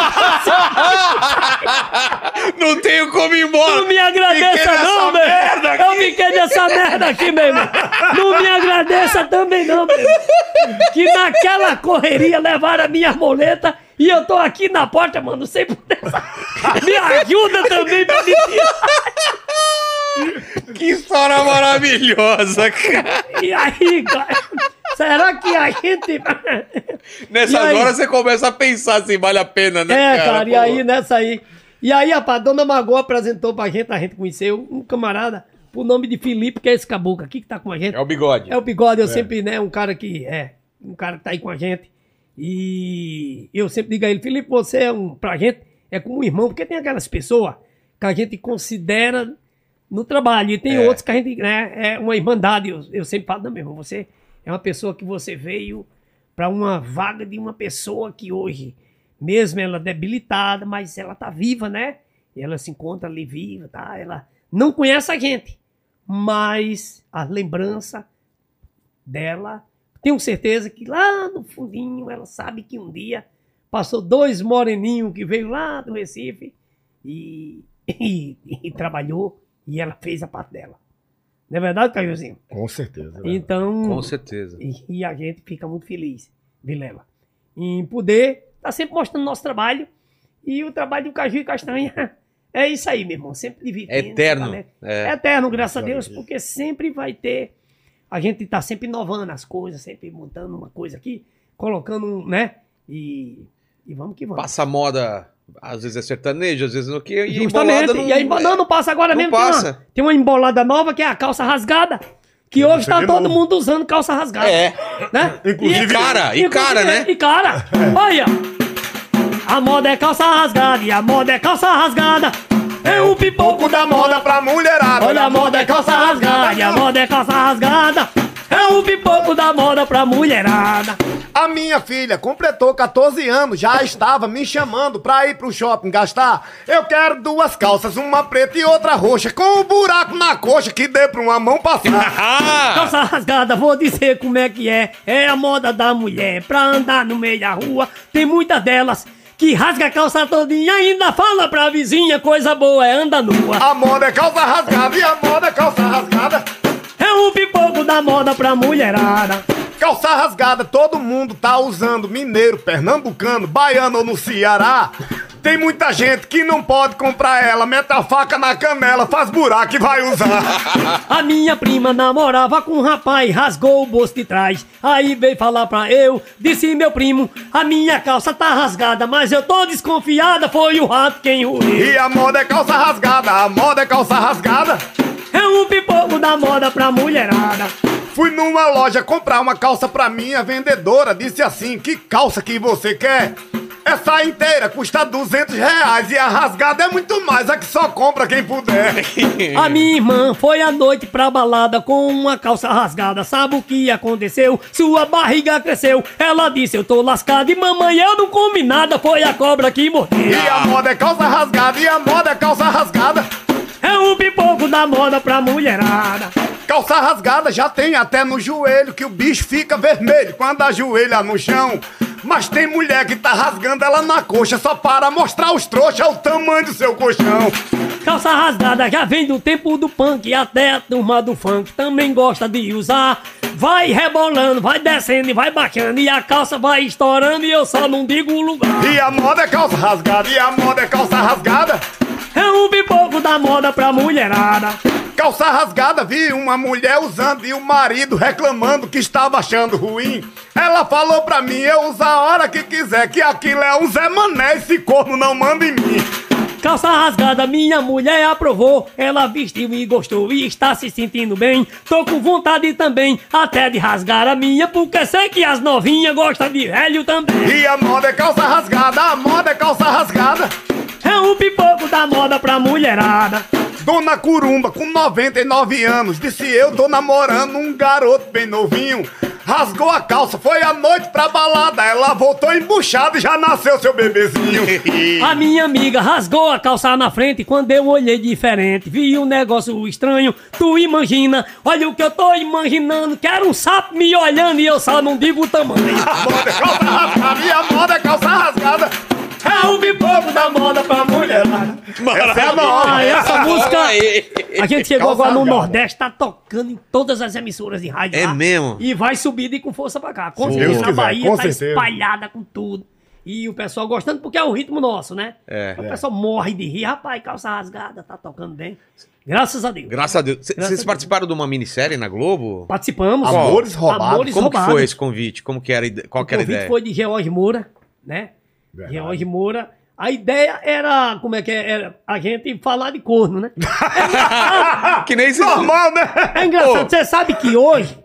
Speaker 5: Não tenho como ir
Speaker 4: Não
Speaker 5: embora.
Speaker 1: [laughs]
Speaker 4: me
Speaker 5: Fiquei
Speaker 4: agradeça
Speaker 5: nessa
Speaker 4: não, meu.
Speaker 5: merda aqui.
Speaker 4: Eu fiquei nessa merda aqui, meu irmão. Não me agradeça também não, meu. irmão. Que naquela correria levaram a minha muleta e eu tô aqui na porta, mano, sem poder sair. Me ajuda também pra me tirar.
Speaker 5: Que história maravilhosa, cara.
Speaker 4: E aí, [laughs] cara, será que a [laughs] gente. E
Speaker 5: Nessas
Speaker 4: aí?
Speaker 5: horas você começa a pensar se vale a pena, né,
Speaker 4: É, cara, e
Speaker 5: Pô.
Speaker 4: aí nessa aí. E aí, rapaz, Dona Magô apresentou pra gente, a gente conheceu um camarada por nome de Felipe, que é esse caboclo aqui que tá com a gente.
Speaker 5: É o bigode.
Speaker 4: É o bigode, eu sempre, né, um cara que é, um cara que tá aí com a gente. E eu sempre digo a ele, Felipe, você é um, pra gente, é como um irmão, porque tem aquelas pessoas que a gente considera no trabalho, e tem
Speaker 5: É.
Speaker 4: outros que a gente, né, é uma irmandade, eu, eu sempre falo, não, meu irmão, você é uma pessoa que você veio pra uma vaga de uma pessoa que hoje, mesmo ela debilitada, mas ela tá viva, né, e ela se encontra ali viva, tá, ela não conhece a gente, mas a lembrança dela, tenho certeza que lá no fundinho ela sabe que um dia passou dois moreninhos que veio lá do Recife e, e- e trabalhou e ela fez a parte dela. Não é verdade, Cajuzinho?
Speaker 3: Com certeza. né?
Speaker 4: Então,
Speaker 1: Com certeza.
Speaker 4: e, e a gente fica muito feliz, Vilela, em poder estar sempre mostrando nosso trabalho e o trabalho do Caju e Castanha [laughs] é isso aí, meu irmão, sempre
Speaker 1: É
Speaker 4: dividindo.
Speaker 1: eterno.
Speaker 4: né?
Speaker 1: É.
Speaker 4: É eterno, graças a
Speaker 3: Glória a
Speaker 4: Deus,
Speaker 3: Deus.
Speaker 4: porque sempre vai ter. A gente tá sempre inovando as coisas, sempre montando uma coisa aqui, colocando um, né? E, e vamos que vamos.
Speaker 1: Passa a moda, às vezes é sertanejo, às vezes não que. E
Speaker 4: Justamente.
Speaker 1: embolada não-
Speaker 4: e a embolada não passa agora
Speaker 1: não
Speaker 4: mesmo. Tem,
Speaker 1: passa.
Speaker 4: uma, tem uma embolada nova que é a calça rasgada. Que
Speaker 3: Eu
Speaker 4: hoje tá
Speaker 3: percebi
Speaker 4: todo
Speaker 3: novo.
Speaker 4: mundo usando calça rasgada.
Speaker 5: É.
Speaker 4: Né?
Speaker 3: Inclusive- É.
Speaker 5: E cara, e cara,
Speaker 4: inclusive-
Speaker 5: né?
Speaker 4: E cara. Olha. A moda é calça rasgada e a moda é calça rasgada. É o pipoco
Speaker 3: Pouco da moda pra mulherada.
Speaker 4: Olha a moda é calça rasgada, e a moda é calça rasgada. É o pipoco da moda pra mulherada.
Speaker 3: A minha filha completou 14 anos, já estava me chamando pra ir pro shopping gastar. Eu quero duas calças, uma preta e outra roxa, com um buraco na coxa que dê pra uma mão passar.
Speaker 5: [laughs] Ah!
Speaker 4: Calça rasgada, vou dizer como é que é. É a moda da mulher pra andar no meio da rua. Tem muitas delas que rasga a calça todinha e ainda fala pra vizinha coisa boa é anda nua.
Speaker 3: A moda é calça rasgada e a moda é calça rasgada.
Speaker 4: É é o pipoco da moda pra mulherada.
Speaker 3: Calça rasgada, todo mundo tá usando. Mineiro, pernambucano, baiano ou no Ceará. Tem muita gente que não pode comprar ela. Mete a faca na canela, faz buraco e vai usar.
Speaker 4: A minha prima namorava com um rapaz, rasgou o bolso de trás. Aí veio falar pra eu, disse meu primo, a minha calça tá rasgada, mas eu tô desconfiada, foi o rato quem ruiu.
Speaker 3: E a moda é calça rasgada, a moda é calça rasgada.
Speaker 4: É o pipoco da moda pra mulherada.
Speaker 3: Fui numa loja comprar uma calça pra mim, a vendedora disse assim: Que calça que você quer? Essa inteira custa 200 reais e a rasgada é muito mais, a que só compra quem puder.
Speaker 4: A minha irmã foi à noite pra balada com uma calça rasgada. Sabe o que aconteceu? Sua barriga cresceu. Ela disse: Eu tô lascada e mamãe, eu não comi nada. Foi a cobra que mordeu.
Speaker 3: E a moda é calça rasgada, e a moda é calça rasgada.
Speaker 4: É o pipoco da moda pra mulherada.
Speaker 3: Calça rasgada já tem até no joelho, que o bicho fica vermelho quando ajoelha no chão. Mas tem mulher que tá rasgando ela na coxa só para mostrar os trouxas o tamanho do seu colchão.
Speaker 4: Calça rasgada já vem do tempo do punk. Até a turma do funk também gosta de usar. Vai rebolando, vai descendo e vai baixando. E a calça vai estourando e eu só não digo o lugar.
Speaker 3: E a moda é calça rasgada, e a moda é calça rasgada.
Speaker 4: É o pipoco da moda pra mulherada.
Speaker 3: Calça rasgada, vi uma mulher usando e o marido reclamando que estava achando ruim. Ela falou pra mim, eu uso a hora que quiser, que aquilo é um Zé Mané, esse corno não manda em mim.
Speaker 4: Calça rasgada, minha mulher aprovou. Ela vestiu e gostou e está se sentindo bem. Tô com vontade também, até de rasgar a minha, porque sei que as novinhas gostam de velho também.
Speaker 3: E a moda é calça rasgada, a moda é calça rasgada.
Speaker 4: É o pipoco da moda pra mulherada.
Speaker 3: Dona Curumba, com 99 anos, disse eu tô namorando um garoto bem novinho. Rasgou a calça, foi à noite pra balada, ela voltou embuchada e já nasceu
Speaker 5: [laughs]
Speaker 3: seu bebezinho.
Speaker 4: A minha amiga rasgou a calça na frente quando eu olhei diferente. Vi um negócio estranho, tu imagina. Olha o que eu tô imaginando, quero um sapo me olhando e eu só não digo o tamanho.
Speaker 3: A moda é calça rasgada, e a moda é calça rasgada.
Speaker 4: É o pipoco da moda pra mulherada.
Speaker 3: Essa é a moda.
Speaker 4: Ah, essa música.
Speaker 5: Aí.
Speaker 4: A gente chegou
Speaker 3: Calça
Speaker 4: agora no
Speaker 3: rasgada.
Speaker 4: Nordeste, tá tocando em todas as emissoras de rádio.
Speaker 1: É
Speaker 4: lá.
Speaker 1: mesmo?
Speaker 4: E vai subindo e com força pra cá. Com
Speaker 3: Se
Speaker 4: certeza.
Speaker 3: Deus
Speaker 4: a
Speaker 3: quiser,
Speaker 4: Bahia
Speaker 3: com
Speaker 4: tá
Speaker 3: certeza.
Speaker 4: espalhada com tudo. E o pessoal gostando, porque é o ritmo nosso, né?
Speaker 1: É.
Speaker 4: O pessoal morre de rir. Rapaz, calça rasgada, tá tocando bem. Graças a Deus.
Speaker 1: Graças a Deus. C-
Speaker 4: Graças a
Speaker 1: Vocês
Speaker 4: Deus.
Speaker 1: participaram de uma minissérie na Globo?
Speaker 4: Participamos.
Speaker 3: Amores roubados.
Speaker 4: Amores
Speaker 1: Como que
Speaker 4: roubados.
Speaker 1: foi esse convite? Como que era, a ide- qual que era
Speaker 4: o
Speaker 1: a
Speaker 4: convite
Speaker 1: ideia?
Speaker 4: foi de George Moura, né?
Speaker 3: Verdade.
Speaker 4: George Moura. A ideia era, como é que é? Era a gente falar de corno, né?
Speaker 1: [laughs] Que nem esse...
Speaker 3: Normal, né?
Speaker 4: É engraçado, você sabe que hoje,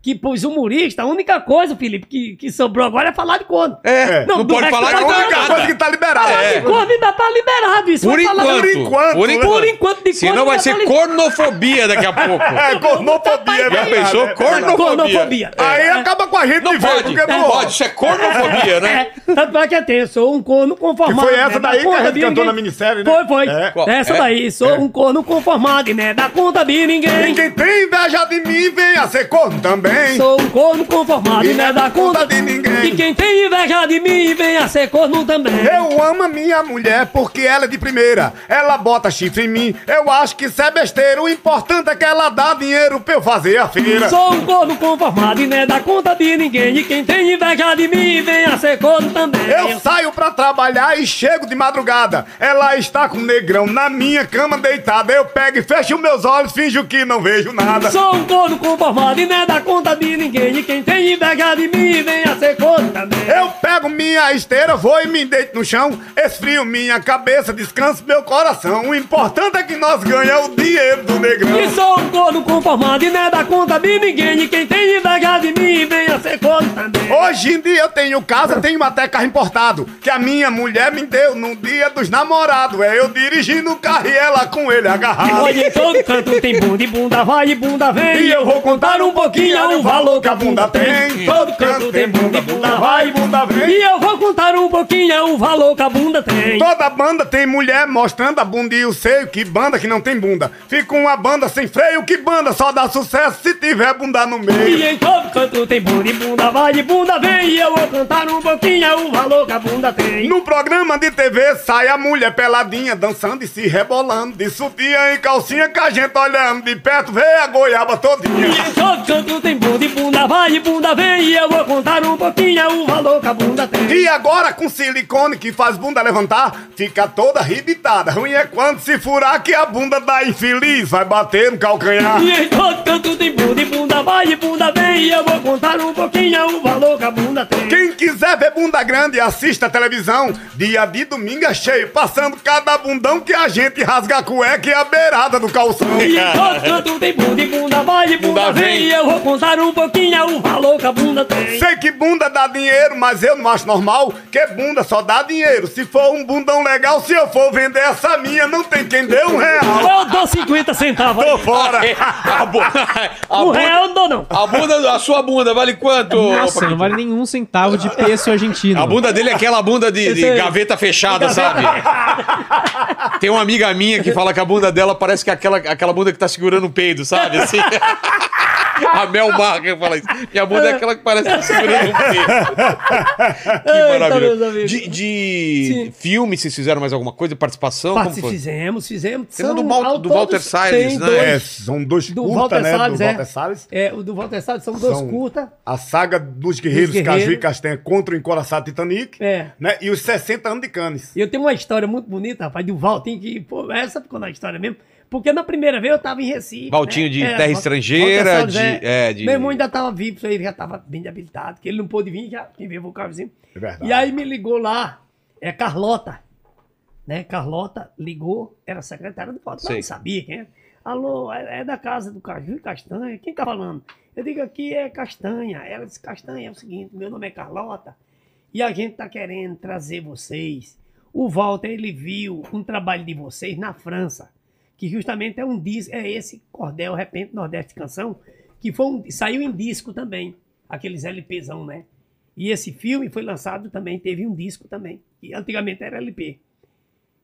Speaker 4: que pros humoristas, a única coisa, Felipe, que, que sobrou agora é falar de corno.
Speaker 1: É, não,
Speaker 4: Não, do
Speaker 1: pode
Speaker 4: resto
Speaker 1: falar
Speaker 4: é
Speaker 1: de
Speaker 3: É a
Speaker 4: Agora
Speaker 3: única
Speaker 5: Ah,
Speaker 4: nada.
Speaker 3: coisa que
Speaker 1: nada.
Speaker 3: tá liberada.
Speaker 5: né?
Speaker 4: Falar
Speaker 5: é.
Speaker 4: de corno ainda tá liberado, isso.
Speaker 1: Por
Speaker 4: vai falar-
Speaker 1: enquanto.
Speaker 3: enquanto,
Speaker 1: Por
Speaker 3: né?
Speaker 1: enquanto.
Speaker 4: Por enquanto, de
Speaker 1: Senão
Speaker 4: corno
Speaker 1: vai
Speaker 4: já
Speaker 1: ser
Speaker 4: falei-
Speaker 1: cornofobia daqui
Speaker 4: [laughs]
Speaker 1: a pouco.
Speaker 3: É, cornofobia, é
Speaker 5: Já
Speaker 3: verdade.
Speaker 5: pensou?
Speaker 3: é verdade.
Speaker 5: Cornofobia.
Speaker 4: Cornofobia.
Speaker 3: É.
Speaker 4: É,
Speaker 3: Aí acaba com a gente
Speaker 5: Não
Speaker 3: de vez,
Speaker 5: pode,
Speaker 3: porque,
Speaker 5: não
Speaker 3: pô,
Speaker 5: pode. Isso é cornofobia, né?
Speaker 4: É, tanto é que eu tenho, sou um corno
Speaker 3: Que
Speaker 4: conformado.
Speaker 3: foi essa
Speaker 4: né, da
Speaker 3: daí que a
Speaker 4: conta
Speaker 3: gente
Speaker 4: de
Speaker 3: cantou
Speaker 4: ninguém.
Speaker 3: na minissérie, né?
Speaker 4: Foi, foi.
Speaker 3: É.
Speaker 5: Qual?
Speaker 4: Essa
Speaker 5: É?
Speaker 4: daí, sou um corno conformado, né? Da conta de ninguém.
Speaker 3: E quem tem inveja de mim, venha ser corno também.
Speaker 4: Sou um corno conformado
Speaker 3: E
Speaker 4: e não é da conta de ninguém. E quem tem inveja de mim venha ser corno também.
Speaker 3: Eu amo a minha mulher porque ela é de primeira. Ela bota chifre em mim. Eu acho que isso é besteira. O importante é que ela dá dinheiro pra eu fazer a feira.
Speaker 4: Sou um corno conformado e não é da conta de ninguém. E quem tem inveja de mim venha ser corno também.
Speaker 3: Eu saio pra trabalhar e chego de madrugada. Ela está com o negrão na minha cama deitada. Eu pego e fecho meus olhos, finjo que não vejo nada.
Speaker 4: Sou um corno conformado e não é da conta de ninguém. E quem tem inveja de mim venha ser corno também.
Speaker 3: Eu pego minha esteira, vou e me deito no chão. Esfrio minha cabeça, descanso meu coração. O importante é que nós ganhamos o dinheiro do negrão.
Speaker 4: E sou um corno conformado e não é da conta de ninguém. E quem tem inveja de mim venha ser corno também.
Speaker 3: Hoje em dia eu tenho casa, tenho até carro importado. Que a minha mulher me deu no dia dos namorados. É eu dirigindo o carro e ela com ele agarrado.
Speaker 4: Olha, em todo canto tem bunda e bunda vai e bunda vem.
Speaker 3: E eu vou contar um pouquinho a
Speaker 4: o é valor que a bunda tem. Todo canto tem bunda, bunda vai, bunda vem. E eu vou contar um pouquinho, é o valor que a bunda tem.
Speaker 3: Toda banda tem mulher mostrando a bunda e o seio. Que banda que não tem bunda. Fica uma banda sem freio. Que banda só dá sucesso se tiver bunda no
Speaker 4: E
Speaker 3: meio.
Speaker 4: em todo canto tem bunda e bunda vai e bunda vem. E eu vou cantar um pouquinho, é o valor que a bunda tem.
Speaker 3: No programa de TV sai a mulher peladinha, dançando e se rebolando. De sutiã e calcinha que a gente olhando de perto vê a goiaba
Speaker 4: E
Speaker 3: todinha.
Speaker 4: em todo canto tem bunda e bunda vai e bunda vem. E eu vou contar um pouquinho, é o valor que a bunda tem.
Speaker 3: E agora com silicone que faz bunda levantar, fica toda arrebitada. Ruim é quando se furar que a bunda da infeliz vai bater no calcanhar.
Speaker 4: E em todo canto tem bunda e bunda vai e bunda vem. E eu vou contar um pouquinho, é o valor que a bunda tem.
Speaker 3: Quem quiser ver bunda grande, assista a televisão. Dia de domingo é cheio, passando cada bundão que a gente rasga a cueca e a beirada do calção.
Speaker 4: E em todo canto tem bunda e bunda vai e bunda
Speaker 5: Bunda
Speaker 4: vem.
Speaker 5: vem.
Speaker 4: E eu vou contar um pouquinho, é o valor que a bunda tem.
Speaker 3: Sei que bunda dá dinheiro, mas eu não acho normal que bunda só dá dinheiro. Se for um bundão legal, se eu for vender essa minha, não tem quem dê um real.
Speaker 4: Eu dou 50 centavos.
Speaker 3: Tô fora.
Speaker 4: [laughs]
Speaker 1: [laughs]
Speaker 5: A, bu- a
Speaker 4: Um
Speaker 5: bunda,
Speaker 4: É. real eu não dou, não.
Speaker 5: a bunda- a sua bunda vale quanto?
Speaker 2: Nossa, não vale nenhum centavo de peso argentino.
Speaker 5: A bunda dele é aquela bunda de, de
Speaker 4: Esse-
Speaker 5: gaveta fechada, sabe?
Speaker 4: [laughs]
Speaker 5: Tem uma amiga minha que fala que a bunda dela parece que é aquela, aquela bunda que tá segurando o peido, sabe? Assim. A Mel Marca fala isso. Minha bunda é aquela que parece que tá segurando o peido. Que
Speaker 4: Eita, tá meus
Speaker 5: maravilha.
Speaker 4: amigos.
Speaker 5: De, de filme, vocês fizeram mais alguma coisa? Participação?
Speaker 4: Pá,
Speaker 5: Então, Como
Speaker 4: se
Speaker 5: foi?
Speaker 4: fizemos, fizemos.
Speaker 5: Tem um do
Speaker 4: São
Speaker 5: Mal-
Speaker 4: ao
Speaker 5: do
Speaker 4: todo
Speaker 5: Walter Salles,
Speaker 4: tem
Speaker 5: né?
Speaker 3: É,
Speaker 4: dois.
Speaker 3: são dois
Speaker 4: Do
Speaker 3: curta,
Speaker 4: Walter
Speaker 3: né?
Speaker 4: Salles,
Speaker 3: do
Speaker 4: é.
Speaker 3: Walter Salles.
Speaker 4: É, o do Walter Salles são dois
Speaker 3: São
Speaker 4: curtas.
Speaker 3: A saga dos guerreiros,
Speaker 4: Dos guerreiros.
Speaker 3: Caju e Castanha contra o encoraçado Titanic.
Speaker 4: É.
Speaker 3: Né? E os 60 anos de Cannes.
Speaker 4: E eu tenho uma história muito bonita, rapaz, do Valtinho, que, pô, essa ficou na história mesmo. Porque na primeira vez eu tava em Recife. né? É,
Speaker 5: Valtinho de terra
Speaker 4: Walter
Speaker 5: estrangeira,
Speaker 4: Salles,
Speaker 5: de- é, de-
Speaker 4: Meu irmão ainda tava vivo, isso aí ele já tava bem habilitado, que ele não pôde vir, já quem veio foi o Carlosinho.
Speaker 3: É verdade.
Speaker 4: E aí me ligou lá, é Carlota. Né? Carlota ligou, era secretária do Valtinho, mas
Speaker 5: Sei.
Speaker 4: não sabia quem era. Alô, é, é da casa do Caju e Castanha, quem tá falando? Eu digo aqui é Castanha. Ela disse, Castanha, é o seguinte, meu nome é Carlota. E a gente tá querendo trazer vocês. O Walter, ele viu um trabalho de vocês na França, que justamente é um disco, é esse Cordel Repente Nordeste Canção, que foi um, saiu em disco também, aqueles LPzão, né? E esse filme foi lançado também, teve um disco também, que antigamente era LP.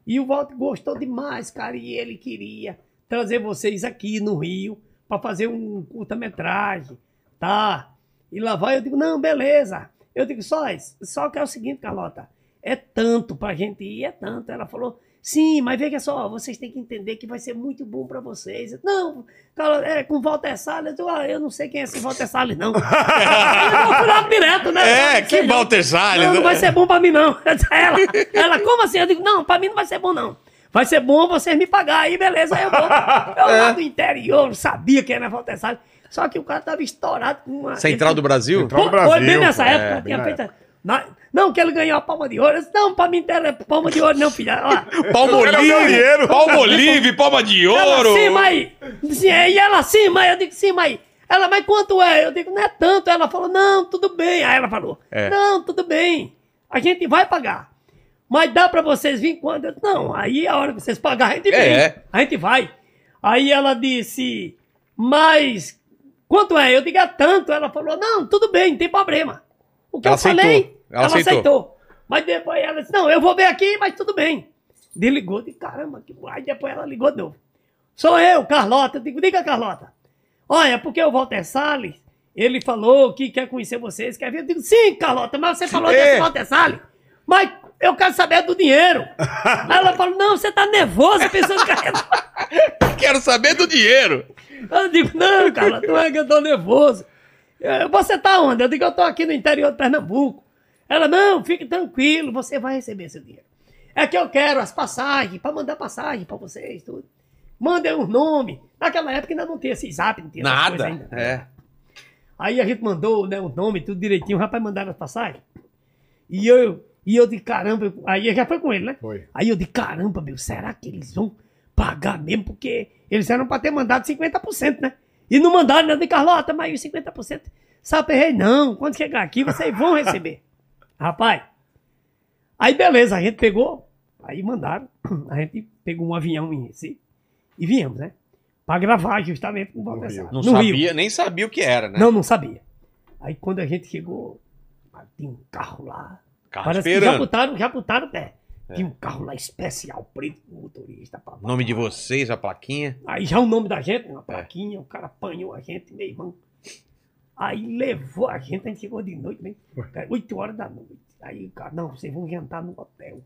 Speaker 4: E o Walter gostou demais, cara, e ele queria trazer vocês aqui no Rio para fazer um curta-metragem, tá? E lá vai, eu digo, não, beleza. Eu digo, só, isso, só que é o seguinte, Carlota, é tanto pra gente ir, é tanto. Ela falou, sim, mas veja só, vocês têm que entender que vai ser muito bom pra vocês. Eu, não, Carlota, é com Walter Salles, eu, digo, ah, eu não sei quem é esse Walter Salles, não. [laughs] eu vou furar direto, né?
Speaker 5: É,
Speaker 4: Não
Speaker 5: que
Speaker 4: sei, não.
Speaker 5: Walter Salles.
Speaker 4: Não, não
Speaker 5: né?
Speaker 4: vai ser bom pra mim, não. [laughs] Ela, ela, como assim? Eu digo, não, pra mim não vai ser bom, não. Vai ser bom vocês me pagar aí, beleza, aí eu
Speaker 5: [laughs]
Speaker 4: vou. Eu
Speaker 5: É.
Speaker 4: lá do interior, não sabia quem era Walter Salles. Só que o cara tava estourado com uma...
Speaker 5: Central do Brasil?
Speaker 3: Central do
Speaker 4: Foi- Foi bem
Speaker 3: Brasil,
Speaker 4: nessa
Speaker 3: pô, é,
Speaker 4: época,
Speaker 3: bem
Speaker 4: tinha
Speaker 3: na
Speaker 4: feito... Na- Não, que ele ganhou a palma de ouro. Eu disse, não, pra mim não é palma de ouro, não, filha. Ó,
Speaker 5: [laughs] Palmolive,
Speaker 3: dinheiro.
Speaker 5: Palmolive, palma de
Speaker 4: ela,
Speaker 5: ouro.
Speaker 4: sim, mãe. Sim, é, e ela, sim, mãe. Eu digo, sim, mãe. Ela, mas quanto é? Eu digo, não é tanto. Ela falou, não, tudo bem. Aí ela falou,
Speaker 5: É.
Speaker 4: não, tudo bem. A gente vai pagar. Mas dá pra vocês vir quando? Eu, não, aí é a hora que vocês pagarem, a gente
Speaker 5: É,
Speaker 4: vem.
Speaker 5: é.
Speaker 4: A gente vai. Aí ela disse, mas quanto é? Eu digo, é tanto. Ela falou, não, tudo bem, não tem problema. O que
Speaker 5: Ela
Speaker 4: eu falei,
Speaker 5: aceitou. Ela aceitou.
Speaker 4: Mas depois ela disse, não, eu vou ver aqui, mas tudo bem. Desligou, de caramba, que... aí depois ela ligou de novo. Sou eu, Carlota. Eu Digo, diga, Carlota. Olha, porque o Walter Salles, ele falou que quer conhecer vocês, quer vir. Eu digo, sim, Carlota, mas você falou desse Walter Salles. Mas eu quero saber do dinheiro. Aí ela falou, não, você tá nervosa pensando que... é
Speaker 5: Quero saber do dinheiro.
Speaker 4: Eu digo, não, Carlota, não é que eu tô nervoso. Eh, Você tá onde? Eu digo, eu tô aqui no interior de Pernambuco. Ela, não, fique tranquilo, você vai receber seu dinheiro. É que eu quero as passagens, pra mandar passagem pra vocês, tudo. Mandem um nome. Naquela época ainda não tinha esse zap, não tinha essas coisas
Speaker 5: Nada.
Speaker 4: ainda. né?
Speaker 5: É.
Speaker 4: Aí a gente mandou né, o nome, tudo direitinho, o rapaz mandaram as passagens. E eu, e eu de caramba, eu- aí já foi com ele, né?
Speaker 3: Foi.
Speaker 4: Aí eu de caramba, meu, será que eles vão pagar mesmo? Porque eles eram pra ter mandado 50%, né? E não mandaram, né? Eu de Carlota, mas os 50%. Sabe, errei, não. Quando chegar aqui, vocês vão receber. [laughs] Rapaz. Aí beleza, a gente [clears throat] pegou, aí mandaram. A gente pegou um avião em Recife e viemos, né? Pra gravar justamente com o Baltazar.
Speaker 5: Não
Speaker 4: no
Speaker 5: sabia,
Speaker 4: Rio.
Speaker 5: nem sabia o que era, né?
Speaker 4: Não, não sabia. Aí quando a gente chegou, ah, tinha um carro lá.
Speaker 5: Carro
Speaker 4: Parece que já
Speaker 5: esperando.
Speaker 4: botaram, já botaram pé. Tinha um carro lá especial, preto, com motorista. Pá, pá,
Speaker 1: Nome de
Speaker 4: pá.
Speaker 1: vocês, a plaquinha.
Speaker 4: Aí já o nome da gente, uma plaquinha, o cara apanhou a gente, meu irmão. Aí levou a gente, a gente chegou de noite, né? oito horas da noite. Aí o cara, não, vocês vão jantar no hotel.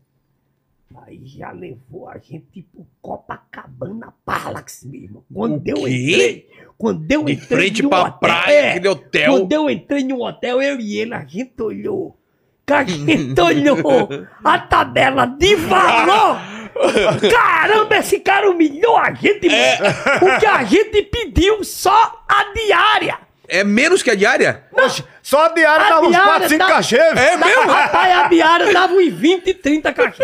Speaker 4: Aí já levou a gente pro Copacabana Palax, meu irmão. Quando
Speaker 5: O
Speaker 4: eu
Speaker 5: quê?
Speaker 4: entrei, quando eu
Speaker 5: De
Speaker 4: entrei
Speaker 5: frente
Speaker 4: no
Speaker 5: pra
Speaker 4: hotel-
Speaker 5: praia,
Speaker 4: é,
Speaker 5: aquele hotel.
Speaker 4: quando eu entrei no hotel, eu e ele, a gente olhou. Que a gente olhou a tabela de
Speaker 5: [laughs]
Speaker 4: valor. Caramba, esse cara humilhou a gente,
Speaker 5: É.
Speaker 4: mano. O que a gente pediu só a diária.
Speaker 1: É menos que a diária?
Speaker 3: Oxe, só a diária
Speaker 4: A
Speaker 3: dava uns
Speaker 4: diária
Speaker 3: 4, 5
Speaker 4: dá-
Speaker 3: cachê. É
Speaker 4: mesmo? Rapaz, a diária dava uns 20, 30 cachê.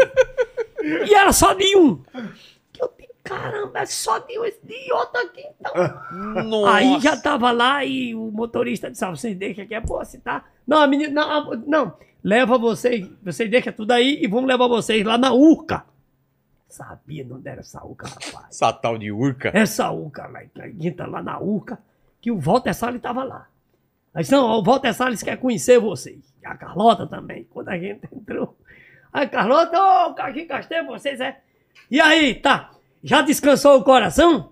Speaker 4: E era só de um. Que eu digo, caramba, é só de um. esse De outro aqui, então.
Speaker 5: Nossa.
Speaker 4: Aí já tá- tava lá e o motorista disse: ah, vocês deixam aqui, é posse, tá? Não, a menina, não, a- não, leva vocês, vocês deixam tudo aí e vamos levar vocês lá na Urca. Sabia não era essa Urca, rapaz.
Speaker 5: Essa tal de urca.
Speaker 4: Essa Urca lá, que a gente tá lá na Urca, que o Walter Salles tava lá. Aí disse, não, ó, o Walter Salles quer conhecer vocês. E a Carlota também, quando a gente entrou. Aí, Carlota, ô, Caqui Castelo, vocês é. E aí, tá? Já descansou o coração?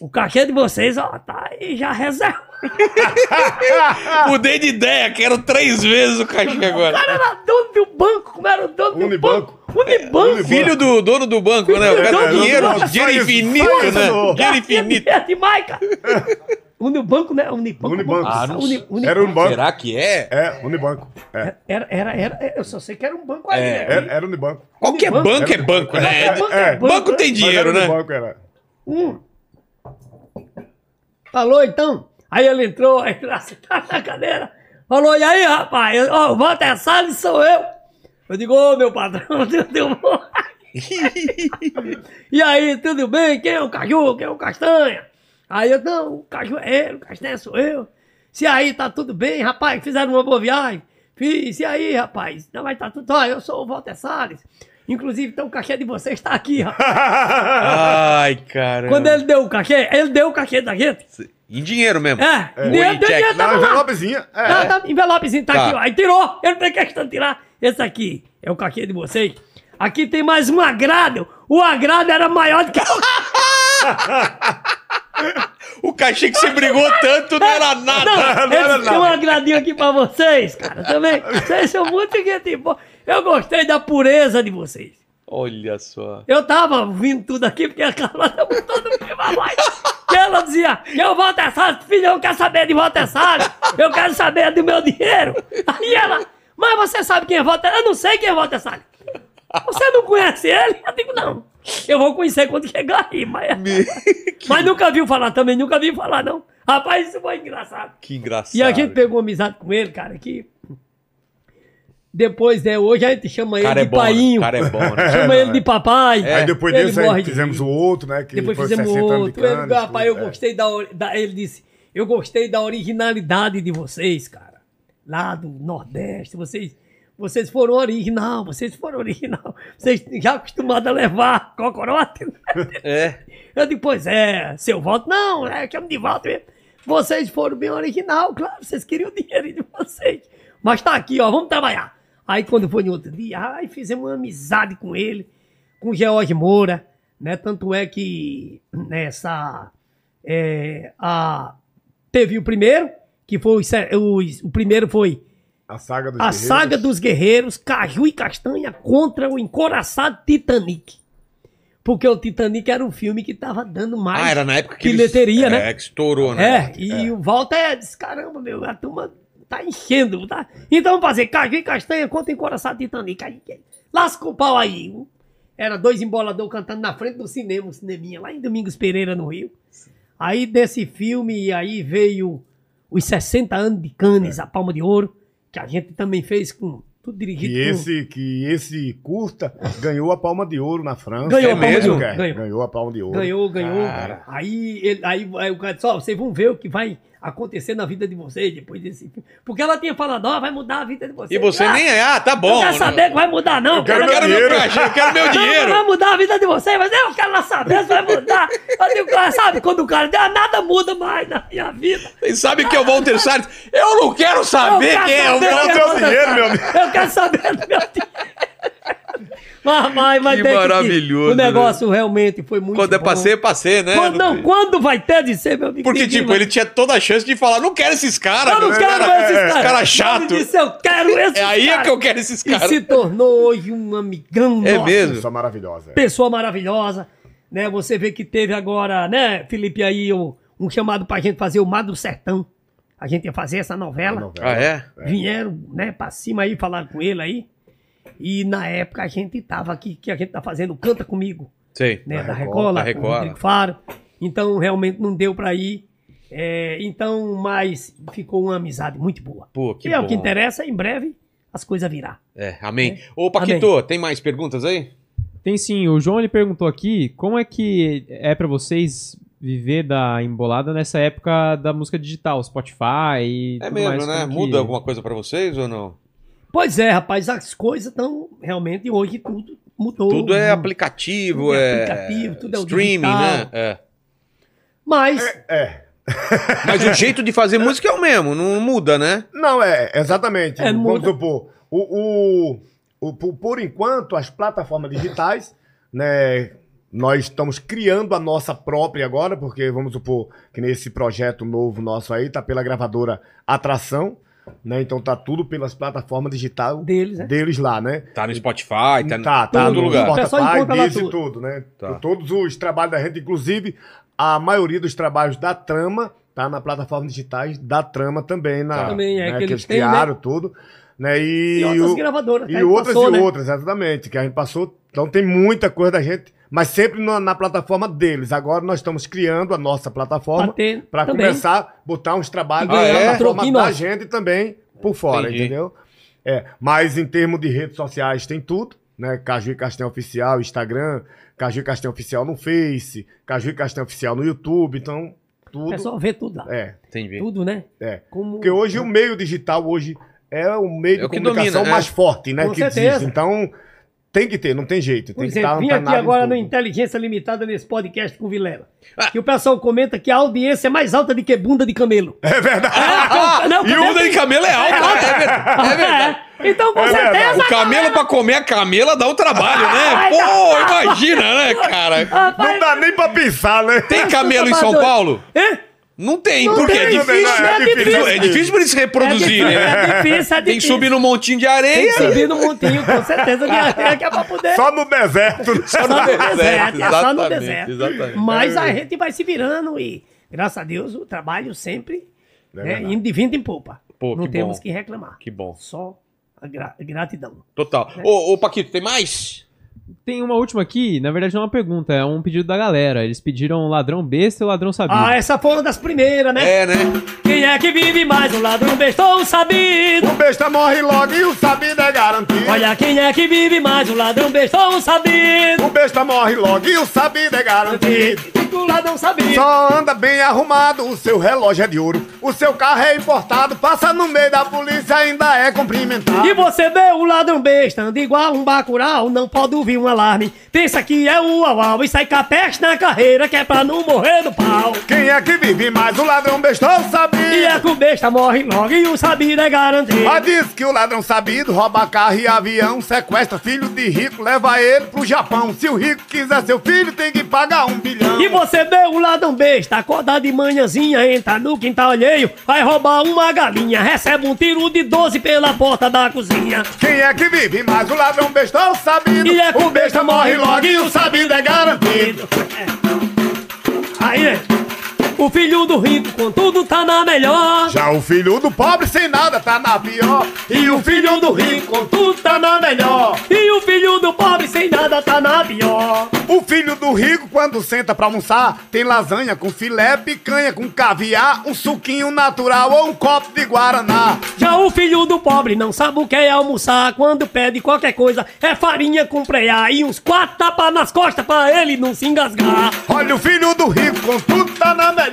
Speaker 4: O cachê de vocês, ó, tá aí já reserva.
Speaker 5: Mudei de ideia, quero três vezes o cachê
Speaker 4: O
Speaker 5: agora.
Speaker 4: Ah. cara era dono do banco, como era o dono
Speaker 3: Unibanco. É,
Speaker 4: do banco? Unibanco.
Speaker 5: Filho do dono do banco, né? O
Speaker 4: do
Speaker 5: cara
Speaker 4: dono do
Speaker 5: dinheiro,
Speaker 4: banco.
Speaker 5: dinheiro
Speaker 3: Só isso,
Speaker 5: infinito,
Speaker 3: só isso,
Speaker 5: né?
Speaker 3: não.
Speaker 5: Dinheiro infinito.
Speaker 4: É
Speaker 3: [laughs]
Speaker 4: demais, cara. Unibanco, né? Unibanco.
Speaker 3: Unibanco.
Speaker 5: Ah, não
Speaker 4: Uni-
Speaker 5: sei.
Speaker 4: Uni-
Speaker 3: Era um banco.
Speaker 5: Será que é?
Speaker 3: É, Unibanco. É,
Speaker 4: Era, era, era- eu só sei que era um banco ali.
Speaker 5: É,
Speaker 4: né?
Speaker 3: era, era Unibanco.
Speaker 5: Qualquer
Speaker 4: Banco.
Speaker 5: banco é banco, né?
Speaker 4: Qualquer banco
Speaker 3: é,
Speaker 4: é
Speaker 5: Banco tem
Speaker 3: Mas era
Speaker 5: dinheiro, né?
Speaker 3: Unibanco,
Speaker 4: [laughs]
Speaker 3: era.
Speaker 4: Hum. Falou então? Aí ele entrou, aí lá sentado na cadeira. Falou, e aí, rapaz? Eu, Ó, o Walter Salles sou eu. Eu digo, ô meu patrão, [laughs] tudo bom? e aí, tudo bem? Quem é o Caju? Quem é o Castanha? Aí eu, não, o Caju é ele, o Castanha sou eu. Se aí tá tudo bem, rapaz, fizeram uma boa viagem. Fiz, e aí, rapaz? Não, vai tá tudo. Ó, eu sou o Walter Salles. Inclusive, então o cachê de vocês está aqui,
Speaker 3: É.
Speaker 4: rapaz. Tá
Speaker 5: Ai, cara.
Speaker 4: Quando ele deu o cachê, ele deu o cachê da gente.
Speaker 1: Em dinheiro mesmo.
Speaker 4: É,
Speaker 5: Oi,
Speaker 4: é. deu, deu,
Speaker 5: Jack.
Speaker 4: deu,
Speaker 3: Não,
Speaker 4: tava lá.
Speaker 3: envelopezinha. É.
Speaker 4: Tá, tá, envelopezinho, tá,
Speaker 5: Tá.
Speaker 4: aqui, ó. Aí tirou, eu não tenho questão de tirar. Esse aqui é o cachê de vocês. Aqui tem mais um agrado. O agrado era maior do que o
Speaker 5: O cachê que você brigou tanto não era nada.
Speaker 4: É, Não, esse tem um agradinho aqui pra vocês, cara, também. Vocês são muito gente boa. Eu gostei da pureza de vocês.
Speaker 5: Olha só.
Speaker 4: Eu tava ouvindo tudo aqui porque a tá Carlota botou no meu voz. Que ela dizia, que eu volto Salles, filho, eu não quero saber de Walter Salles, eu quero saber do meu dinheiro. Aí ela, mas você sabe quem é Walter? Eu não sei quem é Walter Salles. Você não conhece ele? Eu digo, não. Eu vou conhecer quando chegar aí, mas... [laughs] mas nunca viu falar também, nunca viu falar, não. Rapaz, isso foi engraçado.
Speaker 5: Que engraçado.
Speaker 4: E a gente pegou amizade com ele, cara, que... Depois, né, hoje a gente chama ele
Speaker 5: cara é
Speaker 4: de
Speaker 5: bom. Né?
Speaker 4: painho.
Speaker 5: cara é bom,
Speaker 4: [laughs]
Speaker 5: né?
Speaker 4: Chama ele de papai.
Speaker 3: Aí depois
Speaker 4: Ele
Speaker 3: disso,
Speaker 4: morre
Speaker 3: aí
Speaker 4: de
Speaker 3: fizemos
Speaker 4: rir.
Speaker 3: o outro, né? Que
Speaker 4: Depois
Speaker 3: foi
Speaker 4: fizemos
Speaker 3: 60 anos de
Speaker 4: outro. Ele,
Speaker 3: Cannes,
Speaker 4: rapaz, eu
Speaker 3: tudo, é.
Speaker 4: gostei da, ori- da. Ele disse: Eu gostei da originalidade de vocês, cara. Lá do Nordeste, vocês. Vocês foram original, vocês foram original. Vocês já acostumados a levar cocorote. né?
Speaker 5: É.
Speaker 4: Eu digo, pois é, seu voto. Não, é, chamo de voto mesmo. Vocês foram bem original, claro, vocês queriam o dinheiro de vocês. Mas tá aqui, ó, vamos trabalhar. Aí quando foi no outro dia, aí fizemos uma amizade com ele, com o George Moura, né? Tanto é que nessa. é, a, teve o primeiro, que foi os se- os- o primeiro foi
Speaker 3: A saga dos
Speaker 4: a
Speaker 3: guerreiros.
Speaker 4: saga dos guerreiros Caju e Castanha contra o encoraçado Titanic. Porque o Titanic era um filme que tava dando mais.
Speaker 5: Ah, era na época que.
Speaker 4: Que leteria,
Speaker 5: eles-
Speaker 4: né?
Speaker 5: É, que estourou, né?
Speaker 4: É, e o Walter disse: caramba, meu, a turma tá enchendo, tá? Então vamos fazer Caju e Castanha contra encoraçado Titanic. Aí, aí, lasca o pau aí. Era dois embolador cantando na frente do cinema, um cineminha, lá em Domingos Pereira, no Rio. Aí desse filme, aí veio os 60 anos de Cannes, a Palma de Ouro, que a gente também fez com. Tudo dirigido
Speaker 3: Que
Speaker 4: com-
Speaker 3: esse, que esse curta ganhou a palma de ouro na França.
Speaker 4: Ganhou
Speaker 5: a palma de
Speaker 3: mesmo,
Speaker 4: ouro,
Speaker 3: cara?
Speaker 4: ganhou.
Speaker 3: Ganhou a palma de ouro.
Speaker 4: Ganhou, ganhou.
Speaker 5: Cara.
Speaker 4: Aí, ele, aí, aí o cara disse, ó, vocês vão ver o que vai acontecer na vida de vocês depois desse filme. Porque ela tinha falado, ó, vai mudar a vida de
Speaker 5: E
Speaker 4: vocês.
Speaker 5: você
Speaker 4: Ah,
Speaker 5: nem é. Ah, tá
Speaker 4: Não
Speaker 5: bom.
Speaker 4: quer saber que vai mudar, não. Eu
Speaker 5: Eu quero meu
Speaker 3: dinheiro.
Speaker 5: cachê, eu quero meu
Speaker 4: não,
Speaker 5: dinheiro.
Speaker 4: não vai mudar a vida de vocês, mas eu quero lá saber se vai mudar. Eu digo, ah, sabe, quando o cara diz, ah, nada muda mais na minha vida.
Speaker 5: Vocês sabem que é o Walter Salles? Eu não quero saber quem é o
Speaker 4: saber
Speaker 5: Walter
Speaker 4: quem
Speaker 3: teu
Speaker 4: é o
Speaker 3: dinheiro, meu amigo.
Speaker 4: Eu quero saber do meu dinheiro. [laughs] Mas, mas, mas
Speaker 5: Que
Speaker 4: tem
Speaker 5: maravilhoso, né?
Speaker 4: O negócio realmente foi muito
Speaker 5: Quando é
Speaker 4: bom.
Speaker 5: pra ser, é pra ser, né?
Speaker 4: Quando, não, quando vai ter de ser, meu amigo?
Speaker 5: Porque,
Speaker 4: ninguém
Speaker 5: tipo,
Speaker 4: vai-
Speaker 5: ele tá né? tinha toda a chance de falar, não quero esses caras.
Speaker 4: Eu não
Speaker 5: meu.
Speaker 4: quero
Speaker 5: Cara,
Speaker 4: esses caras.
Speaker 5: é, cara
Speaker 4: Ele
Speaker 5: chato.
Speaker 4: disse, eu quero esses
Speaker 5: [laughs] É aí é
Speaker 4: caras.
Speaker 5: que eu quero esses
Speaker 4: E
Speaker 5: caras.
Speaker 4: se tornou hoje um amigão
Speaker 5: É
Speaker 4: nosso.
Speaker 5: mesmo.
Speaker 3: Pessoa maravilhosa.
Speaker 4: Pessoa maravilhosa, né? Você vê que teve agora, né, Felipe, aí o- um chamado pra gente fazer o Mar do Sertão. A gente ia fazer essa novela.
Speaker 5: Ah, é?
Speaker 4: Vieram, né, pra cima aí, falaram com ele aí. E na época a gente tava aqui, que a gente tá fazendo Canta Comigo
Speaker 5: Sei.
Speaker 4: né, da
Speaker 3: Record,
Speaker 4: Recola,
Speaker 5: da
Speaker 4: com o
Speaker 5: Record.
Speaker 4: Rodrigo Faro. Então, realmente não deu pra ir. É, então, mas ficou uma amizade muito boa.
Speaker 5: Pô, que
Speaker 4: e é o
Speaker 5: bom.
Speaker 4: que interessa, em breve as coisas virá.
Speaker 5: É, amém. Ô, Paquito, tem mais perguntas aí?
Speaker 2: Tem sim, o João ele perguntou aqui como é que é pra vocês viver da embolada nessa época da música digital, Spotify e
Speaker 5: É
Speaker 2: tudo
Speaker 5: mesmo,
Speaker 2: mais,
Speaker 5: né?
Speaker 2: como que-
Speaker 5: Muda alguma coisa pra vocês ou não?
Speaker 4: Pois é, rapaz, as coisas estão realmente hoje tudo mudou.
Speaker 5: Tudo é
Speaker 4: Tudo
Speaker 5: aplicativo,
Speaker 4: é
Speaker 5: é.
Speaker 4: aplicativo, tudo é o
Speaker 5: streaming,
Speaker 4: digital.
Speaker 5: né? É.
Speaker 4: Mas
Speaker 3: É.
Speaker 5: Mas o jeito de fazer música é o mesmo, não muda, né?
Speaker 3: Não, é, exatamente.
Speaker 4: É,
Speaker 3: Vamos
Speaker 4: muda.
Speaker 3: supor. O, o, o- por, por enquanto, as plataformas digitais, [laughs] né? Nós estamos criando a nossa própria agora, porque vamos supor que nesse projeto novo nosso aí tá pela gravadora Atração, né? Então tá tudo pelas plataformas digitais
Speaker 4: deles, né?
Speaker 3: deles lá, né?
Speaker 5: Tá no Spotify, tá no.
Speaker 3: Tá, tá
Speaker 5: todo
Speaker 3: no
Speaker 5: lugar.
Speaker 4: O pessoal encontra lá
Speaker 3: Spotify, Deezer e
Speaker 4: tudo.
Speaker 3: tudo, né?
Speaker 5: Tá.
Speaker 3: Todos os trabalhos da gente, inclusive a maioria dos trabalhos da Trama tá na plataforma digitais da Trama também, na,
Speaker 5: Tá.
Speaker 4: Também é
Speaker 3: né,
Speaker 4: que
Speaker 3: que
Speaker 4: eles
Speaker 3: eles
Speaker 4: têm, né?
Speaker 3: criaram tudo, né?
Speaker 4: E,
Speaker 3: E,
Speaker 4: outras
Speaker 3: o- e
Speaker 4: gravadoras. que a gente
Speaker 3: outras
Speaker 4: passou,
Speaker 3: e
Speaker 4: né?
Speaker 3: outras, exatamente, que a gente passou. Então tem muita coisa da gente, mas sempre na, na plataforma deles. Agora nós estamos criando a nossa
Speaker 4: Pra
Speaker 3: plataforma
Speaker 4: ter
Speaker 3: para
Speaker 4: também.
Speaker 3: começar a botar uns trabalhos
Speaker 5: E ganhar
Speaker 3: na
Speaker 5: um
Speaker 3: plataforma
Speaker 4: troquinho
Speaker 3: da
Speaker 4: nosso.
Speaker 3: gente também por fora,
Speaker 5: Entendi.
Speaker 3: entendeu? É, mas em termos de redes sociais tem tudo, né? Caju e Castanho Oficial, Instagram, Caju e Castanho Oficial no Face, Caju e Castanho Oficial no YouTube, então
Speaker 4: O
Speaker 3: tudo.
Speaker 4: pessoal vê tudo lá.
Speaker 3: É,
Speaker 5: Entendi.
Speaker 4: Tudo, né?
Speaker 3: É.
Speaker 4: Como...
Speaker 3: porque hoje o meio digital hoje é o meio
Speaker 5: É
Speaker 3: de
Speaker 5: o que
Speaker 3: comunicação
Speaker 5: domina, né?
Speaker 3: mais forte, né?
Speaker 4: Com
Speaker 3: que
Speaker 4: certeza.
Speaker 3: existe. Então tem que ter, não tem jeito,
Speaker 4: Por
Speaker 3: tem que
Speaker 4: exemplo,
Speaker 3: estar
Speaker 4: vim aqui
Speaker 3: antenado em
Speaker 4: agora
Speaker 3: tudo.
Speaker 4: no Inteligência Limitada nesse podcast com o Vilela.
Speaker 5: Ah.
Speaker 4: Que o pessoal comenta que a audiência é mais alta do que bunda de camelo.
Speaker 3: [laughs] É verdade.
Speaker 5: Ah,
Speaker 4: Não,
Speaker 5: e o
Speaker 4: cabelo-
Speaker 5: Uda de camelo é alto, né?
Speaker 4: [laughs]
Speaker 5: é verdade. É verdade.
Speaker 4: É. Então, com
Speaker 3: É verdade.
Speaker 4: certeza.
Speaker 5: O camelo pra comer a camela dá um trabalho, né? Pô, imagina, né, cara?
Speaker 4: Rapaz,
Speaker 3: Não dá nem pra pensar, né?
Speaker 5: Tem camelo em São Paulo?
Speaker 4: é?
Speaker 5: Não tem,
Speaker 4: Não
Speaker 5: porque
Speaker 4: tem,
Speaker 5: é
Speaker 4: não
Speaker 5: difícil.
Speaker 4: tem, não, é difícil.
Speaker 5: É difícil pra eles se reproduzirem, né?
Speaker 4: É difícil, é difícil.
Speaker 5: Tem que subir num montinho de
Speaker 4: Tem
Speaker 5: areia.
Speaker 4: que subir no montinho, com certeza. Que é, que é pra poder.
Speaker 3: Só no deserto.
Speaker 4: Só no deserto, é só no
Speaker 5: né? exatamente,
Speaker 4: deserto.
Speaker 5: exatamente.
Speaker 4: Mas a gente vai se virando e, graças a Deus, o trabalho sempre né,
Speaker 3: verdade.
Speaker 4: indo de vinda em poupa.
Speaker 5: É Pô,
Speaker 4: Não
Speaker 5: que
Speaker 4: temos
Speaker 5: bom.
Speaker 4: que reclamar.
Speaker 5: Que bom.
Speaker 4: Só a gra- gratidão.
Speaker 5: Total. Ô, ô, Paquito, tem mais?
Speaker 2: Tem uma última aqui, na verdade não é uma pergunta, é um pedido da galera. Eles pediram ladrão besta e ladrão sabido.
Speaker 4: Ah, essa foi uma das primeiras, né?
Speaker 5: É, né?
Speaker 4: Quem é que vive mais? O ladrão bestou um sabido.
Speaker 3: O besta morre logo e o sabido é garantido.
Speaker 4: Olha quem é que vive mais, o ladrão bestou sabido.
Speaker 3: O besta morre logo e o sabido é garantido.
Speaker 4: O ladrão sabido.
Speaker 3: Só anda bem arrumado, o seu relógio é de ouro. O seu carro é importado, passa no meio da polícia, ainda é cumprimentado.
Speaker 4: E você vê o ladrão besta, anda igual um bacural, não pode ouvir um alarme. Pensa que é o uau e sai com a peste na carreira, que é pra não morrer do pau.
Speaker 3: Quem é que vive mais? O ladrão bestão
Speaker 4: E é
Speaker 3: sabido.
Speaker 4: que o besta morre logo e o sabido é garantido.
Speaker 3: Mas diz que o ladrão sabido rouba carro e avião, sequestra filho de rico, leva ele pro Japão. Se o rico quiser seu filho, tem que pagar um bilhão.
Speaker 4: E você vê o ladrão besta, acordar de manhãzinha, entra no quintal alheio, vai roubar uma galinha, recebe um tiro de 12 pela porta da cozinha.
Speaker 3: Quem é que vive mais? O ladrão bestão sabido.
Speaker 4: E é que
Speaker 3: o besta morre logo e o sabido é garantido.
Speaker 4: Aí, né? O filho do rico, contudo, tá na melhor.
Speaker 3: Já o filho do pobre sem nada tá na pior.
Speaker 4: E o filho do rico, contudo, tá na melhor. E o filho do pobre, sem nada, tá na pior.
Speaker 3: O filho do rico, quando senta pra almoçar, tem lasanha com filé, picanha com caviar, um suquinho natural ou um copo de guaraná.
Speaker 4: Já o filho do pobre não sabe o que é almoçar. Quando pede qualquer coisa, é farinha com preá. E uns quatro tapas nas costas pra ele não se engasgar.
Speaker 3: Olha, o filho do rico, com tudo tá na melhor.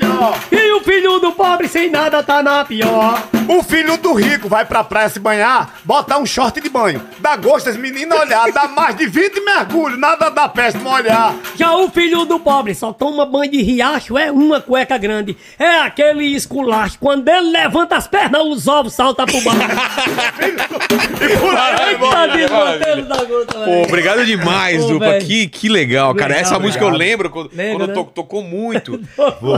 Speaker 4: E o filho do pobre sem nada tá na pior.
Speaker 3: O filho do rico vai pra praia se banhar, botar um short de banho. Dá gosto as meninas olhar, dá mais de 20 mergulhos, nada dá peste molhar.
Speaker 4: Já o filho do pobre só toma banho de riacho, é uma cueca grande. É aquele esculacho. Quando ele levanta as pernas, os ovos saltam
Speaker 1: [laughs]
Speaker 4: pro baixo.
Speaker 3: E por aí,
Speaker 4: Eita,
Speaker 3: vai.
Speaker 4: desmantelo da gota,
Speaker 1: Pô,
Speaker 4: velho.
Speaker 1: obrigado demais,
Speaker 4: Pô,
Speaker 1: Dupa.
Speaker 4: É. velho.
Speaker 1: Que, que legal, cara.
Speaker 4: Legal,
Speaker 1: Essa música eu
Speaker 4: obrigado.
Speaker 1: lembro quando, quando
Speaker 4: Lembra, né?
Speaker 1: to- tocou
Speaker 4: [laughs]
Speaker 1: muito.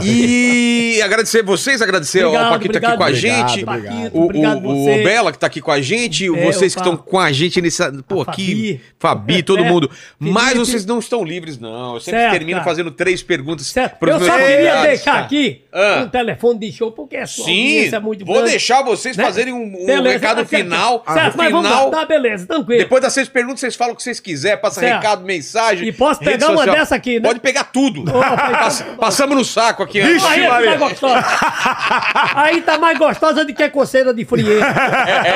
Speaker 1: e agradecer vocês, agradecer ao
Speaker 4: Obrigado,
Speaker 1: Paquito tá aqui
Speaker 4: obrigado.
Speaker 1: com a
Speaker 4: Obrigado,
Speaker 1: gente.
Speaker 4: Paquito,
Speaker 1: o,
Speaker 4: obrigado
Speaker 1: o- o
Speaker 4: você.
Speaker 1: Bela que tá aqui com a gente.
Speaker 4: É,
Speaker 1: vocês
Speaker 4: o
Speaker 1: que estão
Speaker 4: Fá.
Speaker 1: com a gente nessa. Pô, aqui. Fabi,
Speaker 4: [laughs] É,
Speaker 1: todo
Speaker 4: é.
Speaker 1: mundo.
Speaker 4: Felipe.
Speaker 1: Mas vocês não estão livres, não. Eu sempre
Speaker 4: Certo,
Speaker 1: termino
Speaker 4: cara.
Speaker 1: fazendo três perguntas
Speaker 4: Certo.
Speaker 1: pros
Speaker 4: Eu só
Speaker 1: meus
Speaker 4: queria
Speaker 1: convidados,
Speaker 4: deixar
Speaker 1: cara.
Speaker 4: aqui
Speaker 1: Ah.
Speaker 4: um telefone de show, porque a sua
Speaker 1: Sim,
Speaker 4: audiência é muito
Speaker 1: vou
Speaker 4: grande.
Speaker 1: deixar vocês
Speaker 4: Né?
Speaker 1: fazerem um, um
Speaker 4: Beleza,
Speaker 1: recado
Speaker 4: tá certo.
Speaker 1: final.
Speaker 4: Certo,
Speaker 1: No
Speaker 4: mas vamos lá.
Speaker 1: final,
Speaker 4: Tá, beleza,
Speaker 1: [laughs]
Speaker 4: tranquilo.
Speaker 1: Depois das seis perguntas, vocês falam o que vocês quiserem, passa
Speaker 4: Certo.
Speaker 1: recado, mensagem.
Speaker 4: E posso
Speaker 1: rede
Speaker 4: pegar uma
Speaker 1: social.
Speaker 4: dessa aqui, né? tá
Speaker 1: Pode pegar tudo. [laughs] Pass- Passamos no saco aqui. né? ó.
Speaker 3: Vixe,
Speaker 4: Aí tá mais [laughs] gostosa. Aí tá mais gostosa do que coceira de frieza.
Speaker 1: É,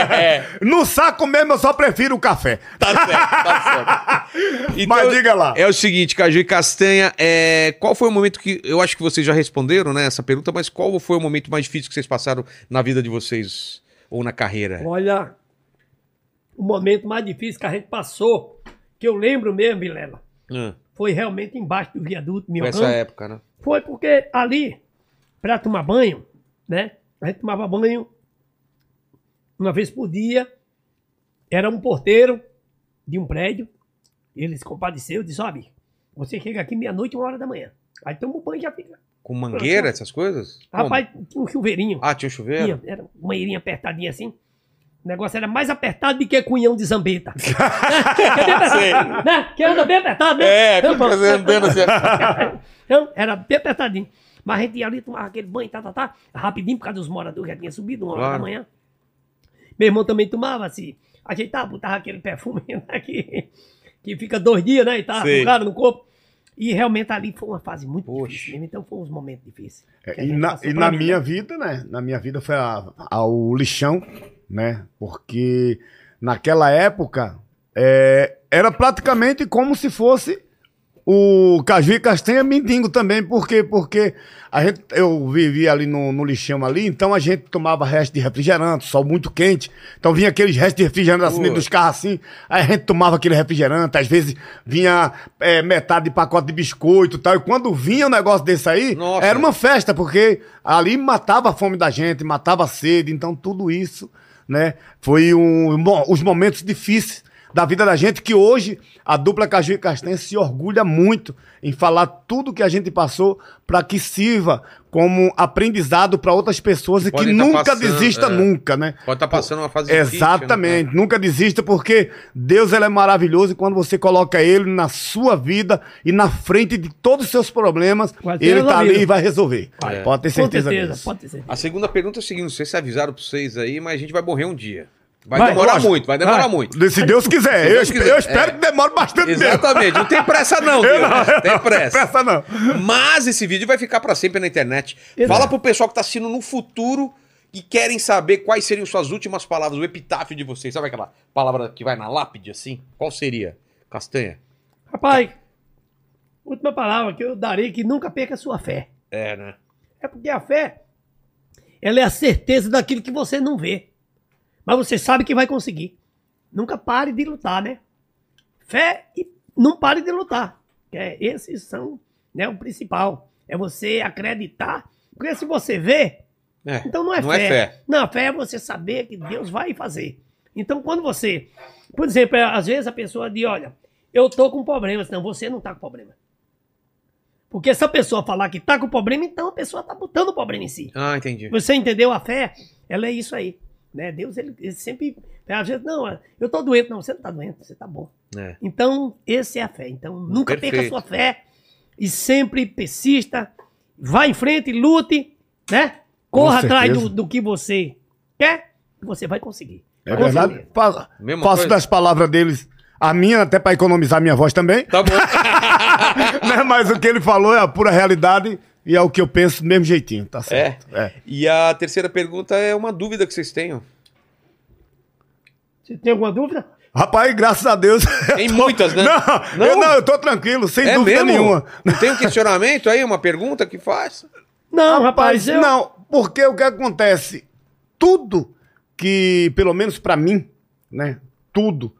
Speaker 3: No saco mesmo, eu só prefiro o café.
Speaker 1: Tá certo,
Speaker 4: [laughs]
Speaker 1: tá certo.
Speaker 3: Mas diga lá.
Speaker 1: É o seguinte, Caju e Castanha, é, qual foi o momento que. Eu acho que vocês já responderam, né, essa pergunta, mas qual foi o momento mais difícil que vocês passaram na vida de vocês? Ou na carreira?
Speaker 4: Olha, o momento mais difícil que a gente passou, que eu lembro mesmo, Vilela,
Speaker 1: Hum,
Speaker 4: foi realmente embaixo do viaduto,
Speaker 1: com
Speaker 4: meu
Speaker 1: essa época, né?
Speaker 4: Foi porque ali, pra tomar banho, né? A gente tomava banho uma vez por dia. Era um porteiro de um prédio. Ele se compadeceu e disse: Ó, bicho, você chega aqui meia-noite, uma hora da manhã. Aí toma o banho e já fica.
Speaker 1: Com mangueira, essas coisas?
Speaker 4: Rapaz, tinha um chuveirinho.
Speaker 1: Como? Ah, tinha um chuveiro?
Speaker 4: Tinha, era uma banheirinha apertadinha assim. O negócio era mais apertado do que cunhão de zambeta.
Speaker 3: [laughs]
Speaker 4: né? Que é bem apertado, né? Que anda bem apertado, né?
Speaker 5: É,
Speaker 4: Então,
Speaker 5: fica andando assim.
Speaker 3: É.
Speaker 4: então, era bem apertadinho. Mas a gente ia ali, tomava aquele banho, tá, tá, tá, rapidinho, por causa dos moradores, já tinha subido, uma hora
Speaker 1: Claro.
Speaker 4: da manhã. Meu irmão também tomava, se ajeitava, botava aquele perfume [laughs] né, que, que fica dois dias, né, e tá
Speaker 5: Sei.
Speaker 4: cara no corpo. E realmente ali foi uma fase muito
Speaker 1: Poxa.
Speaker 4: difícil mesmo, então foi uns momentos difíceis. que a
Speaker 3: É, e
Speaker 4: gente
Speaker 3: na,
Speaker 4: passou
Speaker 3: e
Speaker 4: pra
Speaker 3: na
Speaker 4: mim,
Speaker 3: minha
Speaker 4: né?
Speaker 3: vida, né? Na minha vida foi a- ao lixão, né? Porque naquela época é, era praticamente como se fosse o Caju e Castanha Mindingo também. Por quê? Porque a gente, eu vivia ali no, no lixão ali, então a gente tomava resto de refrigerante, sol muito quente. Então vinha aqueles restos de refrigerante assim, dentro dos carros assim. Aí a gente tomava aquele refrigerante, às vezes vinha é, metade de pacote de biscoito e tal. E quando vinha um negócio desse aí,
Speaker 1: Nossa.
Speaker 3: era uma festa, porque ali matava a fome da gente, matava a sede, então tudo isso, né? Foi um, bom, os momentos difíceis da vida da gente, que hoje a dupla Caju e Castanha se orgulha muito em falar tudo que a gente passou para que sirva como aprendizado para outras pessoas e que
Speaker 1: podem tá
Speaker 3: nunca
Speaker 1: passando,
Speaker 3: desista
Speaker 1: é.
Speaker 3: nunca, né?
Speaker 1: Pode estar passando uma fase difícil, né?
Speaker 3: Exatamente. Nunca desista, porque Deus ele é maravilhoso e quando você coloca Ele na sua vida e na frente de todos os seus problemas,
Speaker 4: Vai ser
Speaker 3: Ele tá
Speaker 4: resolvido.
Speaker 3: ali e vai resolver.
Speaker 1: É.
Speaker 3: Pode ter
Speaker 4: Com
Speaker 3: certeza,
Speaker 4: certeza,
Speaker 3: disso.
Speaker 4: pode ter certeza.
Speaker 1: A segunda pergunta é o seguinte: não sei se avisaram pra vocês aí, mas a gente vai morrer um dia. Vai,
Speaker 4: Vai,
Speaker 1: demorar
Speaker 3: lógico.
Speaker 1: muito, vai demorar
Speaker 4: Vai.
Speaker 1: muito.
Speaker 3: Se Deus quiser.
Speaker 1: Se
Speaker 3: eu,
Speaker 1: Deus
Speaker 3: espe-
Speaker 1: quiser,
Speaker 3: eu
Speaker 1: é.
Speaker 3: espero que demore bastante tempo.
Speaker 1: Exatamente, não tem pressa não,
Speaker 3: [laughs]
Speaker 1: Deus. não tem pressa.
Speaker 3: Pressa não.
Speaker 1: Mas esse vídeo vai ficar pra sempre na internet. Fala pro pessoal que tá assistindo no futuro e querem saber quais seriam suas últimas palavras, o epitáfio de vocês. Sabe aquela palavra que vai na lápide assim? Qual seria? Castanha?
Speaker 4: Rapaz, última palavra que eu darei que nunca perca a sua fé.
Speaker 1: É, né?
Speaker 4: É porque a fé, ela é a certeza daquilo que você não vê. Mas você sabe que vai conseguir. Nunca pare de lutar, né? Fé e não pare de lutar. Que é, esses são né, o principal. É você acreditar. Porque se você vê,
Speaker 1: É.
Speaker 4: então não é
Speaker 1: Não
Speaker 4: fé.
Speaker 1: é fé.
Speaker 4: Não, a fé é você saber que Deus vai fazer. Então quando você. Por exemplo, é, às vezes a pessoa diz: olha, eu tô com problema. Não, você não tá com problema. Porque se a pessoa falar que tá com problema, então a pessoa tá botando o problema em si.
Speaker 1: Ah, entendi.
Speaker 4: Você entendeu a fé? Ela é isso aí. Né? Deus, ele, ele sempre. né, Às vezes, não, eu tô doente. Não, você não tá doente, você tá bom.
Speaker 1: É.
Speaker 4: Então, essa é a fé. Então, nunca perca a
Speaker 1: Perfeito.
Speaker 4: sua fé e sempre persista, vá em frente, lute, né? Corra
Speaker 3: Com
Speaker 4: atrás do,
Speaker 3: certeza.
Speaker 4: do que você quer, que você vai conseguir.
Speaker 3: É
Speaker 4: Com
Speaker 3: verdade.
Speaker 4: certeza.
Speaker 3: Pa-
Speaker 1: Mesma
Speaker 3: Faço
Speaker 1: coisa.
Speaker 3: das palavras deles a minha, até para economizar minha voz também. [laughs]
Speaker 1: Tá bom. [laughs]
Speaker 3: né? Mas o que ele falou é a pura realidade e é o que eu penso do mesmo jeitinho, tá certo? É.
Speaker 1: E a terceira pergunta é uma dúvida que vocês tenham.
Speaker 4: Você tem alguma dúvida?
Speaker 3: Rapaz, graças a Deus. [laughs]
Speaker 1: Tem muitas, né?
Speaker 3: Não,
Speaker 1: Não? É
Speaker 3: Eu, não, eu tô tranquilo, sem dúvida nenhuma.
Speaker 1: Não tem um questionamento aí, uma pergunta que faz?
Speaker 4: Não, rapaz, eu...
Speaker 3: Não, porque o que acontece? Tudo que, pelo menos pra mim, né? Tudo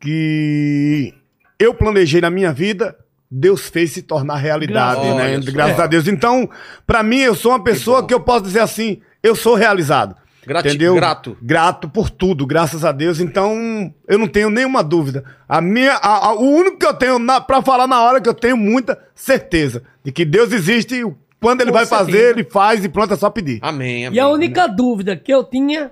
Speaker 3: que eu planejei na minha vida, Deus fez se tornar realidade,
Speaker 1: Graças-
Speaker 3: né?
Speaker 1: Olha só.
Speaker 3: Graças a Deus. Então, pra mim, eu sou uma pessoa que, eu posso dizer assim, eu sou realizado.
Speaker 1: Grati-
Speaker 3: entendeu?
Speaker 1: Tá grato.
Speaker 3: Grato por tudo, graças a Deus. Então, eu não tenho nenhuma dúvida. A minha, a- a- o único que eu tenho na, pra falar na hora é que eu tenho muita certeza de que Deus existe e quando ele
Speaker 4: Com
Speaker 3: vai fazer,
Speaker 4: certeza.
Speaker 3: ele faz e pronto, é só pedir.
Speaker 1: Amém, amém.
Speaker 4: E a única dúvida que eu tinha,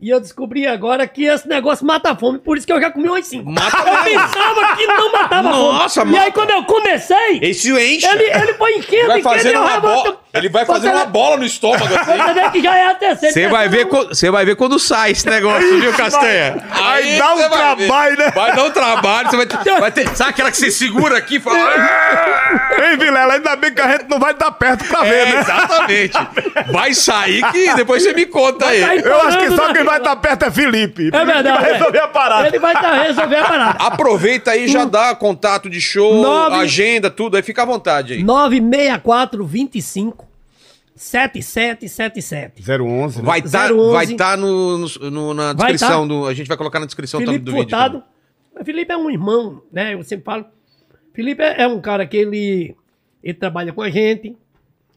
Speaker 4: e eu descobri agora, é que esse negócio mata a fome, por isso que eu já comi um umas cinco.
Speaker 1: Mata
Speaker 4: [laughs] eu
Speaker 1: mesmo.
Speaker 4: pensava que não matava a fome.
Speaker 1: Nossa,
Speaker 4: E aí
Speaker 1: mata.
Speaker 4: quando eu comecei,
Speaker 1: Esse enche.
Speaker 4: ele, ele foi enchendo,
Speaker 1: vai fazendo
Speaker 4: eu
Speaker 1: uma
Speaker 4: arrebato-
Speaker 1: bola. Ele vai fazer
Speaker 4: Você
Speaker 1: uma
Speaker 4: vê-
Speaker 1: bola no estômago assim.
Speaker 4: Você vê que já é a terceira.
Speaker 6: Você vai, ver quando- você vai ver quando sai esse negócio, viu, Castanha?
Speaker 3: Aí dá um
Speaker 1: você vai ver.
Speaker 3: trabalho, né?
Speaker 1: Vai dar um trabalho, você vai ter, vai ter- Sabe aquela que você segura aqui e fala.
Speaker 3: Ei, Vilela, ainda bem que a gente não vai dar perto pra
Speaker 1: "É,
Speaker 3: ver, né?
Speaker 1: Exatamente. Vai sair que depois você me conta aí.
Speaker 4: sair.
Speaker 3: Eu acho que
Speaker 4: Falando,
Speaker 3: só
Speaker 4: né?
Speaker 3: quem vai estar perto é Felipe.
Speaker 4: É verdade.
Speaker 3: Vai resolver a parada.
Speaker 4: Ele vai tá- resolver
Speaker 1: [laughs]
Speaker 4: a parada.
Speaker 1: Aproveita aí, já dá contato de show,
Speaker 4: Hum. Nove-
Speaker 1: agenda, tudo aí. Fica à vontade aí.
Speaker 4: 96425 7777.
Speaker 3: 011. né?
Speaker 1: Vai estar
Speaker 4: 011.
Speaker 1: vai tá no, no- no- na
Speaker 4: Vai
Speaker 1: descrição
Speaker 4: tá.
Speaker 1: do. A gente vai colocar na descrição também
Speaker 4: Felipe
Speaker 1: do vídeo.
Speaker 4: Furtado. Felipe é um irmão, né? Eu sempre falo. Felipe é é um cara que ele, ele trabalha com a gente.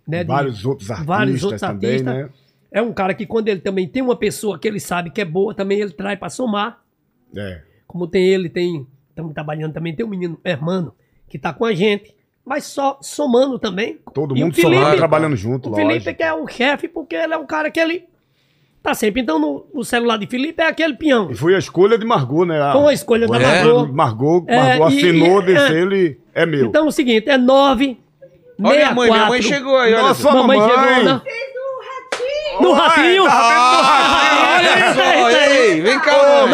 Speaker 4: Né? de-
Speaker 3: Vários outros artistas também, né?
Speaker 4: É um cara que quando ele também tem uma pessoa que ele sabe que é boa, também ele traz pra somar.
Speaker 3: É.
Speaker 4: Como tem ele, tem. Estamos trabalhando também, tem um menino, Hermano, que tá com a gente. Mas só somando também.
Speaker 3: Todo
Speaker 4: E o
Speaker 3: mundo
Speaker 4: Felipe-
Speaker 3: somando, trabalhando junto,
Speaker 4: O Felipe
Speaker 3: lógico.
Speaker 4: que é o chefe, porque ele é um cara que ele tá sempre. Então, no, o celular de Felipe é aquele peão.
Speaker 3: E foi a escolha de Margot, né? A-
Speaker 4: Foi a escolha da Margot.
Speaker 3: Margot,
Speaker 4: É,
Speaker 3: Margot
Speaker 4: e-
Speaker 3: assinou,
Speaker 4: e-
Speaker 3: disse
Speaker 4: é.
Speaker 3: ele, é meu.
Speaker 4: Então, é o seguinte, é 9.
Speaker 1: Olha a mãe, minha mãe chegou aí, olha.
Speaker 3: Nossa,
Speaker 1: só.
Speaker 3: sua
Speaker 4: mamãe,
Speaker 3: mamãe.
Speaker 4: chegou na, no ratinho.
Speaker 1: Ah, olha
Speaker 4: Eita,
Speaker 1: só,
Speaker 4: eita,
Speaker 1: ei, vem cá, mãe.
Speaker 3: coisa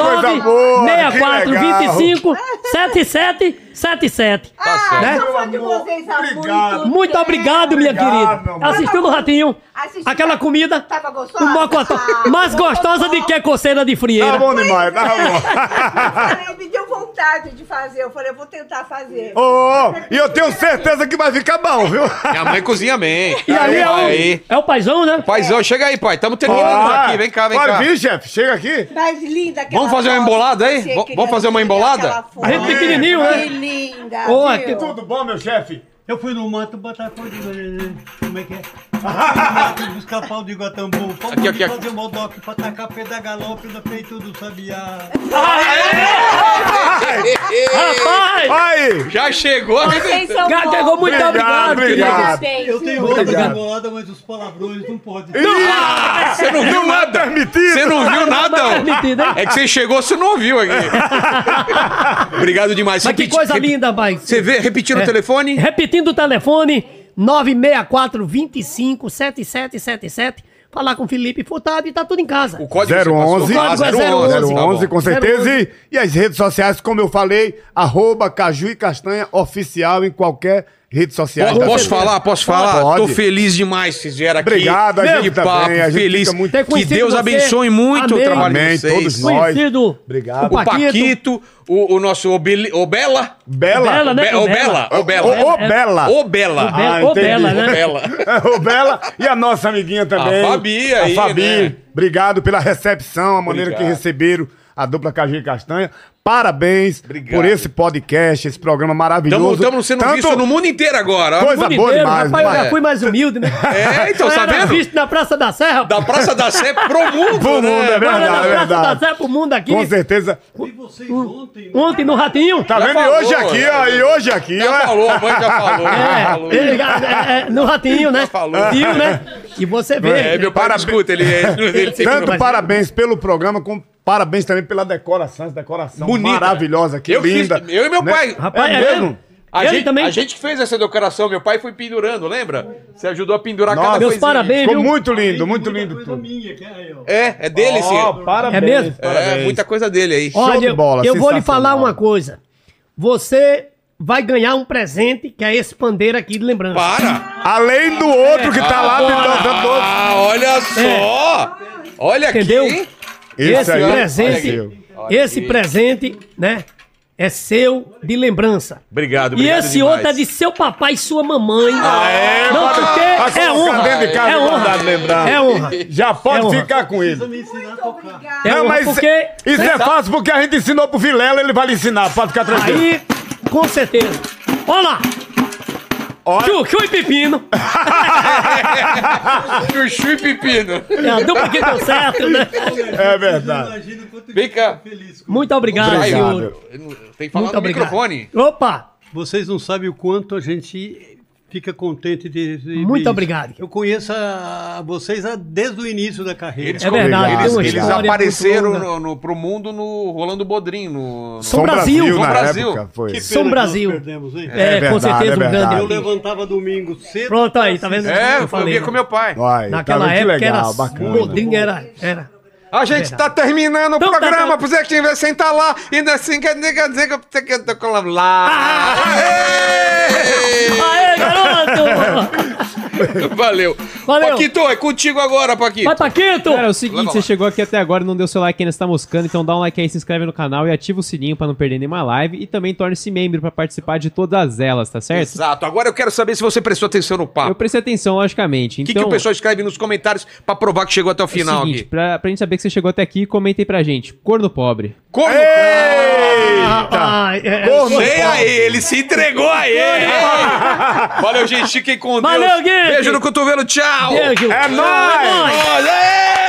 Speaker 3: boa, que
Speaker 4: 64
Speaker 3: legal.
Speaker 4: 25
Speaker 7: Ah,
Speaker 4: 7777.
Speaker 1: Tá certo.
Speaker 4: Né?
Speaker 7: Eu sou de
Speaker 3: amor,
Speaker 7: vocês há
Speaker 3: obrigado.
Speaker 7: muito
Speaker 4: Muito
Speaker 7: tempo.
Speaker 4: obrigado, minha
Speaker 3: Obrigado, meu
Speaker 4: querida.
Speaker 3: amor.
Speaker 4: Assistiu no ratinho.
Speaker 7: Assisti.
Speaker 4: Aquela comida.
Speaker 7: Tava gostosa?
Speaker 4: O mocotó.
Speaker 7: Ah,
Speaker 4: Mais gostosa de que a coceira de
Speaker 3: Tá
Speaker 4: frieira.
Speaker 3: bom tá demais, tá bom.
Speaker 7: Falei, me deu vontade de fazer. Eu falei, eu vou tentar fazer.
Speaker 4: [laughs]
Speaker 3: Ô, ô, e eu tenho certeza que vai ficar bom, viu?
Speaker 1: Minha mãe cozinha bem.
Speaker 4: [laughs] E ali é
Speaker 1: Aí.
Speaker 4: o, é o paizão, né?
Speaker 1: Paizão, chega aí, pai. Estamos terminando aqui. Vem cá, vem
Speaker 3: Bora
Speaker 1: cá.
Speaker 3: vir, chefe, chega aqui.
Speaker 7: Mas linda aquela
Speaker 1: Vamos fazer uma
Speaker 7: foto
Speaker 1: embolada aí?
Speaker 7: que você
Speaker 1: Vamos-
Speaker 7: queria
Speaker 1: vamos fazer uma
Speaker 7: tirar
Speaker 1: embolada?
Speaker 7: aquela foto.
Speaker 4: A gente pequenininho,
Speaker 7: Que
Speaker 4: né?
Speaker 7: linda,
Speaker 4: Ô,
Speaker 7: viu?
Speaker 4: aqui-
Speaker 3: Tudo bom, meu chefe?
Speaker 8: Eu fui no mato botar pau de gotambu. Como é
Speaker 1: [laughs]
Speaker 8: que é? Buscar pau de gotambu. Pau
Speaker 1: Aqui, aqui,
Speaker 8: de
Speaker 1: aqui.
Speaker 8: fazer modoc pra tacar pé da galope no peito do sabiá.
Speaker 4: Rapaz!
Speaker 3: Aí,
Speaker 1: Já chegou.
Speaker 7: Vocês são
Speaker 4: Cara,
Speaker 7: bom.
Speaker 4: chegou muito
Speaker 3: Obrigado,
Speaker 4: obrigado,
Speaker 3: obrigado.
Speaker 4: querido.
Speaker 7: Parabéns,
Speaker 8: Eu tenho
Speaker 7: viu?
Speaker 8: roupa de
Speaker 3: Obrigado.
Speaker 8: bolada, mas os palavrões não podem.
Speaker 1: Ah, Você não viu nada.
Speaker 3: permitido.
Speaker 1: Você não viu nada.
Speaker 4: é Não é permitido, hein?
Speaker 1: É que você chegou, você não ouviu aqui.
Speaker 4: [laughs]
Speaker 1: Obrigado demais.
Speaker 4: Mas que
Speaker 1: Repeti-
Speaker 4: coisa
Speaker 1: repi-
Speaker 4: linda, pai.
Speaker 1: Você vê, repetindo
Speaker 4: É.
Speaker 1: o telefone?
Speaker 4: Repetindo o telefone, 964-25-7777. Falar com o Felipe Furtado e tá tudo em casa.
Speaker 1: O código
Speaker 3: 011.
Speaker 1: você passou?
Speaker 4: O código é 011.
Speaker 3: 011, com certeza. E,
Speaker 4: 011.
Speaker 3: e as redes sociais, como eu falei, arroba Caju e Castanha Oficial em qualquer rede social.
Speaker 1: Po-
Speaker 3: da
Speaker 1: Posso
Speaker 3: vida.
Speaker 1: falar? Posso falar?
Speaker 3: Pode.
Speaker 1: Tô feliz demais que vocês vieram aqui.
Speaker 3: Obrigado, a
Speaker 1: Que
Speaker 3: gente
Speaker 1: papo,
Speaker 3: também, a gente
Speaker 1: feliz.
Speaker 3: fica muito-
Speaker 4: Ter
Speaker 1: Que
Speaker 4: É conhecido
Speaker 1: Deus
Speaker 4: você.
Speaker 1: abençoe muito
Speaker 4: Amém.
Speaker 1: o trabalho
Speaker 3: Amém,
Speaker 1: de vocês.
Speaker 3: todos nós.
Speaker 4: Conhecido.
Speaker 3: Obrigado.
Speaker 4: O
Speaker 1: O
Speaker 4: Paquito.
Speaker 1: Paquito, o, o nosso Obeli- Obela.
Speaker 3: Bela.
Speaker 4: Bela, né?
Speaker 1: Be-
Speaker 4: O
Speaker 1: Obela.
Speaker 3: Ô, ô,
Speaker 1: É,
Speaker 3: ô, Bela.
Speaker 1: Obela. Obela.
Speaker 4: Obela.
Speaker 3: Ah,
Speaker 4: Ô,
Speaker 3: entendi.
Speaker 4: Bela, né?
Speaker 1: Obela.
Speaker 3: [laughs] Ô, Bela. E a nossa amiguinha também.
Speaker 1: A Fabi
Speaker 3: A
Speaker 1: aí,
Speaker 3: Fabi.
Speaker 1: né?
Speaker 3: Obrigado pela recepção, a maneira
Speaker 1: Obrigado.
Speaker 3: que receberam a dupla Caju e Castanha. Parabéns
Speaker 1: Obrigado.
Speaker 3: por esse podcast, esse programa maravilhoso.
Speaker 1: Estamos sendo
Speaker 3: Tanto-
Speaker 1: vistos no mundo inteiro agora. ó.
Speaker 3: Coisa
Speaker 4: mundo
Speaker 3: boa
Speaker 4: inteiro,
Speaker 3: demais,
Speaker 4: rapaz, eu
Speaker 3: demais.
Speaker 4: já fui mais humilde, né?
Speaker 3: [laughs]
Speaker 1: É, então,
Speaker 4: Eu
Speaker 1: tá
Speaker 4: era
Speaker 1: vendo?
Speaker 4: visto na Praça da Serra.
Speaker 1: Da Praça da Sé
Speaker 3: [laughs]
Speaker 1: pro mundo,
Speaker 3: Pro
Speaker 1: né?
Speaker 3: mundo, é
Speaker 4: Agora
Speaker 3: verdade,
Speaker 4: na Praça
Speaker 3: verdade.
Speaker 4: da Serra pro mundo aqui.
Speaker 3: Com certeza.
Speaker 8: E vocês
Speaker 4: Hum.
Speaker 8: ontem...
Speaker 4: Ontem no Ratinho.
Speaker 3: Tá
Speaker 1: Já
Speaker 3: vendo?
Speaker 1: falou,
Speaker 3: e hoje aqui, ó. E hoje aqui,
Speaker 1: Já
Speaker 3: ó. é.
Speaker 1: falou, a mãe já
Speaker 3: [laughs]
Speaker 1: falou.
Speaker 3: Ah,
Speaker 1: já falou.
Speaker 4: É, ele- é, é, no Ratinho, né?
Speaker 1: falou.
Speaker 4: Tio, né? E você vê.
Speaker 1: É, meu pai não escuta, ele, ele, ele sempre
Speaker 4: Tanto
Speaker 1: vai-
Speaker 3: Tanto parabéns pelo programa, como parabéns também pela decoração, essa decoração
Speaker 1: Bonita.
Speaker 3: maravilhosa, que
Speaker 1: eu fiz-
Speaker 3: linda.
Speaker 1: eu e meu
Speaker 3: né?
Speaker 1: pai.
Speaker 4: Rapaz,
Speaker 3: É
Speaker 4: é
Speaker 3: mesmo?
Speaker 4: mesmo?
Speaker 1: A
Speaker 4: Ele
Speaker 1: gente,
Speaker 4: também.
Speaker 1: a gente que fez essa decoração, meu pai foi pendurando, lembra? Você ajudou a pendurar
Speaker 3: Nossa,
Speaker 1: cada
Speaker 4: Meus
Speaker 1: coisinha.
Speaker 4: parabéns,
Speaker 3: Ficou
Speaker 4: viu?
Speaker 3: muito lindo,
Speaker 8: Tem
Speaker 3: muito
Speaker 8: muita
Speaker 3: lindo
Speaker 8: coisa
Speaker 3: tudo.
Speaker 8: minha, que é aí, ó.
Speaker 1: É, é dele esse.
Speaker 3: Ó, parabéns,
Speaker 4: É mesmo?
Speaker 1: É, muita coisa dele aí.
Speaker 3: de
Speaker 4: Olha, eu-
Speaker 3: bola,
Speaker 4: eu vou lhe
Speaker 3: sensacional.
Speaker 4: falar uma coisa. Você vai ganhar um presente, que é esse pandeiro aqui de lembrança.
Speaker 1: Para!
Speaker 3: Além do outro que tá lá pintando dando outro.
Speaker 1: Ah, olha só! Olha
Speaker 4: É. Entendeu?
Speaker 1: aqui!
Speaker 4: Esse
Speaker 3: aí,
Speaker 4: presente,
Speaker 3: olha aqui.
Speaker 1: Olha
Speaker 4: esse
Speaker 1: aqui.
Speaker 4: presente, né? é seu de lembrança.
Speaker 1: Obrigado,
Speaker 4: E
Speaker 1: obrigado
Speaker 4: esse
Speaker 1: demais.
Speaker 4: outro é de seu papai e sua mamãe.
Speaker 3: É,
Speaker 4: Não,
Speaker 3: pode-
Speaker 4: porque
Speaker 3: pode
Speaker 4: é
Speaker 3: colocar
Speaker 4: honra.
Speaker 3: dentro de casa
Speaker 4: É
Speaker 3: e
Speaker 4: honra.
Speaker 3: mandar lembrar.
Speaker 4: É honra.
Speaker 3: Já pode
Speaker 4: honra.
Speaker 3: ficar com ele.
Speaker 8: me ensinar a
Speaker 7: Muito
Speaker 8: tocar.
Speaker 7: obrigada.
Speaker 4: É
Speaker 3: Não,
Speaker 4: honra
Speaker 3: mas isso
Speaker 4: porque... tá-
Speaker 3: é- isso é fácil porque a gente ensinou pro Vilela, ele vai lhe ensinar. Pode ficar tranquilo.
Speaker 4: Aí, com certeza. Olha lá,
Speaker 3: Olha,
Speaker 4: chuchu e pepino.
Speaker 1: Chuchu [laughs] e pepino.
Speaker 4: É a dupla que deu certo, né?
Speaker 3: é verdade.
Speaker 8: Imagina quanto
Speaker 1: Vem cá.
Speaker 8: feliz. com-
Speaker 4: Muito obrigado,
Speaker 1: Obrigado.
Speaker 4: senhor.
Speaker 1: Eu não- Tem que falar
Speaker 4: Muito
Speaker 1: no
Speaker 4: obrigado.
Speaker 1: microfone.
Speaker 4: Opa,
Speaker 8: Vocês não sabem o quanto a gente fica contente de. de
Speaker 4: Muito
Speaker 8: de-
Speaker 4: obrigado.
Speaker 8: Eu conheço a, a vocês a- desde o início da carreira.
Speaker 1: Eles,
Speaker 4: É verdade,
Speaker 1: eles-
Speaker 3: tem uma
Speaker 1: eles
Speaker 4: história muito
Speaker 1: apareceram
Speaker 4: longa.
Speaker 1: no, no, pro mundo no Rolando Bodrim. No, no-
Speaker 4: São Brasil.
Speaker 3: Brasil na
Speaker 1: São Brasil.
Speaker 3: época, foi.
Speaker 8: Que pena
Speaker 4: São
Speaker 8: que
Speaker 4: Brasil.
Speaker 8: Nós perdemos, hein?
Speaker 4: é,
Speaker 3: verdade,
Speaker 4: com certeza
Speaker 3: é
Speaker 4: um grande.
Speaker 3: verdade.
Speaker 8: Eu
Speaker 4: amigo.
Speaker 8: levantava domingo cedo.
Speaker 4: Pronto aí, tá vendo?
Speaker 1: É,
Speaker 4: Eu
Speaker 1: eu,
Speaker 4: falei,
Speaker 1: via com meu pai.
Speaker 3: Olha,
Speaker 4: Naquela
Speaker 3: tá vendo? Que
Speaker 4: época
Speaker 3: legal,
Speaker 4: era.
Speaker 3: bacana.
Speaker 4: O Bodrinho era. era.
Speaker 1: A gente tá terminando o
Speaker 4: Então tá,
Speaker 1: programa,
Speaker 4: tá.
Speaker 1: pra você que tiver sem tá lá, ainda assim quer dizer quer dizer que eu tenho que eu tô com lá.
Speaker 4: Ah!
Speaker 1: lá.
Speaker 4: Aê, garoto!
Speaker 1: [laughs] Valeu.
Speaker 4: Valeu.
Speaker 1: Paquito, é contigo agora, Paquito.
Speaker 4: Vai, Paquito!
Speaker 2: Cara, é o seguinte,
Speaker 1: Leva
Speaker 2: você
Speaker 1: lá.
Speaker 2: chegou aqui até agora e não deu seu like ainda, está moscando, então dá um like aí, se inscreve no canal e ativa o sininho pra não perder nenhuma live e também torne-se membro pra participar de todas elas, tá certo?
Speaker 1: Exato. Agora eu quero saber se você prestou atenção no papo.
Speaker 2: Eu
Speaker 1: O
Speaker 2: prestei atenção, logicamente.
Speaker 1: que,
Speaker 2: então,
Speaker 1: que o pessoal escreve nos comentários pra provar que chegou até o
Speaker 2: é o
Speaker 1: final
Speaker 2: seguinte,
Speaker 1: aqui?
Speaker 2: pra, pra gente saber que você chegou até aqui, comenta aí pra gente. Corno pobre.
Speaker 1: Como?
Speaker 3: Eita!
Speaker 4: Ah, é-
Speaker 3: Corno.
Speaker 1: Sei a ele, se entregou a ele. Valeu, gente. Fiquem com Deus.
Speaker 4: Valeu, Gui.
Speaker 1: Beijo no cotovelo. Tchau.
Speaker 4: Beijo.
Speaker 3: É nóis!
Speaker 1: Nós, aê!